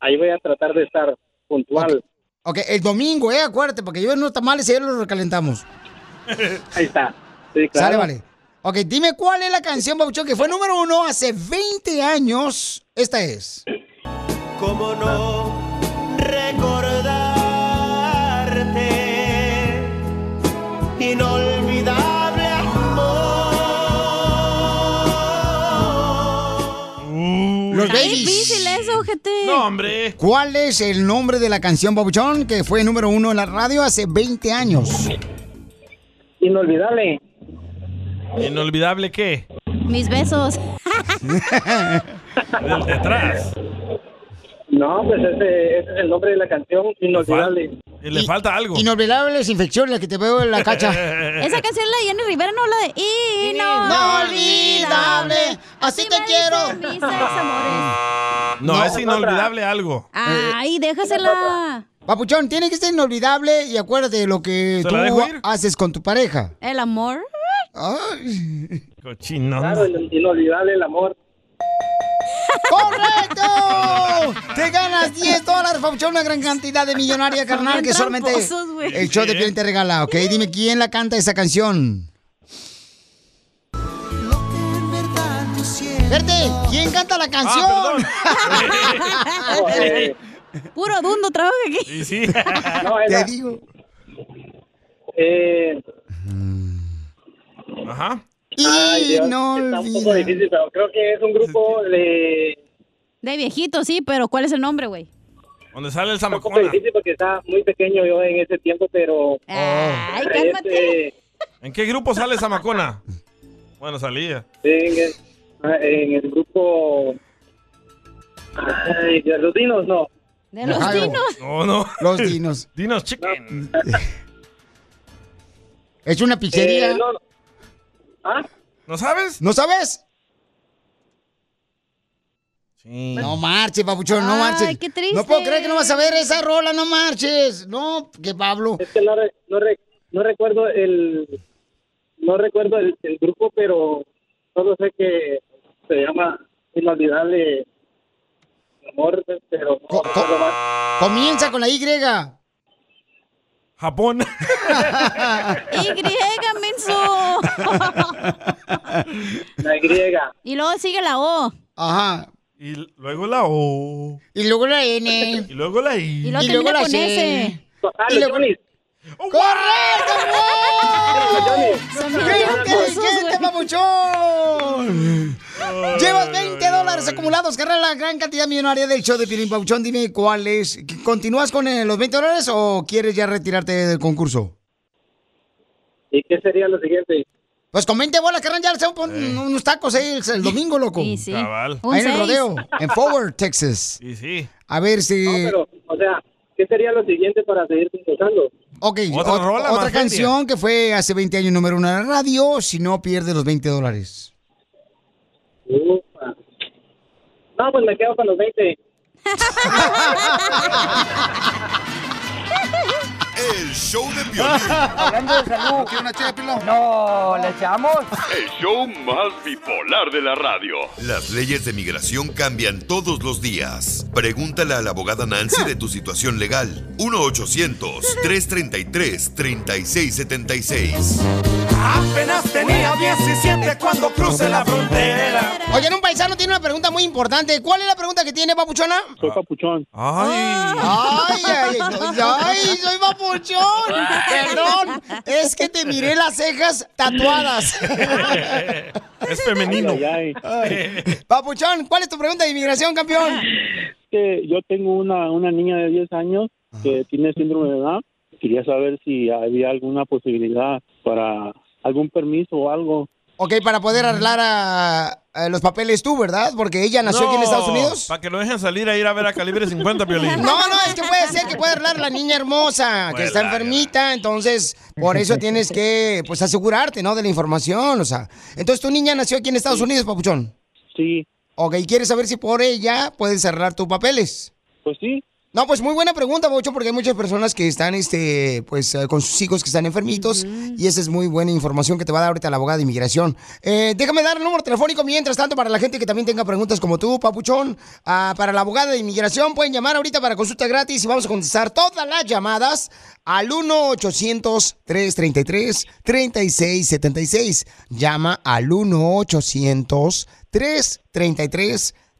Speaker 14: ahí voy a tratar de estar puntual.
Speaker 1: Ok, el domingo, eh, acuérdate, porque yo unos tamales y ya los recalentamos.
Speaker 14: Ahí está. Sí, claro.
Speaker 1: Sale, vale. Ok, dime cuál es la canción, Babuchón, que fue número uno hace 20 años. Esta es.
Speaker 27: ¿Cómo no recordarte? Inolvidable amor.
Speaker 1: Los
Speaker 3: Está
Speaker 1: Babies.
Speaker 3: difícil eh, eso, gente.
Speaker 2: hombre.
Speaker 1: ¿Cuál es el nombre de la canción, Babuchón, que fue número uno en la radio hace 20 años?
Speaker 14: Inolvidable.
Speaker 2: ¿Inolvidable qué?
Speaker 3: Mis besos.
Speaker 2: Del detrás.
Speaker 14: No, pues ese, ese es el nombre de la canción, Inolvidable.
Speaker 2: Y le falta algo.
Speaker 1: Inolvidables infecciones, la que te veo en la cacha.
Speaker 3: Esa canción la de Jenny Rivera no la de
Speaker 1: Inolvidable,
Speaker 3: Inolvidable.
Speaker 1: así te
Speaker 3: quiero. Mis ex amores.
Speaker 2: No,
Speaker 1: No.
Speaker 2: es inolvidable algo.
Speaker 3: Ay, déjasela.
Speaker 1: Papuchón, tiene que ser inolvidable y acuérdate de lo que
Speaker 2: ¿Se
Speaker 1: tú
Speaker 2: la dejo ir?
Speaker 1: haces con tu pareja.
Speaker 3: El amor.
Speaker 2: Cochino.
Speaker 14: Claro, in- inolvidable el amor.
Speaker 1: ¡Correcto! Oh, Te ganas 10 dólares, Papuchón, una gran cantidad de millonaria, carnal,
Speaker 3: Bien
Speaker 1: que solamente
Speaker 3: tramposos, güey.
Speaker 1: el show de
Speaker 3: Bien.
Speaker 1: piel te regala, ¿ok? Dime quién la canta esa canción. Verte, ¿quién canta la canción?
Speaker 14: eh,
Speaker 3: Puro dundo trabaja aquí.
Speaker 2: Ah, Y sí.
Speaker 14: No, esa-
Speaker 1: digo.
Speaker 14: Eh,
Speaker 2: Ajá.
Speaker 14: ay, Dios, está un poco difícil, pero creo que es un grupo de...
Speaker 3: De viejito, sí, pero ¿cuál es el nombre, güey?
Speaker 2: Donde sale el
Speaker 14: Un poco
Speaker 2: zamacona.
Speaker 14: difícil porque estaba muy pequeño yo en ese tiempo, pero...
Speaker 3: Ay,
Speaker 14: Este,
Speaker 2: ¿En qué grupo sale el zamacona? Bueno, salía.
Speaker 14: en el, ah, en el grupo... Ay, de los dinos, no.
Speaker 3: De
Speaker 14: los
Speaker 1: Claro.
Speaker 14: dinos.
Speaker 2: No, no.
Speaker 1: Los dinos.
Speaker 2: Dinos chicken.
Speaker 1: Es una pizzería.
Speaker 14: Eh, no, no. ¿Ah?
Speaker 2: ¿No sabes?
Speaker 1: ¿No sabes?
Speaker 2: Sí.
Speaker 1: No marches, papuchón, no marches.
Speaker 14: Ay, qué triste.
Speaker 1: No puedo creer que no vas a ver esa rola, no marches. No, que Pablo.
Speaker 14: Es que no, re- no, re- no recuerdo el... No recuerdo el, el grupo, pero solo sé que se llama Inolvidable Amor, pero... no recuerdo más.
Speaker 1: Comienza con la Y.
Speaker 2: Japón.
Speaker 3: Y, menso.
Speaker 14: La griega.
Speaker 3: Y luego sigue la O.
Speaker 1: Ajá.
Speaker 2: Y l- luego la O.
Speaker 1: Y luego la N.
Speaker 2: Y luego la I.
Speaker 3: Y luego termina con S.
Speaker 14: Ah,
Speaker 1: Y luego- ¡Correcto, güey! ¡Qué inteligente, papuchón! Llevas 20 dólares acumulados, carnal, la gran cantidad millonaria del show de Piolín Papuchón. Dime cuál es. ¿Continúas con eh, los 20 dólares o quieres ya retirarte del concurso?
Speaker 14: ¿Y qué sería lo siguiente? Eh.
Speaker 1: Pues con 20 bolas, carnal, ya le hacemos pon- unos tacos ahí el, el domingo, loco. Sí,
Speaker 14: sí. Cabal. Un
Speaker 1: Ahí en el
Speaker 14: seis.
Speaker 1: rodeo, en Forward, Texas.
Speaker 2: Sí, sí.
Speaker 1: A ver si...
Speaker 14: Pero, o sea, ¿qué sería lo siguiente para seguir concursando?
Speaker 1: Ok,
Speaker 14: Otra
Speaker 1: ot-
Speaker 14: rola,
Speaker 1: otra
Speaker 14: más
Speaker 1: canción que fue hace 20 años número uno en la radio, si no pierde los 20 dólares.
Speaker 14: Ufa. No, pues me quedo con los 20.
Speaker 17: El show de Piolín.
Speaker 28: Hablando de salud. ¿Quieres una No, ¿le echamos?
Speaker 8: El show más bipolar de la radio.
Speaker 17: Las leyes de migración cambian todos los días. Pregúntale a la abogada Nancy de tu situación legal. 1-800-333-3676.
Speaker 1: Apenas tenía 17 cuando crucé la frontera. Oye, un paisano tiene una pregunta muy importante. ¿Cuál es la pregunta que tiene, papuchona?
Speaker 20: Ah.
Speaker 10: Soy capuchón.
Speaker 2: Ay.
Speaker 1: Ah. Ay, ay, ay, ay, soy papuchón. Perdón, es que te miré las cejas tatuadas.
Speaker 2: Es femenino.
Speaker 1: Papuchón, ¿cuál es tu pregunta de inmigración, campeón?
Speaker 10: que yo tengo una, una niña de 10 años que tiene síndrome de Down. Quería saber si había alguna posibilidad para algún permiso o algo.
Speaker 1: Ok, para poder arreglar a- a los papeles tú, ¿verdad? Porque ella nació aquí en Estados Unidos.
Speaker 2: Para que lo dejen salir a ir a ver a Calibre 50 violín.
Speaker 1: No, no, es que puede ser que pueda hablar la niña hermosa, que
Speaker 2: Bueno,
Speaker 1: está
Speaker 2: la-
Speaker 1: enfermita, entonces por eso tienes que pues asegurarte, ¿no? De la información, o sea. Entonces tu niña nació aquí en Estados Unidos, papuchón.
Speaker 10: Sí.
Speaker 1: Ok, ¿quieres saber si por ella pueden cerrar tus papeles?
Speaker 25: Pues sí.
Speaker 1: No, pues muy buena pregunta, Bocho, porque hay muchas personas que están, este, pues, eh, con sus hijos que están enfermitos y esa es muy buena información que te va a dar ahorita la abogada de inmigración. Eh, déjame dar el número telefónico mientras tanto para la gente que también tenga preguntas como tú, Papuchón, ah, para la abogada de inmigración pueden llamar ahorita para consulta gratis y vamos a contestar todas las llamadas al 1-800-333-3676. Llama al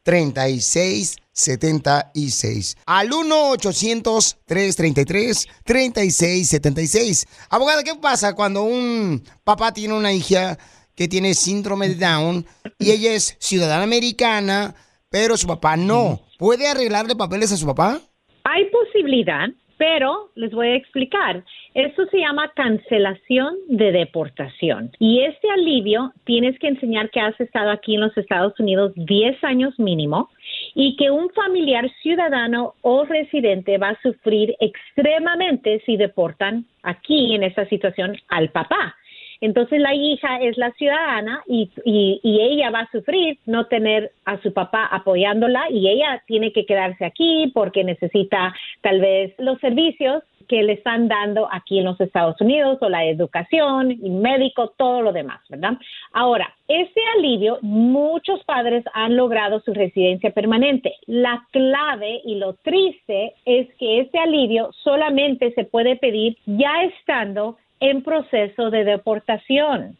Speaker 1: 1-800-333-3676. 76 al 1-800-333-3676. Abogada, ¿qué pasa cuando un papá tiene una hija que tiene síndrome de Down y ella es ciudadana americana, pero su papá no? ¿Puede arreglarle papeles a su papá?
Speaker 26: Hay posibilidad, pero les voy a explicar. Esto se llama cancelación de deportación. Y este alivio tienes que enseñar que has estado aquí en los Estados Unidos 10 años mínimo y que un familiar ciudadano o residente va a sufrir extremadamente si deportan aquí en esta situación al papá. Entonces la hija es la ciudadana y, y- y ella va a sufrir no tener a su papá apoyándola y ella tiene que quedarse aquí porque necesita tal vez los servicios que le están dando aquí en los Estados Unidos o la educación y médico, todo lo demás, ¿verdad? Ahora, este alivio, muchos padres han logrado su residencia permanente. La clave y lo triste es que este alivio solamente se puede pedir ya estando en proceso de deportación.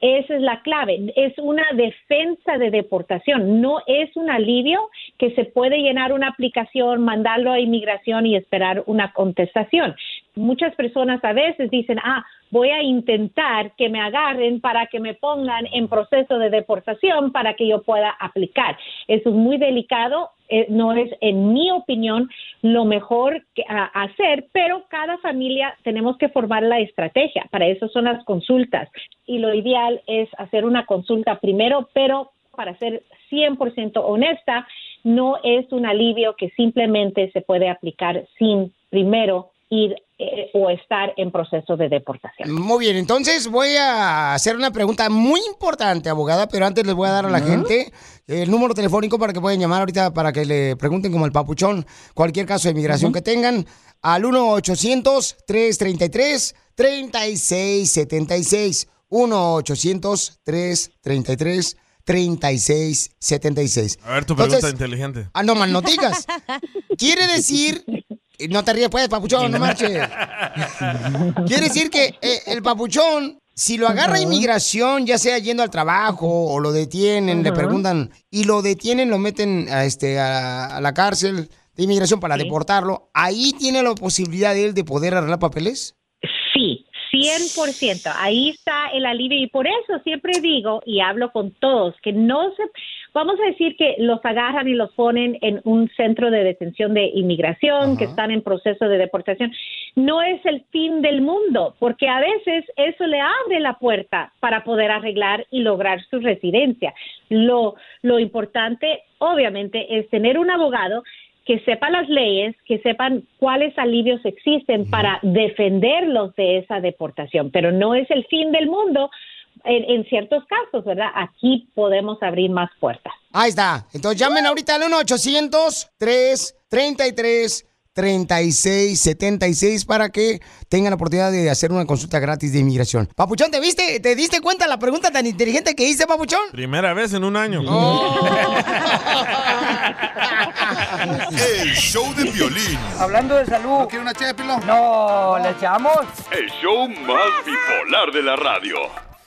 Speaker 26: Esa es la clave. Es una defensa de deportación. No es un alivio que se puede llenar una aplicación, mandarlo a inmigración y esperar una contestación. Muchas personas a veces dicen, ah, voy a intentar que me agarren para que me pongan en proceso de deportación para que yo pueda aplicar. Eso es muy delicado. eh, no es, en mi opinión, lo mejor que, a- a hacer, pero cada familia tenemos que formar la estrategia. Para eso son las consultas y lo ideal es hacer una consulta primero, pero para ser 100% honesta, no es un alivio que simplemente se puede aplicar sin primero ir eh, o estar en proceso de deportación.
Speaker 1: Muy bien, entonces voy a hacer una pregunta muy importante, abogada, pero antes les voy a dar a la gente el número telefónico para que puedan llamar ahorita para que le pregunten como el papuchón cualquier caso de migración que tengan al 1-800-333-3676. 1-800-333-3676.
Speaker 2: A ver tu pregunta
Speaker 1: Entonces,
Speaker 2: inteligente.
Speaker 1: Ah, no, manoticas. Quiere decir. No te ríes, pues, papuchón, no marches. Quiere decir que eh, el papuchón, si lo agarra
Speaker 6: Ajá.
Speaker 1: inmigración, ya sea yendo al trabajo o lo detienen, le
Speaker 6: Ajá.
Speaker 1: preguntan, y lo detienen, lo meten a, este, a, a la cárcel de inmigración para deportarlo, ¿ahí tiene la posibilidad de él de poder arreglar papeles?
Speaker 26: Sí. 100%, ahí está el alivio y por eso siempre digo y hablo con todos que no se, vamos a decir que los agarran y los ponen en un centro de detención de inmigración que están en proceso de deportación, no es el fin del mundo porque a veces eso le abre la puerta para poder arreglar y lograr su residencia. Lo, lo importante obviamente es tener un abogado que sepa las leyes, que sepan cuáles alivios existen para defenderlos de esa deportación, pero no es el fin del mundo en, en ciertos casos, ¿verdad? Aquí podemos abrir más puertas.
Speaker 1: Ahí está. Entonces llamen ahorita al 1-800-333-3676 para que tengan la oportunidad de hacer una consulta gratis de inmigración. Papuchón, ¿te viste? ¿Te diste cuenta la pregunta tan inteligente que hice, Papuchón?
Speaker 2: Primera vez en un año.
Speaker 17: El show de violín.
Speaker 23: Hablando de salud. ¿No quiere una No, ¿le echamos?
Speaker 8: El show más bipolar de la radio.